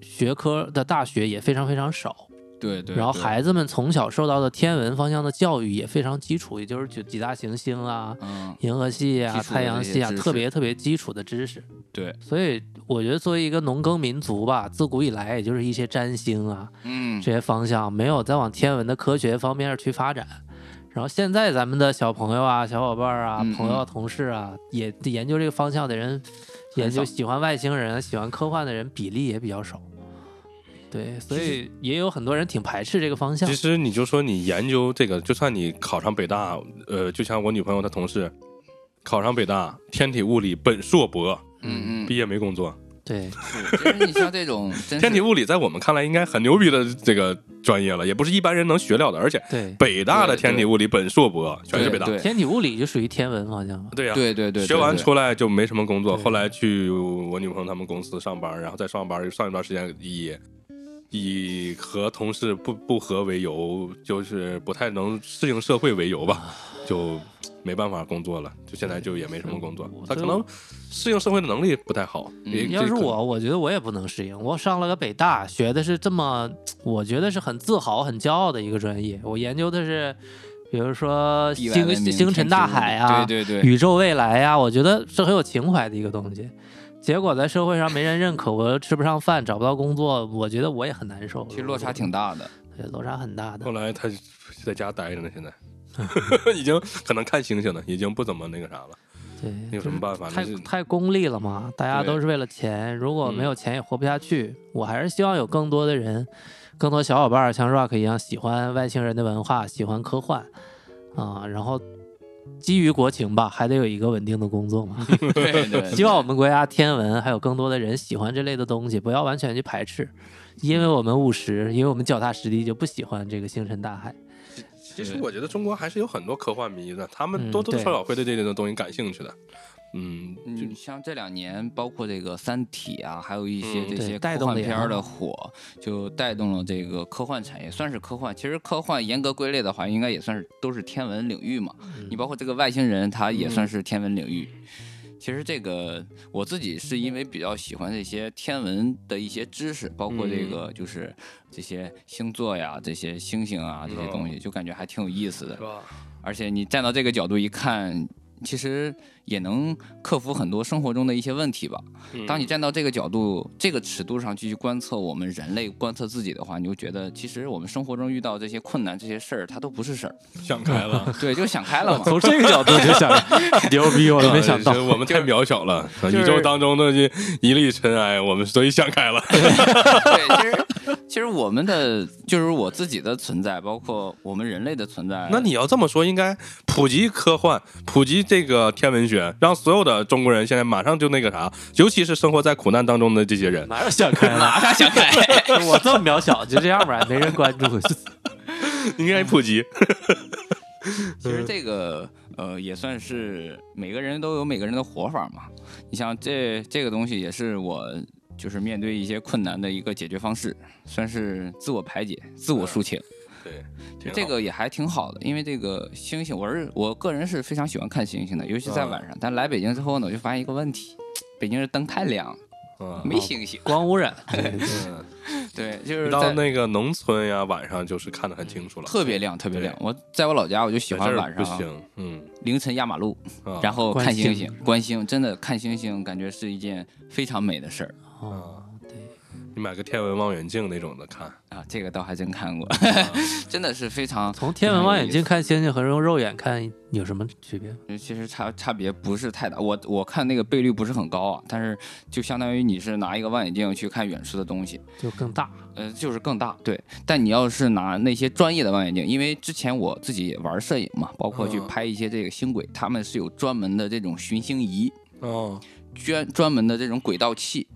Speaker 2: 学科的大学也非常非常少。
Speaker 3: 对对
Speaker 2: 然后孩子们从小受到的天文方向的教育也非常基础，也就是就几大行星啊、
Speaker 3: 嗯，
Speaker 2: 银河系啊、
Speaker 3: 基础的
Speaker 2: 太阳系啊，
Speaker 3: 这些知识
Speaker 2: 特别特别基础的知识。
Speaker 3: 对，
Speaker 2: 所以我觉得作为一个农耕民族吧，自古以来也就是一些占星啊
Speaker 3: 嗯
Speaker 2: 这，些方向，没有再往天文的科学方面去发展。然后现在咱们的小朋友啊、小伙伴儿啊、
Speaker 3: 嗯
Speaker 2: 朋友啊、同事啊，也研究这个方向的人，
Speaker 3: 很
Speaker 2: 研究
Speaker 3: 少
Speaker 2: 喜欢外星人、喜欢科幻的人比例也比较少。对，所以也有很多人挺排斥这个方向
Speaker 1: 其。实你就说你研究这个，就算你考上北大，呃，就像我女朋友她同事。考上北大天体物理本硕博，
Speaker 3: 嗯嗯，
Speaker 1: 毕业没工作。
Speaker 2: 对，
Speaker 3: 其实你像这 种真
Speaker 1: 天体
Speaker 3: 是
Speaker 1: 物理在我们看来应该很牛逼的这个专业了，也不是一般人能学了的。而且
Speaker 2: 对，
Speaker 1: 北大的
Speaker 3: 对
Speaker 1: 天体物理本硕博全是北大，
Speaker 3: 对
Speaker 2: 天体物理就属于天文方向嘛。
Speaker 1: 对呀、
Speaker 3: 对对对，
Speaker 1: 学完
Speaker 3: 对
Speaker 1: 出来就没什么工作，
Speaker 2: 对
Speaker 1: 后来去我女朋友他们公司上班，然后再上班，上一段时间以以和同事不不和为由，就是不太能适应社会为由
Speaker 3: 啊
Speaker 1: 吧，就没办法工作了，就现在就也没什么工作
Speaker 2: 嗯，
Speaker 1: 他可
Speaker 2: 所以
Speaker 1: 能适应社会的能力不太好。
Speaker 3: 嗯
Speaker 1: 也
Speaker 2: 要
Speaker 1: 这
Speaker 2: 是
Speaker 1: 可
Speaker 2: 我，我觉得我也不能适应。我上了个北大，学的是这么，我觉得是很自豪、很骄傲的一个专业。我研究的是，比如说
Speaker 3: 地外
Speaker 2: 星
Speaker 3: 文明
Speaker 2: 星辰大海啊，
Speaker 3: 对对对，
Speaker 2: 宇宙未来呀、我觉得是很有情怀的一个东西。结果在社会上没人认可，我又吃不上饭，找不到工作，我觉得我也很难受。
Speaker 3: 其实落差挺，大的，
Speaker 2: 对，落差很大的
Speaker 1: 后。来他在家待着呢， 现在已经可能看星星了，已经不怎么那个啥了，
Speaker 2: 对，
Speaker 1: 有什么办法？
Speaker 2: 太
Speaker 1: 啊那是
Speaker 2: 太功利了嘛，大家
Speaker 1: 对
Speaker 2: 都是为了钱，如果
Speaker 1: 嗯
Speaker 2: 没有钱也活不下去。我还是希望有更多的人，更多小伙伴儿像 Rock 一样喜欢外星人的文化，喜欢科幻啊、然后基于国情吧，还得有一个稳定的工作嘛。
Speaker 3: 对对，
Speaker 2: 希望我们国家天文还有更多的人喜欢这类的东西，不要完全去排斥，因为我们务实，因为我们脚踏实地，就不喜欢这个星辰大海。
Speaker 1: 其实我觉得中国还是有很多科幻迷的，他们
Speaker 2: 嗯
Speaker 1: 多多
Speaker 2: 对
Speaker 1: 少少会对这种东西感兴趣的。嗯，
Speaker 3: 嗯，像这两年，包括这个《三体》啊，还有一些
Speaker 1: 嗯
Speaker 3: 这
Speaker 2: 对
Speaker 3: 些
Speaker 2: 带
Speaker 3: 科
Speaker 2: 动
Speaker 3: 幻
Speaker 2: 了也
Speaker 3: 片
Speaker 2: 很
Speaker 3: 儿的
Speaker 2: 好
Speaker 3: 火，就带动了这个科幻产业，算是科幻。其实科幻严格归类的话，应该也算是都是天文领域嘛。你包括这个外星人，它也算是天文领域。其实这个我自己是因为比较喜欢这些天文的一些知识，包括这个就是这些星座呀、这些星星啊这些东西，就感觉还挺有意思的。
Speaker 4: 吧？
Speaker 3: 而且你站到这个角度一看，其实也能克服很多生活中的一些问题吧。当你站到这个角度、这个尺度上去观测我们人类、观测自己的话，你就觉得其实我们生活中遇到这些困难、这些事儿，它都不是事儿。
Speaker 1: 想开 了，
Speaker 3: 对，就想开了嘛。
Speaker 4: 从这个角度就想，牛逼，我都没想到
Speaker 1: 啊。我们太渺 小了，宇宙当中的这一粒尘埃，我们所以想 开了。
Speaker 3: 对，其实其实我们的就是我自己的存在，包括我们人类的存在。
Speaker 1: 那你要这么说，应该普及科幻，普及这个天文学，让所有的中国人现在马上就那个啥，尤其是生活在苦难当中的这些 人，
Speaker 4: 哪有想开了？
Speaker 3: 啥啊想开？
Speaker 2: 哎我这么渺小，就这样吧，没人关注。
Speaker 1: 应该普及。
Speaker 3: 其实这个呃也算是每个人都有每个人的活法嘛。你像这这个东西也是我就是面对一些困难的一个解决方式，算是自我排解、自我抒情。
Speaker 1: 对
Speaker 3: 这个也还嗯挺好的，因为这个星星，我是我个人是非常喜欢看星星的，尤其在晚上。但来北京之后呢，我就发现一个问题，北京的灯太亮了，
Speaker 1: 嗯，
Speaker 3: 没星星。
Speaker 2: 光 污染，
Speaker 3: 对，就是
Speaker 1: 到
Speaker 3: 在
Speaker 1: 那个农村呀，晚上就是看得很清楚了，
Speaker 3: 特别亮，特别
Speaker 1: 对
Speaker 3: 亮。我在我老家，我就喜
Speaker 1: 在
Speaker 3: 欢
Speaker 1: 这儿
Speaker 3: 晚
Speaker 1: 不
Speaker 3: 上
Speaker 1: 行，嗯，
Speaker 3: 凌晨压马路，
Speaker 1: 啊
Speaker 3: 然后
Speaker 2: 观
Speaker 3: 看星
Speaker 2: 星
Speaker 3: 星、观星，真的看星星，感觉是一件非常美的事儿
Speaker 2: 哦，
Speaker 3: 嗯
Speaker 2: 对，
Speaker 1: 你买个天文望远镜那种的看，
Speaker 3: 啊。这个倒还真看
Speaker 1: 啊
Speaker 3: 过， 真的是非常，
Speaker 2: 从天文望远镜看星星和用肉眼看有什么区别？
Speaker 3: 其实差差别不是太大。我我看那个倍率不是很高啊，但是就相当于你是拿一个望远镜去看远处的东西，
Speaker 2: 就更大，
Speaker 3: 呃，就是更大。对，但你要是拿那些专业的望远镜，因为之前我自己也玩摄影嘛，包括去
Speaker 1: 嗯
Speaker 3: 拍一些这个星轨，他们是有专门的这种寻星仪，
Speaker 1: 哦，
Speaker 3: 专专门的这种轨道器，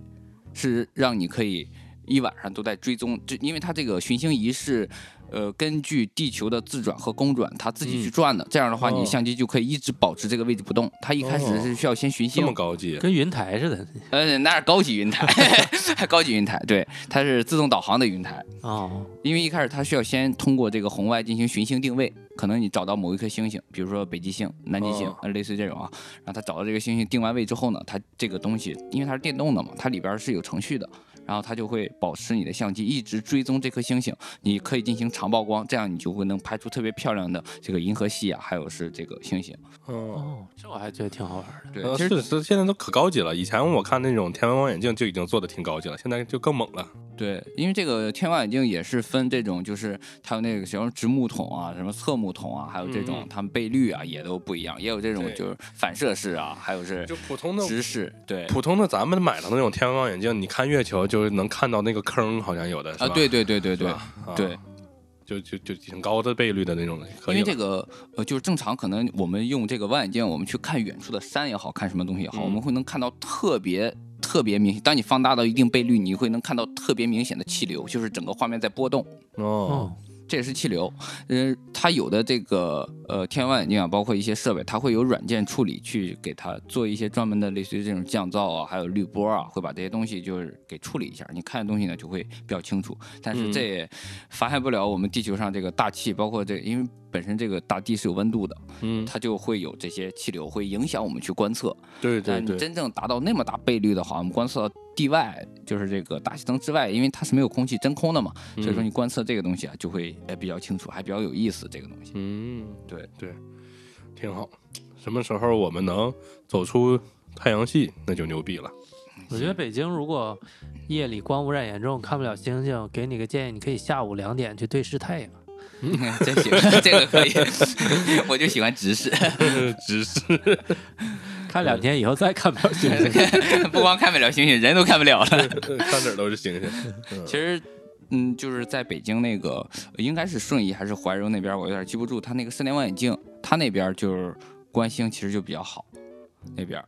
Speaker 3: 是让你可以一晚上都在追踪，就因为它这个巡星仪是。呃，根据地球的自转和公转，它自己去转的。这样的话，
Speaker 1: 哦
Speaker 3: 你相机就可以一直保持这个位置不动。它一开始是需要先寻
Speaker 1: 这
Speaker 3: 星
Speaker 1: 么，高级，
Speaker 2: 跟云台似的。
Speaker 3: 呃，那是高级云台， 高级云台，对，它是自动导航的云台。
Speaker 2: 哦，
Speaker 3: 因为一开始它需要先通过这个红外进行寻星定位，可能你找到某一颗星星，比如说北极星、南极星，
Speaker 1: 哦
Speaker 3: 呃类似于这种啊。然后它找到这个星星定完位之后呢，它这个东西因为它是电动的嘛，它里边是有程序的，然后它就会保持你的相机一直追踪这颗星星，你可以进行长曝光，这样你就会能拍出特别漂亮的这个银河系啊，还有是这个星星。
Speaker 1: 嗯。
Speaker 2: 哦，这我还觉得挺好玩的。
Speaker 3: 对，
Speaker 1: 呃
Speaker 3: 其实
Speaker 1: 是是，现在都可高级了。以前我看那种天文望远镜就已经做的挺高级了，现在就更猛了。
Speaker 3: 对，因为这个天文望远镜也是分这种，就是它有那个什么直木筒啊，什么侧木筒啊，还有这种
Speaker 1: 嗯
Speaker 3: 它们倍率啊也都不一样，也有这种
Speaker 1: 对
Speaker 3: 就是反射式啊，还有是
Speaker 1: 就普通的
Speaker 3: 直视，对
Speaker 1: 普通的咱们买的那种天文望远镜，你看月球就是能看到那个坑，好像有的是吧
Speaker 3: 啊，对对对对
Speaker 1: 是
Speaker 3: 对
Speaker 1: 吧啊
Speaker 3: 对，
Speaker 1: 就就就挺高的倍率的那种的，可
Speaker 3: 因
Speaker 1: 以了
Speaker 3: 为这个呃，就是正常可能我们用这个望远镜，我们去看远处的山也好看什么东西也好，
Speaker 1: 嗯
Speaker 3: 我们会能看到特别特别明显。当你放大到一定倍率，你会能看到特别明显的气流，就是整个画面在波动。
Speaker 1: 哦
Speaker 3: 嗯
Speaker 2: 哦，
Speaker 3: 这也是气流。嗯，它有的这个呃天文望远镜啊，包括一些设备，它会有软件处理去给它做一些专门的类似于这种降噪啊，还有滤波啊，会把这些东西就是给处理一下。你看的东西呢就会比较清楚，但是这也妨害不了我们地球上这个大气，包括这因为本身这个大地是有温度的，
Speaker 1: 嗯，
Speaker 3: 它就会有这些气流会影响我们去观测。
Speaker 1: 对对
Speaker 3: 但
Speaker 1: 哎
Speaker 3: 你
Speaker 1: 对，
Speaker 3: 真正达到那么大倍率的话，我们观测到地外，就是这个大气层之外，因为它是没有空气真空的嘛，所以说你观测这个东西啊，就会呃比较清楚，还比较有意思。这个东西，
Speaker 1: 嗯，
Speaker 3: 对
Speaker 1: 对，挺好。什么时候我们能走出太阳系，那就牛逼 了。
Speaker 2: 我觉得北京如果夜里光污染严重，看不了星星，给你个建议，你可以下午两点去对视太阳。
Speaker 3: 这行，这个可以， 我就喜欢直视，
Speaker 1: 只是
Speaker 2: 看两天以后再看不了星星。
Speaker 3: 不光看不了星星，人都看不了 了。
Speaker 1: 看哪儿都是星星。
Speaker 3: 其实。嗯，就是在北京那个，应该是顺义还是怀柔那边，我有点记不住。它那个室内望远镜，它那边就是观星，其实就比较好。那边，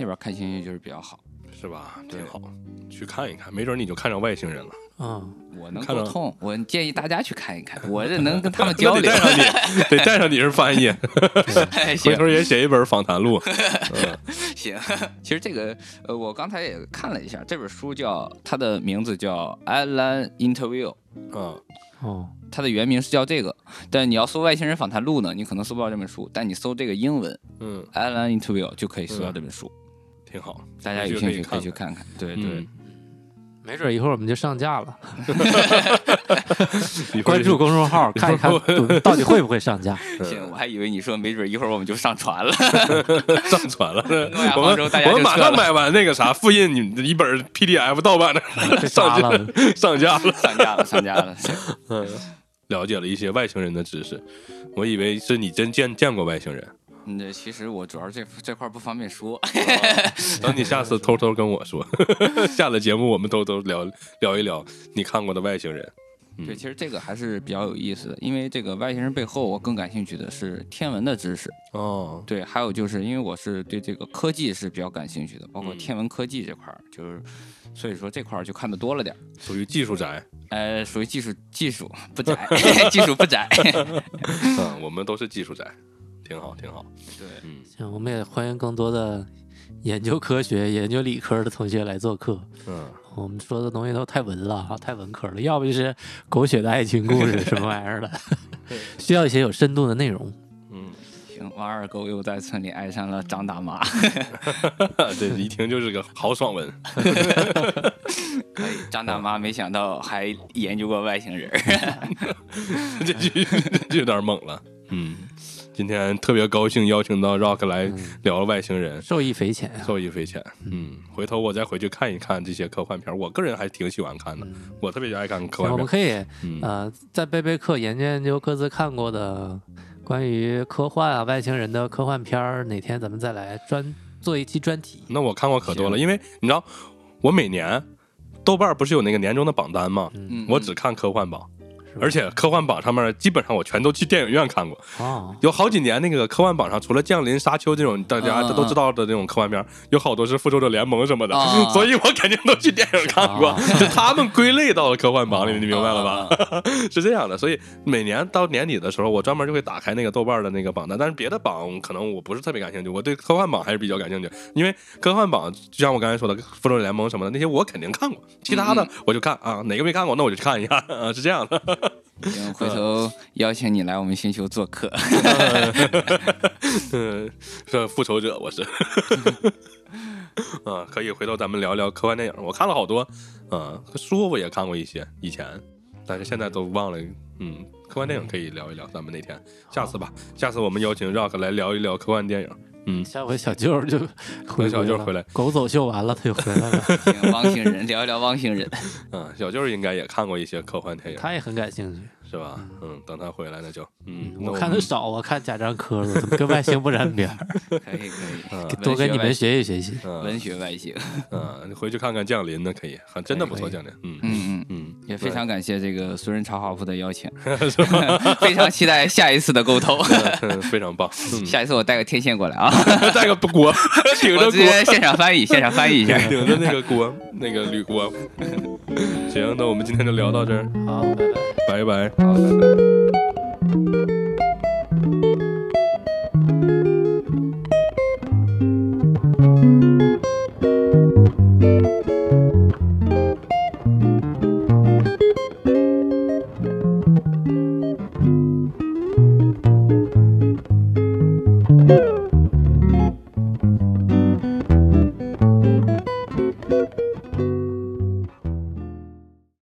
Speaker 3: 那边看星星就是比较好。
Speaker 1: 是吧？
Speaker 3: 对
Speaker 1: 挺好，去看一看，没准你就看上外星人了。
Speaker 2: 嗯，
Speaker 3: 我能
Speaker 1: 看
Speaker 3: 沟
Speaker 1: 到
Speaker 3: 通，我建议大家去看 一看，我这能跟他们交
Speaker 1: 那得
Speaker 3: 流。
Speaker 1: 带上你，得带上你是翻译，
Speaker 3: 哎
Speaker 1: 回
Speaker 3: 行
Speaker 1: 头也写一本访谈 录。嗯
Speaker 3: 行，其实这个呃，我刚才也看了一下，这本书叫它的名字叫《Alan Interview》，
Speaker 1: 嗯，
Speaker 2: 哦，
Speaker 3: 它的原名是叫这个，但你要搜《外星人访谈录》呢，你可能搜不到这本书，但你搜这个英文
Speaker 1: 嗯
Speaker 3: 《Alan Interview》就可以搜到这本书。
Speaker 1: 挺好。
Speaker 3: 大家有兴趣可以去看看。对对
Speaker 1: 嗯，，
Speaker 2: 没准一会儿我们就上架了，
Speaker 1: 一会儿
Speaker 2: 关注公众号看一看到底会不会上 架。
Speaker 3: 嗯行，我还以为你说没准一会儿我们就上传了。
Speaker 1: 上传 了，
Speaker 3: 诺 亚
Speaker 1: 我
Speaker 3: 方
Speaker 1: 们
Speaker 3: 舟大家
Speaker 1: 我们
Speaker 3: 就
Speaker 1: 马
Speaker 3: 撤
Speaker 1: 上
Speaker 3: 了
Speaker 1: 买完那个啥，复印你们的一本 PDF 盗版的
Speaker 3: 哎
Speaker 2: 被
Speaker 1: 上
Speaker 2: 杀
Speaker 1: 架
Speaker 2: 了，
Speaker 1: 上架了。
Speaker 3: 上架了，上架了。
Speaker 1: 嗯，了解了一些外星人的知识，我以为是你真见见过外星人，
Speaker 3: 嗯，对，其实我主要这这块儿不方便说。
Speaker 1: 等你下次偷偷跟我说， 下了节目我们偷偷聊聊一聊你看过的外星人。
Speaker 3: 对，其实这个还是比较有意思的，因为这个外星人背后，我更感兴趣的是天文的知识。
Speaker 1: 哦，
Speaker 3: 对，还有就是因为我是对这个科技是比较感兴趣的，包括
Speaker 1: 嗯
Speaker 3: 天文科技这块儿，就是所以说这块儿就看的多了点儿。
Speaker 1: 属于技术宅，
Speaker 3: 呃，属于技术技术不 窄，技术不窄。
Speaker 1: 嗯，我们都是技术宅，挺好，挺好。
Speaker 3: 对，
Speaker 1: 嗯
Speaker 2: 行，我们也欢迎更多的研究科学、研究理科的同学来做客。
Speaker 1: 嗯，
Speaker 2: 我们说的东西都太文了啊，太文科了，要不就是狗血的爱情故事什么玩意儿的， 需要一些有深度的内容。
Speaker 3: 行，王二狗又在村里爱上了张大妈。
Speaker 1: 这一听就是个豪爽文。
Speaker 3: 可以，张大妈没想到还研究过外星人儿。
Speaker 1: 这句 这句有点猛了。嗯，今天特别高兴邀请到 Rock 来聊外星人，
Speaker 2: 受益匪浅啊。
Speaker 1: 受益匪浅。嗯，回头我再回去看一看这些科幻片儿，我个人还挺喜欢看的，我特别爱看科幻
Speaker 2: 我们
Speaker 1: 片儿。
Speaker 2: 可以
Speaker 1: 嗯
Speaker 2: 呃，在背背课研究研究各自看过的关于科幻啊、外星人的科幻片儿，哪天咱们再来专做一期专题。
Speaker 1: 那我看过可多了，因为你知道，我每年豆瓣儿不是有那个年终的榜单吗？
Speaker 3: 嗯，
Speaker 1: 我只看科幻榜，
Speaker 2: 吧
Speaker 1: 而且科幻榜上面基本上我全都去电影院看过。
Speaker 2: 哦，
Speaker 1: 有好几年那个科幻榜上，除了《降临》《沙丘》这种大家
Speaker 3: 嗯嗯
Speaker 1: 都知道的这种科幻片儿，有好多是《复仇者联盟》什么的
Speaker 3: 啊，
Speaker 1: 所以我肯定都去电影看过
Speaker 2: 啊，
Speaker 1: 就他们归类到了科幻
Speaker 3: 啊
Speaker 1: 榜里，你明白了吧？
Speaker 3: 吧？
Speaker 1: 是这样的，所以每年到年底的时候，我专门就会打开那个豆瓣的那个榜单，但是别的榜可能我不是特别感兴趣，我对科幻榜还是比较感兴趣，因为科幻榜就像我刚才说的《复仇者联盟》什么的那些我肯定看过，其他
Speaker 3: 嗯
Speaker 1: 的我就看啊，哪个没看过那我就去看一下， 啊是这样的。
Speaker 3: 嗯行，
Speaker 1: 呃
Speaker 3: 回头邀请你来我们星球做客。
Speaker 1: 嗯，是复仇者，我是。啊，可以回头咱们聊聊科幻电影。我看了好多，嗯，书我也看过一些，以前，但是现在都忘了。嗯，科幻电影可以聊一聊，咱们那天，下次吧，下次我们邀请 Rock 来聊一聊科幻电影。嗯，
Speaker 2: 下回小舅儿就回
Speaker 1: 小
Speaker 2: 国
Speaker 1: 舅儿
Speaker 2: 了
Speaker 1: 回来，
Speaker 2: 狗走秀完了他就回来 了，
Speaker 3: 行，汪星人聊一聊汪星人。
Speaker 1: 嗯，小舅儿应该也看过一些科幻电影，
Speaker 2: 他也很感兴趣。
Speaker 1: 是吧？嗯，等他回来那就，
Speaker 2: 嗯，
Speaker 1: 嗯那
Speaker 2: 我
Speaker 1: 我
Speaker 2: 看的
Speaker 1: 们
Speaker 2: 少，我看贾樟柯了，怎么跟外星不沾 边儿？
Speaker 3: 可以
Speaker 1: 呃
Speaker 3: 可以，
Speaker 2: 多跟你们
Speaker 3: 文学
Speaker 2: 学习学习。
Speaker 3: 外
Speaker 1: 嗯
Speaker 3: 文学外星。
Speaker 1: 嗯，你回去看看《降临》那可以，很真的不错，《降临》嗯
Speaker 3: 嗯嗯，
Speaker 1: 嗯，
Speaker 3: 也非常感谢这个俗人茶话铺的邀请，
Speaker 1: 是吧
Speaker 3: 非常期待下一次的沟通。
Speaker 1: 嗯 非常棒。嗯
Speaker 3: 下一次我带个天线过来啊，
Speaker 1: 带个锅，顶着
Speaker 3: 我直
Speaker 1: 锅，
Speaker 3: 接现场翻译，现场翻译一下。
Speaker 1: 顶着那个锅， 那个铝锅。行，那我们今天就聊到这儿，
Speaker 2: 好，拜拜。
Speaker 1: 拜拜。
Speaker 3: 好，拜拜。